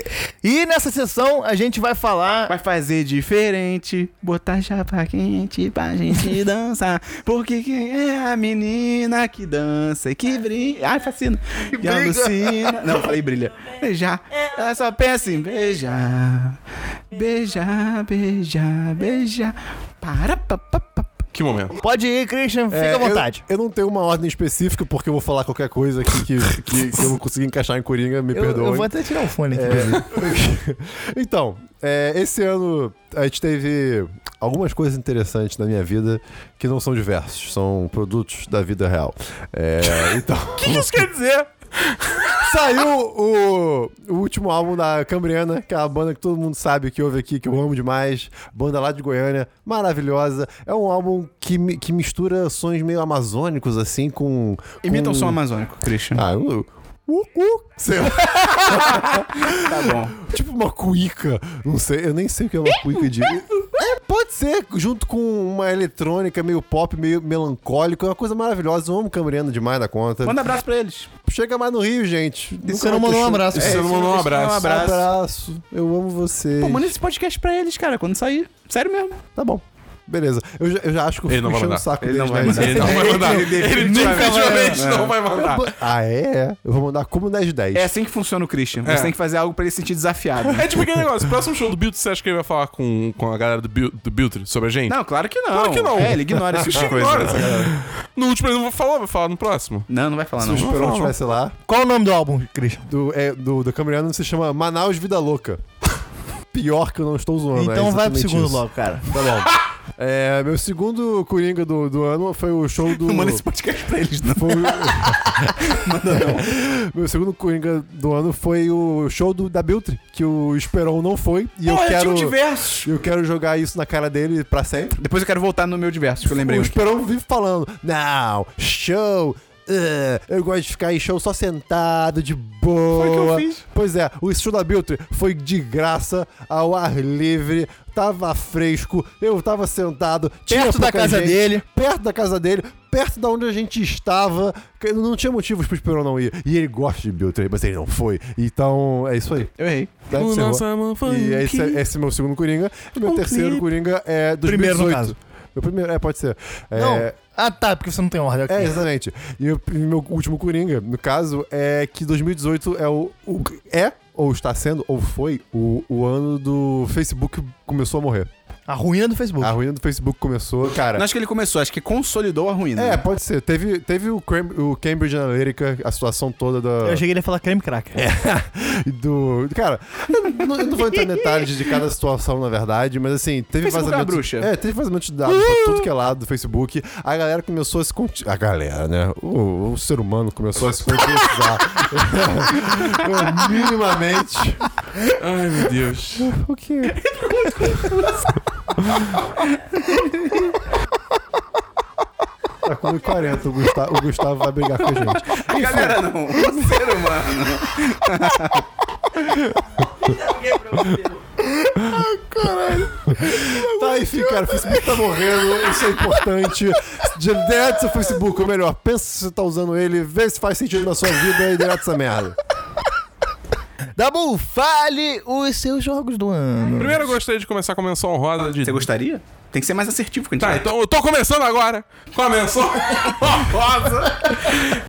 B: E nessa sessão a gente vai falar.
A: Vai fazer diferente, botar chapa quente pra gente dançar. Porque quem é a menina que dança e que brilha. Ai, fascina. E
B: brilha.
A: alucina. Não, falei brilha. Beijar. Ela só pensa em beijar. Beijar, beijar, beijar. Para, pa, pa, pa.
C: Que momento.
B: Pode ir, Christian, fica
D: É,
B: à vontade.
D: Eu, eu não tenho uma ordem específica porque eu vou falar qualquer coisa aqui que, que, que eu não consegui encaixar em Coringa, me
B: Eu,
D: perdoem.
B: eu vou até tirar o fone aqui.
D: então, é, esse ano a gente teve algumas coisas interessantes na minha vida que não são diversos, são produtos da vida real. É, então.
C: Isso quer dizer.
D: Saiu o, o último álbum da Cambriana, que é a banda que todo mundo sabe que ouve aqui, que eu amo demais. Banda lá de Goiânia, maravilhosa. É um álbum que, mi- que mistura sons meio amazônicos, assim, com.
A: Imita
D: com...
A: o som amazônico, Christian.
D: Ah, eu. Uh, uh, sei lá.
A: Tá bom.
D: Tipo uma cuíca. Não sei, eu nem sei o que é uma cuíca de. É, pode ser, junto com uma eletrônica meio pop, meio melancólico. É uma coisa maravilhosa. Eu amo Cambriana demais da conta.
A: Manda um abraço pra eles.
D: Chega mais no Rio, gente. Nunca
B: Você não
D: vai ter
B: mandou um
D: show. É,
B: abraço.
C: Você não mandou um abraço.
D: abraço. Eu amo vocês.
A: Pô, manda esse podcast pra eles, cara, quando sair. Sério mesmo.
D: Tá bom. Beleza. Eu já, eu já acho que eu
C: Ele
D: fico
C: não vai
D: enchendo
C: mandar.
D: o saco
A: Ele
D: deles, né?
A: não vai
D: mas-
A: mandar.
C: Ele não vai mandar. Ele, definitivamente não vai mandar.
D: Ah, é? Eu vou mandar como 10 10.
A: É assim que funciona o Christian.
C: É.
A: Você tem que fazer algo pra ele se sentir desafiado.
C: É tipo aquele negócio. O próximo show do Biltre, você acha que ele vai falar com, com a galera do, Bil- do Biltre sobre a gente?
A: Não, claro que não.
C: Claro que não. é.
A: É, ele ignora essas
C: Ignora
A: coisas.
C: essa No último ele não falou, vai falar no próximo.
A: Não, não vai falar
D: Se o
A: não.
D: Esperon estivesse lá,
B: Qual o nome do álbum, Christian?
D: do, é, do, do Cambriano se chama Manaus Vida Louca. Pior que eu não estou zoando. é
B: então vai pro
D: exatamente
B: segundo
D: isso.
B: logo, cara.
D: Tá bom. É, meu segundo Coringa do, do ano foi o show do.
A: Manda esse podcast pra eles, não.
D: Foi o- Meu segundo Coringa do ano foi o show do, da Biltre, que o Esperon não foi. E eu
A: um
C: um
D: quero.
A: diversos.
D: Eu quero jogar isso na cara dele pra sempre.
A: Depois eu quero voltar no meu diversos, que eu lembrei.
D: o
A: um aqui.
D: Esperão vive falando, não, show, eh, eu gosto de ficar em show só sentado, de boa.
A: Foi o que eu fiz.
D: Pois é, o show da Biltre foi de graça, ao ar livre, tava fresco, eu tava sentado. tinha
B: Perto da
D: pouca
B: casa
D: gente,
B: dele.
D: Perto da casa dele, perto da onde a gente estava. que Não tinha motivos pro Esperão não ir. E ele gosta de Biltre, mas ele não foi. Então, é isso aí.
A: Eu errei.
C: Tá.
D: Deve ser bom. E esse, esse é meu segundo Coringa. E meu
A: Um
D: terceiro
A: clipe.
D: Coringa é 2018.
B: Primeiro, no caso.
D: Meu primeiro, é, pode ser. É,
B: Não. Ah, tá, porque você não tem ordem. ok.
D: é, exatamente. E o meu último Coringa, no caso, é que 2018 é o. o- é, ou está sendo, ou foi, o, o ano do Facebook começou a morrer.
B: A ruína do Facebook.
D: A ruína do Facebook começou, cara.
A: Não acho que ele começou, acho que consolidou a ruína.
D: É, pode ser. Teve, teve o, Cram- o Cambridge Analytica, a situação toda da.
B: Eu achei que ele ia falar creme crack.
D: E do. Cara, eu não, eu não vou entrar em detalhes de cada situação, na verdade, mas assim, teve
A: Facebook é uma
D: vazamento.
A: bruxa.
D: É, teve vazamento de dados pra tudo que é lado do Facebook. A galera começou a se. conti- A galera, né? O, o ser humano começou a se conscientizar. Minimamente.
C: Ai, meu Deus.
D: O que? Tá com 40, o Gustavo, o Gustavo vai brigar com a gente.
A: A galera não. O ser humano.
D: Tá, enfim, cara, o Facebook tá morrendo, isso é importante. Delete seu Facebook, ou melhor, pensa se você tá usando ele, vê se faz sentido na sua vida e delete essa merda.
B: Dabu, fale os seus jogos do ano.
C: Primeiro eu gostaria de começar com a menção honrosa de.
A: Você gostaria? Tem que ser mais assertivo com a gente. né?
C: Tá,
A: vai.
C: então eu tô começando agora com a menção honrosa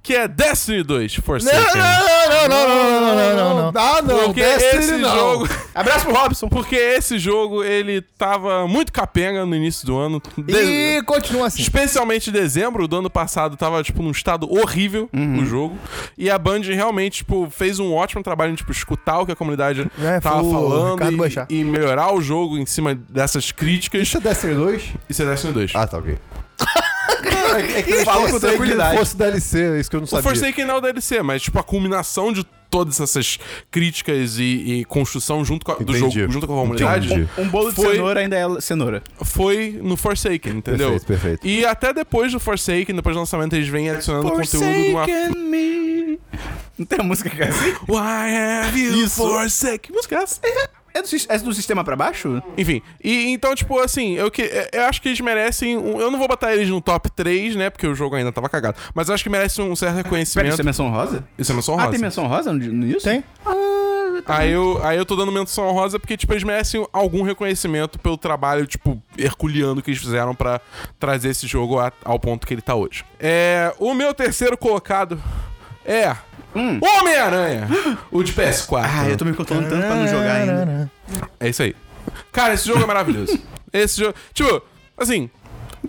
C: que é Destiny 2 Forsaken.
B: não, não, não, não, não, não, não.
D: Ah, não,
C: Porque
D: Destiny
C: esse
D: não.
C: jogo.
A: Abraço pro Robson.
C: Porque esse jogo, ele tava muito capenga no início do ano. De-
B: E continua assim.
C: Especialmente em dezembro do ano passado, tava, tipo, num estado horrível o jogo. E a Band realmente, tipo, fez um ótimo trabalho em, tipo, escutar o que a comunidade
B: É,
C: tava
B: foi o
C: falando
B: Ricardo
C: e-
B: Boechat.
C: e, melhorar o jogo em cima dessas críticas.
D: Isso é Destiny 2?
C: Isso é Destiny 2.
D: Ah, tá, ok. É que eu
A: Fala um com
D: pensei
A: tranquilidade.
D: Que fosse DLC, é isso que eu não
C: O
D: sabia.
C: Forsaken não é o DLC, mas tipo a culminação de todas essas críticas e, e construção junto com a, do
D: Entendi.
C: jogo, junto com a comunidade,
D: Entendi.
A: Um bolo de
C: Foi-
A: cenoura ainda é cenoura.
C: foi no Forsaken, entendeu?
D: Perfeito, perfeito.
C: E até depois do Forsaken, depois do lançamento, eles vêm adicionando conteúdo de uma...
A: me. Não tem a música que é assim?
C: Why have you forsaken? Que música é essa?
A: É do, sis- é do sistema pra baixo?
C: Enfim, e então, tipo, assim, eu, que, eu acho que eles merecem. um- eu não vou botar eles no top 3, né? Porque o jogo ainda tava cagado. Mas eu acho que merecem um certo
A: Pera, isso
C: reconhecimento.
A: é menção rosa?
C: isso é menção
A: Ah,
C: rosa.
A: tem menção rosa no- nisso?
B: Tem?
C: Aí eu, aí eu tô dando menção rosa porque, tipo, eles merecem algum reconhecimento pelo trabalho, tipo, herculeano que eles fizeram pra trazer esse jogo a- ao ponto que ele tá hoje. É, o meu terceiro colocado é. Homem-Aranha! O de PS4.
A: Hum. Ah, eu tô me contando tanto pra não jogar ainda.
C: É isso aí. Cara, esse jogo é maravilhoso. esse jogo. Tipo, assim.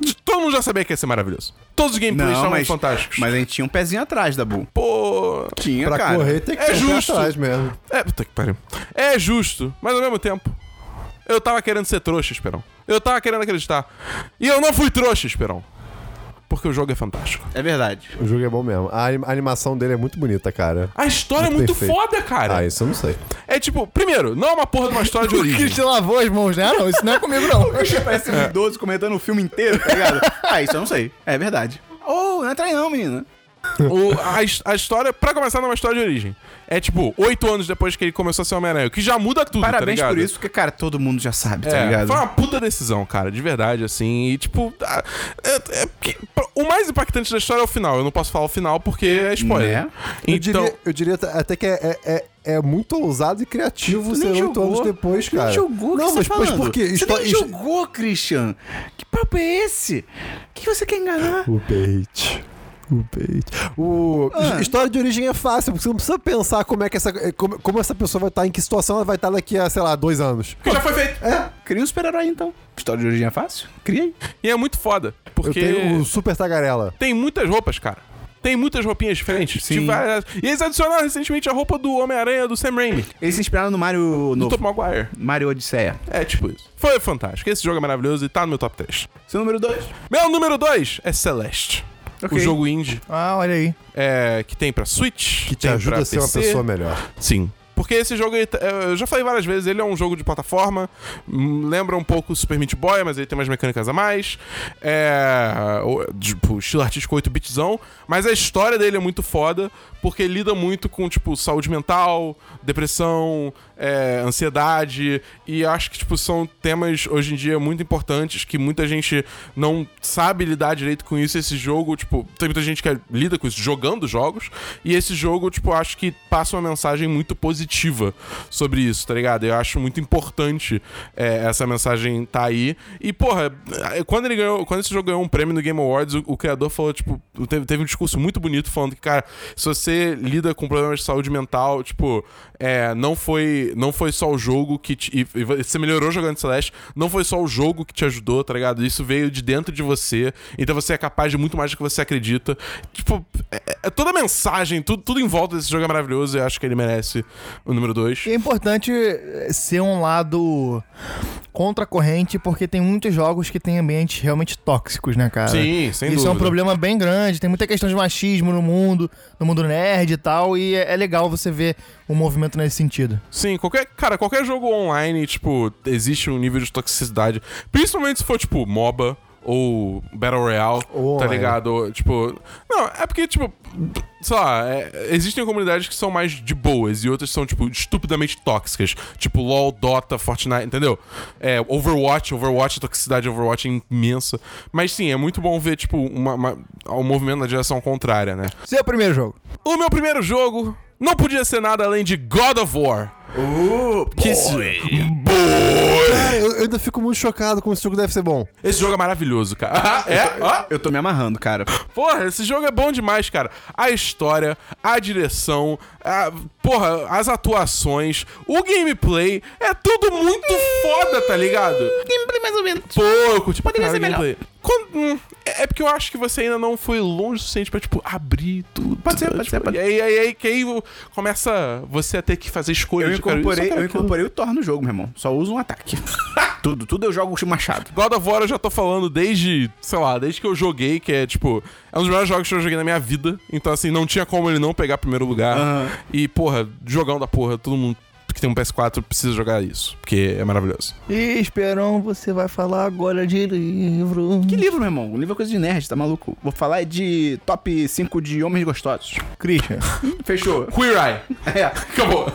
C: t- Todo mundo já sabia que ia ser maravilhoso. Todos os
D: Então
C: gameplays
A: Não,
C: estavam
A: mas,
C: fantásticos.
A: mas a gente tinha um pezinho atrás da Bu.
C: pô.
A: Tinha,
D: Pra
A: cara.
D: correr tem que
C: é
D: ter um pé
C: justo.
D: atrás mesmo.
C: É, puta que pariu. É justo, mas ao mesmo tempo. Eu tava querendo ser trouxa, Esperão. Eu tava querendo acreditar. E eu não fui trouxa, Esperão. Porque o jogo é fantástico.
A: É verdade.
D: O jogo é bom mesmo. A anim- a animação dele é muito bonita, cara.
C: A história é
D: Muito
C: muito
D: bem feito.
C: foda, cara.
D: Ah, isso eu não sei.
C: É tipo, primeiro, não é uma porra de uma história de
B: O
C: origem.
B: Christian lavou as mãos, né? Ah, Não, isso não é comigo, não.
A: Parece
D: É.
A: um idoso comentando o filme inteiro, tá ligado? ah, isso eu não sei. É verdade. oh, não entra aí não, menina.
D: Tá
C: O- a, his- a história, pra começar, não é uma história de origem. É tipo, oito anos depois que ele começou a ser Homem-Aranha, o que já muda tudo, tá
A: Parabéns
C: ligado?
A: por isso, porque, cara, todo mundo já sabe, tá
C: É,
A: ligado?
C: Foi uma puta decisão, cara, de verdade, assim. E, tipo, ah, é- é porque- o mais impactante da história é o final. Eu não posso falar o final porque é spoiler.
A: Né?
C: Então,
D: Eu diria, eu diria até- até que é, é- é- é muito ousado e criativo ser
A: nem
D: oito anos depois,
A: Tu nem
D: cara.
A: jogou, o que
D: Não,
A: você
D: mas,
A: tá
D: mas
A: falando?
D: por quê?
A: Você
D: Histó-
A: nem jogou, Christian. Que papo é esse? O que você quer enganar?
D: O bait. O bait. O... his- História de origem é fácil, porque você não precisa pensar como é que essa. Como, como essa pessoa vai estar, em que situação ela vai estar daqui a, sei lá, dois anos.
C: porque já foi
D: É.
C: feito.
A: Cria um super-herói, então. História de origem é fácil? Cria aí.
C: E é muito foda. Porque
D: Eu tenho o Super Tagarela.
C: tem muitas roupas, cara. Tem muitas roupinhas diferentes.
A: Sim.
C: Tipo, várias- e eles adicionaram recentemente a roupa do Homem-Aranha do Sam Raimi,
A: Eles se inspiraram no Mario
C: do
A: novo.
C: Top Maguire.
A: Mario Odisseia.
C: É tipo isso. Foi fantástico. Esse jogo é maravilhoso e tá no meu top 3.
A: Seu número 2.
C: Meu número 2 é Celeste.
A: Ok.
C: O jogo indie
B: Ah, olha aí.
C: é, que tem pra Switch.
D: Que te
C: tem
D: ajuda
C: pra
D: a ser uma
C: PC.
D: pessoa melhor.
C: Sim. Porque esse jogo, ele tá- eh, eu já falei várias vezes, ele é um jogo de plataforma, hum, lembra um pouco o Super Meat Boy, mas ele tem umas mecânicas a mais, é, o- tipo, estilo artístico 8-bitzão, mas a história dele é muito foda, porque lida muito com, tipo, saúde mental, depressão, eh, ansiedade, e acho que, tipo, são temas, hoje em dia, muito importantes, que muita gente não sabe lidar direito com isso, esse jogo, tipo, tem muita gente que lida com isso jogando jogos, e esse jogo, tipo, acho que passa uma mensagem muito positiva sobre isso, tá ligado? Eu acho muito importante é, essa mensagem tá aí. E, porra, é, quando ele ganhou, quando esse jogo ganhou um prêmio no Game Awards, o, o criador falou, tipo, teve, teve um discurso muito bonito falando que, cara, se você lida com problemas de saúde mental, tipo, é, não foi não foi só o jogo que te, e, e você melhorou jogando Celeste, não foi só o jogo que te ajudou, tá ligado? Isso veio de dentro de você, então você é capaz de muito mais do que você acredita. Tipo, é- é toda a mensagem, tudo, tudo em volta desse jogo é maravilhoso e eu acho que ele merece o número 2.
B: E é importante eh, ser um lado contra a corrente, porque tem muitos jogos que têm ambientes realmente tóxicos, né, cara?
C: Sim, sem
B: Isso é um
C: dúvida.
B: problema bem grande, tem muita questão de machismo no mundo, no mundo nerd e tal, e é é legal você ver um movimento nesse sentido.
C: Sim, qualquer. Cara, qualquer jogo online, tipo, existe um nível de toxicidade. Principalmente se for, tipo, MOBA ou Battle Royale,
D: Ou
C: tá
D: online.
C: ligado? Ou, Tipo. Não, é porque, tipo. Sei lá, é- existem comunidades que são mais de boas e outras são, tipo, estupidamente tóxicas. Tipo, LOL, Dota, Fortnite, entendeu? É, Overwatch, Overwatch, a toxicidade de Overwatch é imensa. Mas sim, é muito bom ver, tipo, uma, uma- um movimento na direção contrária, né?
B: Seu primeiro jogo.
C: O meu primeiro jogo não podia ser nada além de God of War.
A: Uh,
C: que esse,
D: Cara, eu, eu ainda fico muito chocado como esse jogo deve ser bom.
C: esse jogo é maravilhoso, cara. Ah, é? Ah,
A: Eu tô me amarrando, cara.
C: porra, esse jogo é bom demais, cara. A história, a direção, a- porra, as atuações, o gameplay, é tudo muito foda, tá ligado?
A: Hum, Gameplay mais ou menos.
C: Pô, eu curti pra
A: Poderia
C: caralho
A: ser
C: o gameplay. Quando- hum, é é porque eu acho que você ainda não foi longe o suficiente pra, tipo, abrir tudo.
A: Pode ser, pode
C: Tipo,
A: ser, pode
C: E aí, aí, aí, que aí o- começa você a ter que fazer escolhas.
A: Eu
C: cara. Isso,
A: incorporei,
C: cara,
A: eu incorporei o Thor no jogo, meu irmão. Só uso um ataque. Tudo, tudo eu jogo com o Machado.
C: God of War eu já tô falando desde, sei lá, desde que eu joguei, que é tipo, é um dos melhores jogos que eu joguei na minha vida. Então, assim, não tinha como ele não pegar primeiro lugar. E, porra, jogão da porra, todo mundo que tem um PS4 precisa jogar isso, porque é maravilhoso.
B: E Esperão, você vai falar agora de livro.
A: Que livro, meu irmão? O livro é coisa de nerd, tá maluco? Vou falar é de top 5 de homens gostosos.
B: Christian.
A: Fechou.
C: Queer Eye,
A: É.
C: acabou.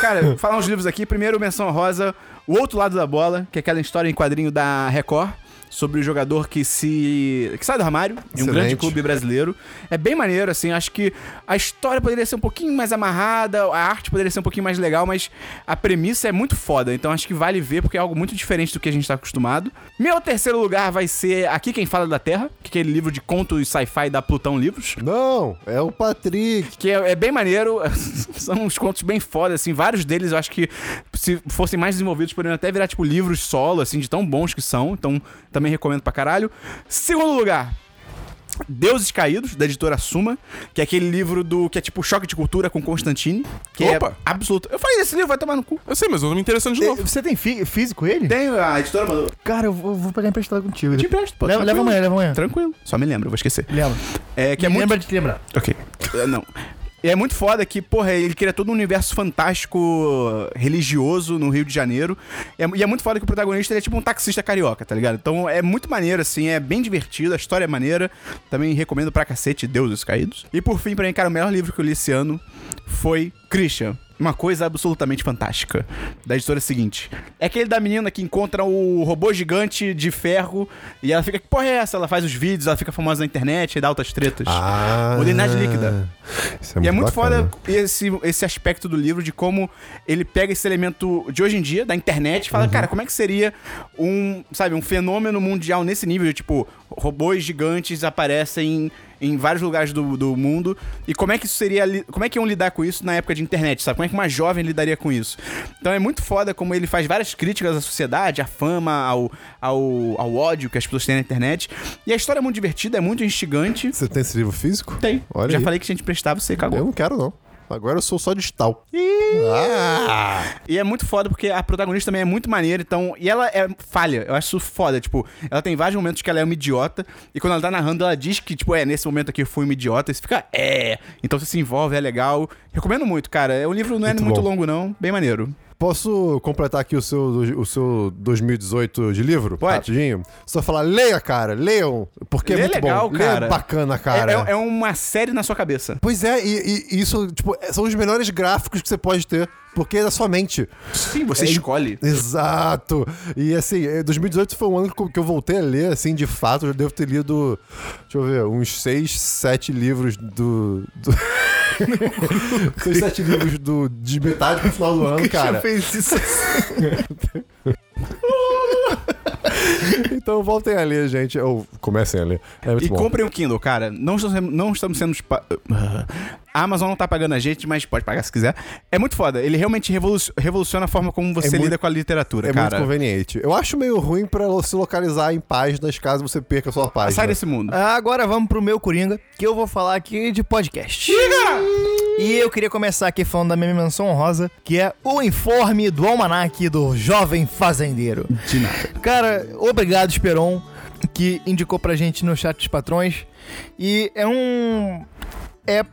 A: Cara, falar uns livros aqui. Primeiro, Menção Rosa, O Outro Lado da Bola, que é aquela história em quadrinho da Record. Sobre o jogador que se. que sai do armário, de um
D: Excelente.
A: grande clube brasileiro. É bem maneiro, assim. Acho que a história poderia ser um pouquinho mais amarrada, a arte poderia ser um pouquinho mais legal, mas a premissa é muito foda. Então acho que vale ver, porque é algo muito diferente do que a gente tá acostumado. Meu terceiro lugar vai ser Aqui Quem Fala da Terra, que é aquele livro de contos sci-fi da Plutão Livros.
D: Não, é o Patrick.
A: Que é, é bem maneiro, são uns contos bem foda, assim. Vários deles eu acho que, se fossem mais desenvolvidos, poderiam até virar, tipo, livros solo, assim, de tão bons que são. Então, também recomendo pra caralho. Segundo lugar. Deuses Caídos, da editora Suma, que é aquele livro do. que é tipo choque de cultura com Constantine. Que
C: Opa!
A: é absoluto. Eu falei desse livro, vai tomar no cu.
C: Eu sei, mas eu tô me interessando de novo.
B: Você tem fi- físico ele? Tipo,
A: Tem, a editora mandou.
B: Cara, eu vou, vou pegar emprestado contigo.
A: Te empresto, pô.
B: leva, leva
A: tranquilo.
B: amanhã, leva amanhã.
A: Tranquilo. Só me lembra, eu vou esquecer.
B: Lembra.
A: É, que é
B: Me
A: muito.
B: Lembra de te lembrar.
A: Ok. É, Não. E é muito foda que, porra, ele cria todo um universo fantástico religioso no Rio de Janeiro. E é, e é muito foda que o protagonista ele é tipo um taxista carioca, tá ligado? Então é muito maneiro, assim, é bem divertido, a história é maneira. Também recomendo pra cacete Deuses Caídos. E por fim, pra mim, cara, o melhor livro que eu li esse ano foi Christian. Uma coisa absolutamente fantástica. Da editora seguinte. É aquele da menina que encontra o robô gigante de ferro e ela fica, que porra é essa? Ela faz os vídeos, ela fica famosa na internet e dá altas tretas.
D: Ah.
A: Modernidade líquida.
D: Isso
A: E é muito
D: bacana.
A: foda esse, esse aspecto do livro de como ele pega esse elemento de hoje em dia, da internet, e fala, cara, como é que seria um, sabe, um fenômeno mundial nesse nível? de, Tipo, robôs gigantes aparecem em, em vários lugares do, do mundo. E como é que isso seria. li- Como é que iam lidar com isso na época de internet, sabe? Como é que uma jovem lidaria com isso? Então é muito foda como ele faz várias críticas à sociedade, à fama, ao, ao, ao ódio que as pessoas têm na internet. E a história é muito divertida, é muito instigante.
D: Você tem esse livro físico?
A: Tem.
D: Olha
A: Já
D: aí.
A: falei que se a gente prestava, você cagou.
D: Eu não quero, não. Agora eu sou só Ah. digital.
A: E é muito foda porque a protagonista também é muito maneira, então. E ela é falha, eu acho isso foda. Tipo, ela tem vários momentos que ela é uma idiota, e quando ela tá narrando, ela diz que, tipo, é, nesse momento aqui eu fui uma idiota, e você fica, é. Então você se envolve, é legal. Recomendo muito, cara. É um livro não é
D: Muito
A: muito,
D: bom.
A: longo, não, bem maneiro.
D: Posso completar aqui o seu, o seu 2018 de livro?
A: Pode.
D: Rapidinho? Só falar, leia, cara, leiam, porque é
A: Lê
D: muito
A: legal,
D: bom.
A: cara.
D: Leia bacana, cara.
A: É, é- é uma série na sua cabeça.
D: Pois é, e, e isso, tipo, são os melhores gráficos que você pode ter, porque é da sua mente.
A: Sim, você escolhe.
D: Exato! E assim, eh, 2018 foi um ano que eu- que eu voltei a ler, assim, de fato. Eu já devo ter lido, deixa eu ver, uns seis sete livros do. do... seis sete livros do, de metade pro final do ano, cara.
B: fez isso.
D: Então voltem a ler, gente. Ou comecem a ler. É muito
A: E
D: bom.
A: comprem o Kindle, cara. Não estamos, sendo- não estamos sendo. spa- A Amazon não tá pagando a gente, mas pode pagar se quiser. É muito foda. Ele realmente revoluc- revoluciona a forma como
B: É
A: você
D: muito-
A: lida com a literatura,
D: É
A: cara.
D: muito conveniente. Eu acho meio ruim pra se localizar em páginas caso você perca a sua página.
A: Sai desse mundo.
B: Ah, Agora vamos pro meu Coringa, que eu vou falar aqui de podcast. E eu queria começar aqui falando da minha menção honrosa, que é o informe do almanaque do Jovem Fazendeiro. De nada. Cara, obrigado, Esperon, que indicou pra gente no chat dos patrões. E é um... É...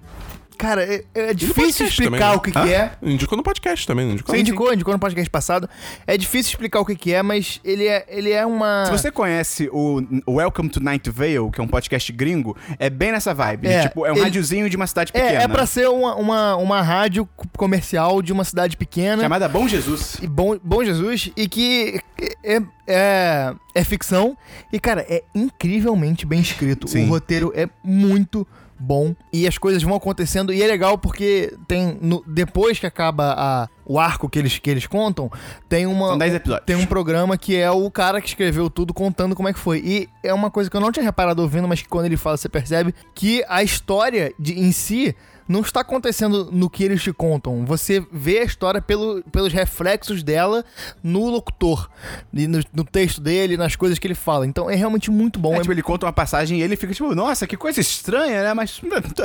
B: Cara, é, é difícil
C: podcast
B: explicar
C: também, né?
B: o que, que é.
C: Indicou no podcast também, não indicou?
B: Você indicou, indicou no podcast passado. É difícil explicar o que, que é, mas ele é, ele é uma...
A: Se você conhece o Welcome to Night Vale, que é um podcast gringo, é bem nessa vibe.
B: É,
A: tipo, é um
B: ele-
A: radiozinho de uma cidade pequena.
B: É, é pra ser uma, uma, uma rádio comercial de uma cidade pequena.
A: Chamada Bom Jesus.
B: E bom, bom Jesus, e que é, é, é ficção. E, cara, é incrivelmente bem escrito.
A: Sim.
B: O roteiro é muito bom. E as coisas vão acontecendo. E é legal porque tem. no- depois que acaba a- o arco que eles, que eles contam, tem uma.
A: São 10 episódios.
B: Tem um programa que é o cara que escreveu tudo contando como é que foi. E é uma coisa que eu não tinha reparado ouvindo, mas que quando ele fala você percebe que a história de, em si não está acontecendo no que eles te contam. Você vê a história pelo, pelos reflexos dela no locutor, e no, no texto dele, nas coisas que ele fala. Então é realmente muito bom.
A: É,
B: É,
A: tipo, ele conta uma passagem e ele fica tipo, nossa, que coisa estranha, né? Mas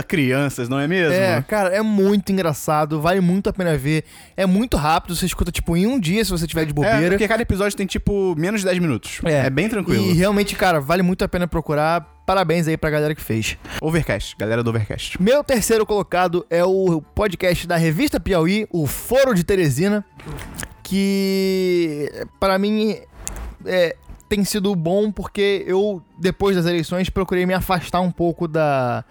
A: crianças, não é mesmo?
B: é, cara, é muito engraçado, vale muito a pena ver. É muito rápido, você escuta tipo em um dia se você tiver de
A: É,
B: bobeira.
A: porque cada episódio tem, tipo, menos de 10 minutos. É, bem tranquilo.
B: E realmente, cara, vale muito a pena procurar. Parabéns aí pra galera que fez.
A: Overcast, galera do Overcast.
B: Meu terceiro colocado é o podcast da revista Piauí, o Foro de Teresina, que pra mim é, tem sido bom porque eu, depois das eleições, procurei me afastar um pouco da,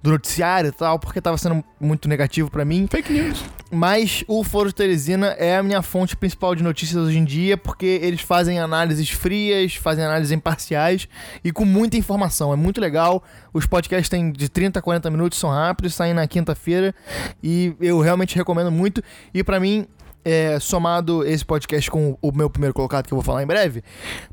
B: do noticiário e tal, porque tava sendo muito negativo pra mim.
A: Fake news.
B: Mas o Foro de Teresina é a minha fonte principal de notícias hoje em dia, porque eles fazem análises frias, fazem análises imparciais e com muita informação. É muito legal. Os podcasts têm de 30 a 40 minutos, são rápidos, saem na quinta-feira e eu realmente recomendo muito. E pra mim, é, somado esse podcast com o meu primeiro colocado, que eu vou falar em breve,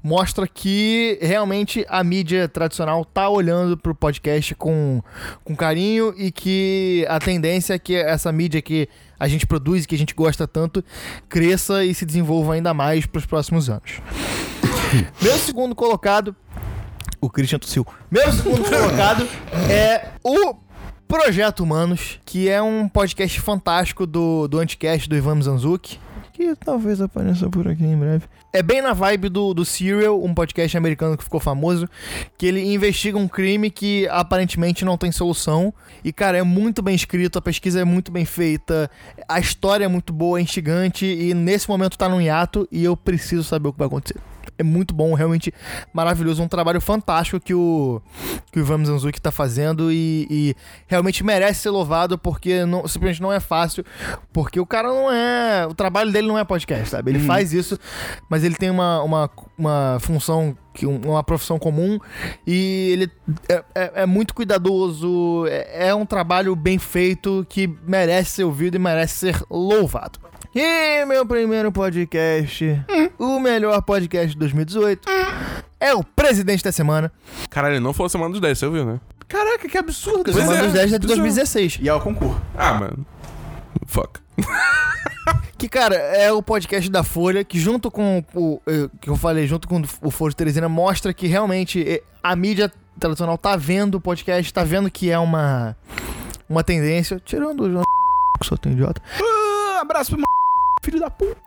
B: mostra que realmente a mídia tradicional tá olhando pro podcast com, com carinho e que a tendência é que essa mídia que a gente produz e que a gente gosta tanto cresça e se desenvolva ainda mais pros próximos anos. meu segundo colocado. O Christian tossiu. Meu segundo colocado é o Projeto Humanos, que é um podcast fantástico do, do Anticast do Ivan Mizanzuki. Que talvez apareça por aqui em breve. É bem na vibe do, do Serial, um podcast americano que ficou famoso, que ele investiga um crime que aparentemente não tem solução. E, cara, é muito bem escrito, a pesquisa é muito bem feita, a história é muito boa, é instigante, e nesse momento tá num hiato e eu preciso saber o que vai acontecer. É muito bom, realmente maravilhoso. Um trabalho fantástico que o, que o Ivan Mizanzuki tá fazendo e, e realmente merece ser louvado porque não- simplesmente não é fácil. Porque o cara não é. O trabalho dele não é podcast, sabe?
C: Uhum.
B: Ele faz isso, mas ele tem uma, uma, uma função, que, um- uma profissão comum e ele é, é- é muito cuidadoso. É, é um trabalho bem feito que merece ser ouvido e merece ser louvado. E meu primeiro podcast,
C: Hum.
B: o melhor podcast de 2018, é o Presidente da Semana.
C: Caralho, não foi a semana dos 10, você ouviu, né?
A: Caraca, que absurdo.
B: Porque Semana
C: é,
B: dos 10 é de
C: pois é.
B: 2016.
A: E é o concurso.
C: Ah, mano. Fuck.
B: Que, cara, é o podcast da Folha, que junto com o. eh, que eu falei, junto com o Foro de Teresina, mostra que realmente eh, a mídia tradicional tá vendo o podcast, tá vendo que é uma. uma tendência. Tirando o João que só tem idiota.
A: Ah, abraço pro m... filho da puta.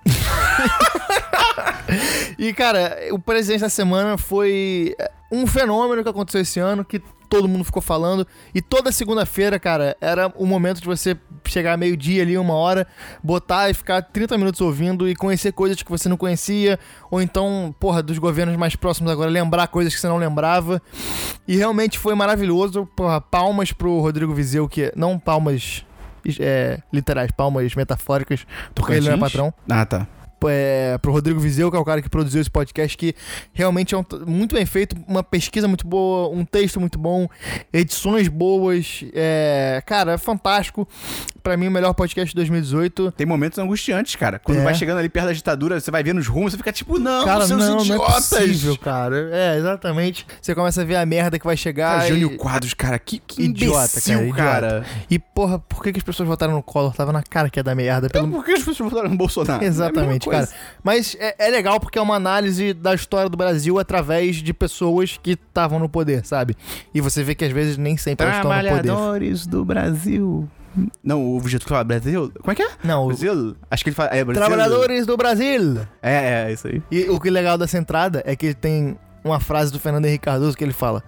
B: E, cara, o presidente da semana foi um fenômeno que aconteceu esse ano, que todo mundo ficou falando. E toda segunda-feira, cara, era o momento de você chegar meio-dia ali, uma hora, botar e ficar 30 minutos ouvindo e conhecer coisas que você não conhecia. Ou então, porra, dos governos mais próximos agora, lembrar coisas que você não lembrava. E realmente foi maravilhoso. Porra, palmas pro Rodrigo Vizeu, que. Não palmas. É, literais, palmas metafóricas, porque ele não é
A: Tocantins?
B: patrão
A: Ah, tá.
B: é, pro Rodrigo Vizeu, que é o cara que produziu esse podcast, que realmente é um t- muito bem feito, uma pesquisa muito boa, um texto muito bom, edições boas. é, cara, é fantástico. Pra mim, o melhor podcast de 2018.
A: Tem momentos angustiantes, cara. Quando
B: É.
A: vai chegando ali perto da ditadura, você vai vendo os rumos, você fica tipo, não,
B: Cara,
A: seus
B: não, não é
A: idiotas.
B: possível, cara. É, exatamente. Você começa a ver a merda que vai chegar.
A: Cara,
B: e-
A: Jânio Quadros, cara, que, que
B: Idiota, cara,
A: imbecil,
B: idiota.
A: cara.
B: E, porra, por que, que as pessoas votaram no Collor? Tava na cara que ia dar merda. Pelo...
A: Então por que as pessoas votaram no Bolsonaro?
B: Exatamente,
A: É a mesma
B: cara.
A: coisa.
B: Mas é, é legal porque é uma análise da história do Brasil através de pessoas que estavam no poder, sabe? E você vê que às vezes nem sempre elas estão no Então, poder.
A: Trabalhadores do Brasil. Não, o Vitor fala Brasil. Como é que é?
B: Não, o-
A: Brasil? Acho que ele fala. É, Brasil.
B: trabalhadores do Brasil!
A: É, é, isso aí.
B: E o que é legal dessa entrada é que tem uma frase do Fernando Henrique Cardoso que ele fala: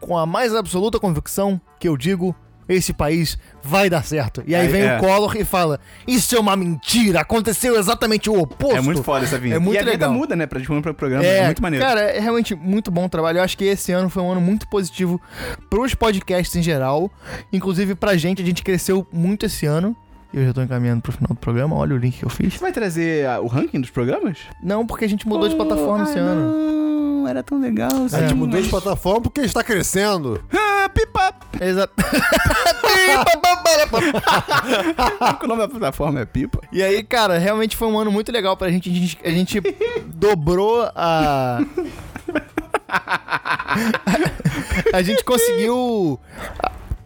B: Com a mais absoluta convicção que eu digo, esse país vai dar certo. E aí,
A: Aí,
B: vem
A: é.
B: o Collor e fala: Isso é uma mentira! Aconteceu exatamente o oposto!
A: É muito foda essa vinheta.
B: É muito
A: e a vinheta
B: legal.
A: muda, né? Pra de programa pra programa.
B: É,
A: É, muito maneiro.
B: Cara, é realmente muito bom o trabalho. Eu acho que esse ano foi um ano muito positivo pros podcasts em geral. Inclusive pra gente, a gente cresceu muito esse ano. E Eu já tô encaminhando pro final do programa, olha o link que eu fiz.
A: Você vai trazer ah, o ranking dos programas?
B: Não, porque a gente mudou de
A: Oh,
B: plataforma esse
A: ai,
B: ano.
A: Não, era tão legal.
D: A
A: sim,
D: gente mudou
A: mas-
D: de plataforma Tipo, porque está crescendo.
A: Ah, pipa!
B: Exato.
A: O nome da plataforma é pipa.
B: E aí, cara, realmente foi um ano muito legal pra gente. A gente, a gente dobrou a. a gente conseguiu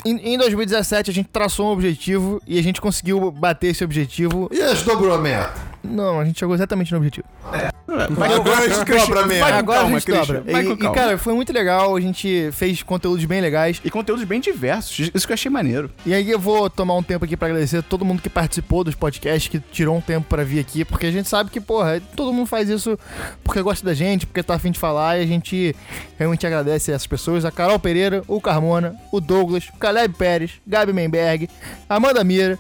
B: Em, em 2017, a gente traçou um objetivo e a gente conseguiu bater esse objetivo.
D: E as dobrou a meta?
B: Não, a gente chegou exatamente no objetivo.
D: Agora a gente dobra a meta.
B: Agora
A: calma,
B: a gente
A: Christian.
B: dobra.
A: Vai
B: E,
A: com
B: e,
A: calma.
B: cara, foi muito legal. A gente fez conteúdos bem legais.
A: E conteúdos bem diversos. Isso que eu achei maneiro.
B: E aí eu vou tomar um tempo aqui pra agradecer a todo mundo que participou dos podcasts, que tirou um tempo pra vir aqui, porque a gente sabe que, porra, todo mundo faz isso porque gosta da gente, porque tá afim de falar, e a gente realmente agradece essas pessoas. A Carol Pereira, o Carmona, o Douglas, o Caleb Pérez, Gabi Menberg, Amanda Mira,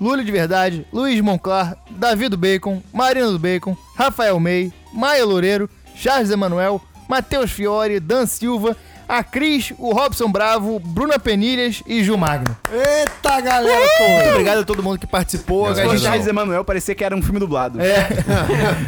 B: Lúlio de Verdade, Luiz Monclar, Davi do Bacon, Marina do Bacon, Rafael May, Maia Loureiro, Charles Emanuel, Matheus Fiore, Dan Silva, a Cris, o Robson Bravo, Bruna Penilhas e Gil Magno.
D: Eita, galera!
B: Muito obrigado a todo mundo que participou.
A: Se
B: a,
A: fosse Tipo, Charles
B: gente,
A: Emanuel, parecia que era um filme dublado.
B: é,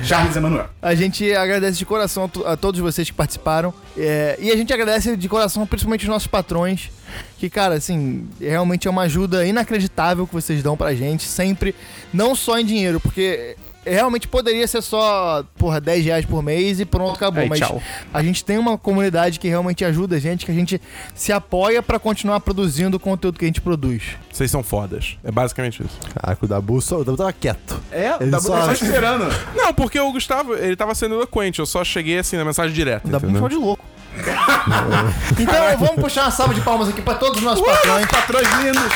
A: Charles Emanuel.
B: a gente agradece de coração a, to- a todos vocês que participaram. É, e a gente agradece de coração principalmente os nossos patrões. Que, cara, assim, realmente é uma ajuda inacreditável que vocês dão pra gente, sempre. Não só em dinheiro, porque. Realmente poderia ser só, porra, 10 reais por mês e pronto, acabou.
A: Aí,
B: mas
A: tchau.
B: a gente tem uma comunidade que realmente ajuda a gente, que a gente se apoia pra continuar produzindo o conteúdo que a gente produz.
C: Vocês são fodas. É basicamente isso.
D: Caraca, Ah, o Dabu só. O Dabu tava quieto.
A: É,
D: Ele
A: tá
D: só-
A: só esperando.
C: Não, porque o Gustavo, ele tava sendo eloquente. Eu só cheguei assim na mensagem direta.
B: Dá pra um
C: entendeu?
B: de louco. então vamos puxar uma salva de palmas aqui pra todos os nossos patrões.
A: Patrões lindos.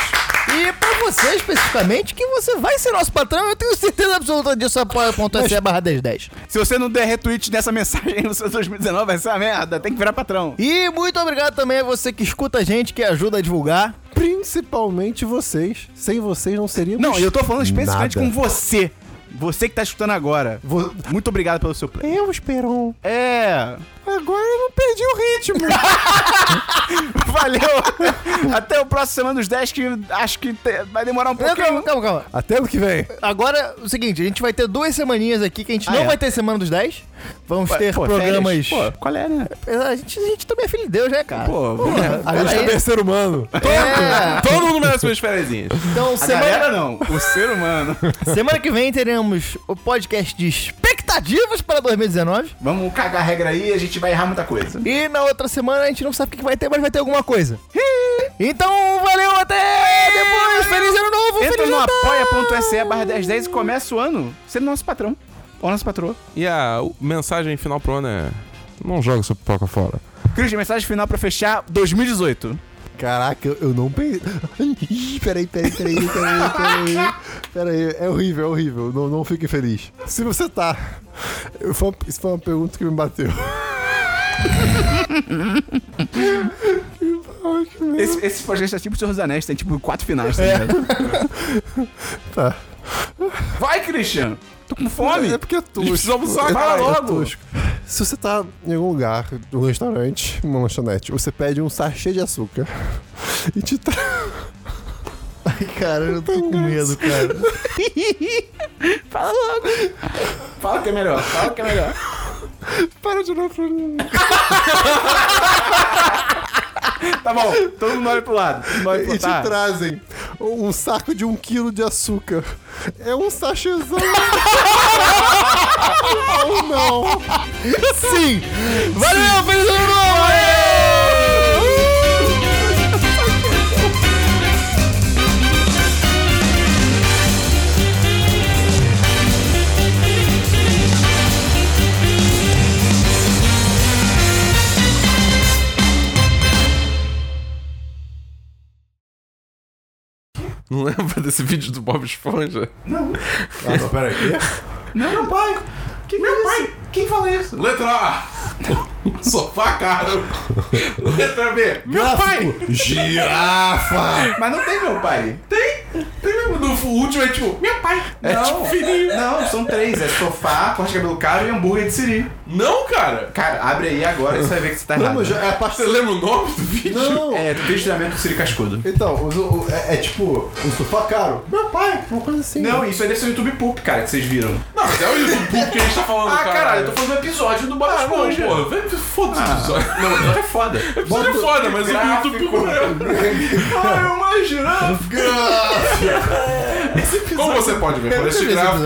B: E pra você especificamente, que você vai ser nosso patrão, eu tenho certeza absoluta disso. Apoia.se barra 1010.
A: Se você não der retweet nessa mensagem no seu 2019, vai ser uma merda. Tem que virar patrão.
B: E muito obrigado também a você que escuta a gente, que ajuda a divulgar.
D: Principalmente vocês. Sem vocês não seria
A: Não, eu tô falando especificamente
D: Nada.
A: com você. Você que tá escutando agora.
D: Vo-
A: Muito obrigado pelo seu play.
D: Eu, Esperon.
A: É.
D: Agora eu não perdi o ritmo.
A: Valeu. Até o próximo Semana dos 10, que acho que te- vai demorar um
B: Não, calma,
A: pouquinho.
B: calma, calma.
D: Até ano que vem.
B: Agora, o seguinte, a gente vai ter duas semaninhas aqui que a gente
A: Ah,
B: não
A: é.
B: vai ter Semana dos 10. Vamos ter
A: Pô,
B: programas...
A: férias. Pô, qual é, né?
B: A, gente, a gente também é filho de Deus, né, cara?
A: Pô,
D: A gente
B: aí.
D: também é ser humano.
B: É,
C: Todo mundo merece umas fériazinhas.
B: então
A: a
B: semana...
A: galera não. O ser humano.
B: Semana que vem teremos o podcast de expectativas para 2019.
A: Vamos cagar a regra aí, a gente vai errar muita coisa.
B: E na outra semana a gente não sabe o que que vai ter, mas vai ter alguma coisa. Então, valeu, até depois. Feliz ano novo,
A: Entra
B: feliz
A: no
B: Natal.
A: apoia.se barra 1010 e começa o ano sendo nosso patrão. Ou nosso patroa.
C: E a mensagem final pro ano é. Não joga sua pipoca fora.
A: Cris, mensagem final pra fechar 2018.
D: Caraca, eu, eu não pensei. Ih, peraí, peraí, peraí, peraí, peraí. Peraí, é horrível, é horrível. Não, não fique feliz. Se você tá. Eu- foi uma- isso foi uma pergunta que me bateu.
A: Esse, esse podcast é tipo o Senhor dos Anéis, tem tipo quatro finais,
B: É.
A: tá ligado?
D: Tá.
A: Vai, Christian! Tô com fome!
D: É porque é tosco.
C: Eles precisam almoçar,
D: É-
C: vai
D: é
C: logo.
D: tosco. Se você tá em algum lugar, um restaurante, uma lanchonete, você pede um sachê de açúcar e te traz.
B: Cara, eu tô com
D: assim.
B: medo, cara.
A: Fala logo! Fala que é melhor, fala que é melhor.
D: Para de olhar pra mim.
A: Tá bom, todo mundo olha pro lado. Todo mundo olha pro
D: E te
A: tá.
D: trazem um saco de um quilo de açúcar. É um sachêzão. Ou não.
B: Sim! Valeu, feliz ano novo!
C: Não lembra desse vídeo do Bob Esponja?
D: Ah, não, peraí.
C: é?
A: Não, meu pai! Que é meu pai! Quem falou isso?
C: Letra A! Sofá caro! Letra B!
A: Meu pai!
D: Girafa!
A: Mas não tem meu pai!
C: Tem! Tem mesmo! No último é tipo, meu pai! É
A: não,
C: tipo fininho!
A: Não, são três. É sofá, corte de cabelo caro e hambúrguer de siri.
C: Não, cara!
A: Cara, abre aí agora e você vai ver que você tá errado.
D: Vamos, é a parte.
C: Você lembra o nome do vídeo?
D: Não!
A: É, desdobramento do siri cascudo.
D: Então, os- o- é, é tipo, um sofá caro. Meu pai, uma coisa assim.
A: Não, isso aí deve ser o YouTube Poop, cara, que vocês viram.
C: Não, mas é o YouTube que a gente tá falando, cara.
A: falando do episódio do Bob
C: Ah, não, porra, vai- foda-se o episódio.
A: Não, não, é foda.
C: Isso é foda, mas o
A: Gráfico.
C: YouTube correu.
A: Ai, uma girafa.
C: Como você pode ver? Por este
D: esse
C: gráfico.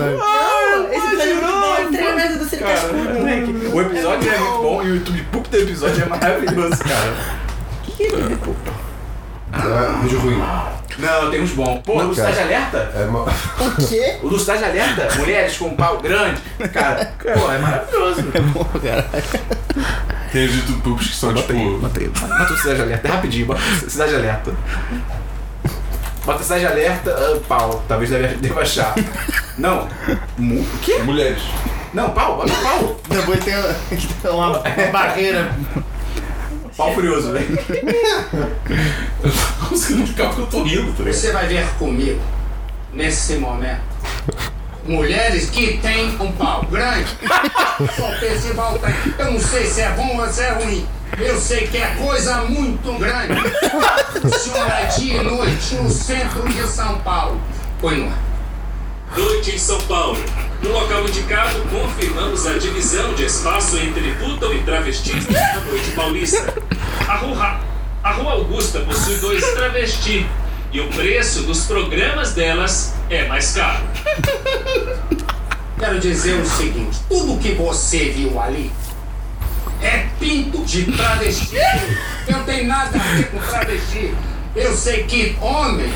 F: Esse episódio é muito bom, ele treina mesa do Circo Escuro.
A: O episódio é muito bom e o YouTube Poop do episódio é maravilhoso, cara.
D: É, vídeo ruim.
A: Não, tem uns bons. Pô, o
D: cara.
A: Cidade Alerta?
D: É uma...
F: O quê?
A: O do Cidade Alerta? Mulheres com um pau grande. Cara, pô, é maravilhoso.
C: Tem os YouTube pubs que são, tipo.
A: Bota aí, bota o Cidade Alerta, é rapidinho, bota o Cidade Alerta. Bota o Cidade Alerta, ah, pau, talvez deve, deva achar. Não, mu- o quê?
C: Mulheres.
A: Não, pau, bota pau.
B: Depois tem, tem uma barreira.
A: Pau furioso, velho.
C: Eu não tô conseguindo ficar porque eu tô rindo, tá ligado?
G: Você vai ver comigo, nesse momento, mulheres que têm um pau grande. Só esse pau tem. Eu não sei se é bom ou se é ruim. Eu sei que é coisa muito grande. Senhora, dia e noite no centro de São Paulo. Oi, não é?
H: Noite em São Paulo. No local indicado, confirmamos a divisão de espaço entre putão e travestis na noite paulista. A rua, a rua Augusta possui dois travesti e o preço dos programas delas é mais caro.
G: Quero dizer o seguinte: tudo que você viu ali é pinto de travesti. Eu tenho nada a ver com travesti. Eu sei que homens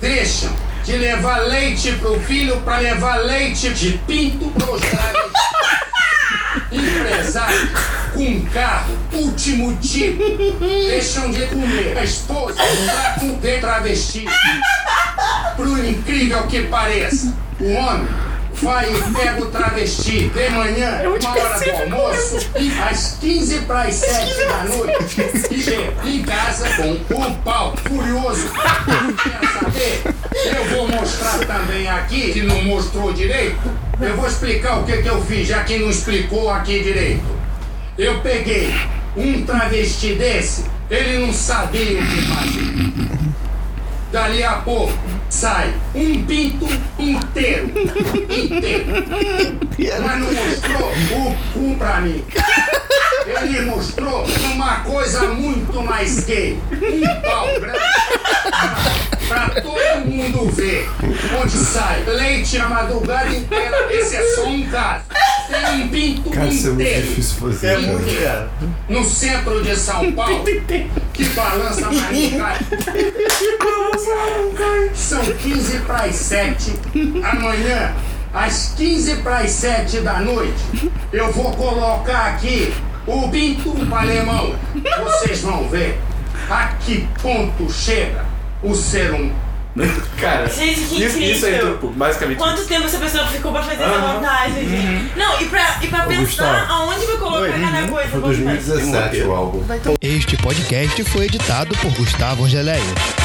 G: deixam de levar leite pro filho para levar leite de pinto pros travestis. Empresário com carro, último tipo, deixam de comer a esposa pra comer travesti por um incrível que pareça, o homem vai e pega o travesti de manhã, uma hora do almoço, e É às 15 para as 7 da noite, e chega em casa com um pau furioso. Quer saber? Eu vou mostrar também aqui, que não mostrou direito. Eu vou explicar o que, que eu fiz, já que não explicou aqui direito. Eu peguei um travesti desse, ele não sabia o que fazer. Dali a pouco sai um pinto inteiro. Inteiro. Mas não mostrou o cu pra mim. Ele mostrou uma coisa muito mais gay. Um pau grande. Pra todo mundo ver onde sai leite a madrugada inteira. Esse é só um caso. Tem um pinto
D: Cara, isso é
G: inteiro.
D: muito difícil fazer,
G: Tem um
D: cara.
G: inteiro no centro de São Paulo que balança pra mim, cara. São 15 para as 7. Amanhã, às 15 para as 7 da noite, eu vou colocar aqui o Bintum Alemão. Vocês vão ver a que ponto chega o ser um humano.
A: Cara,
I: Gente, que
A: isso, isso é
I: incrível.
A: tudo, basicamente. Uhum.
I: Quanto tempo essa pessoa ficou pra fazer essa montagem? gente? Não, e pra, e pra pensar
D: Gustavo. uhum.
I: aonde vai colocar cada coisa.
D: Foi
I: bom demais.
D: 2017 o álbum.
B: Este podcast foi editado por Gustavo Angeléia.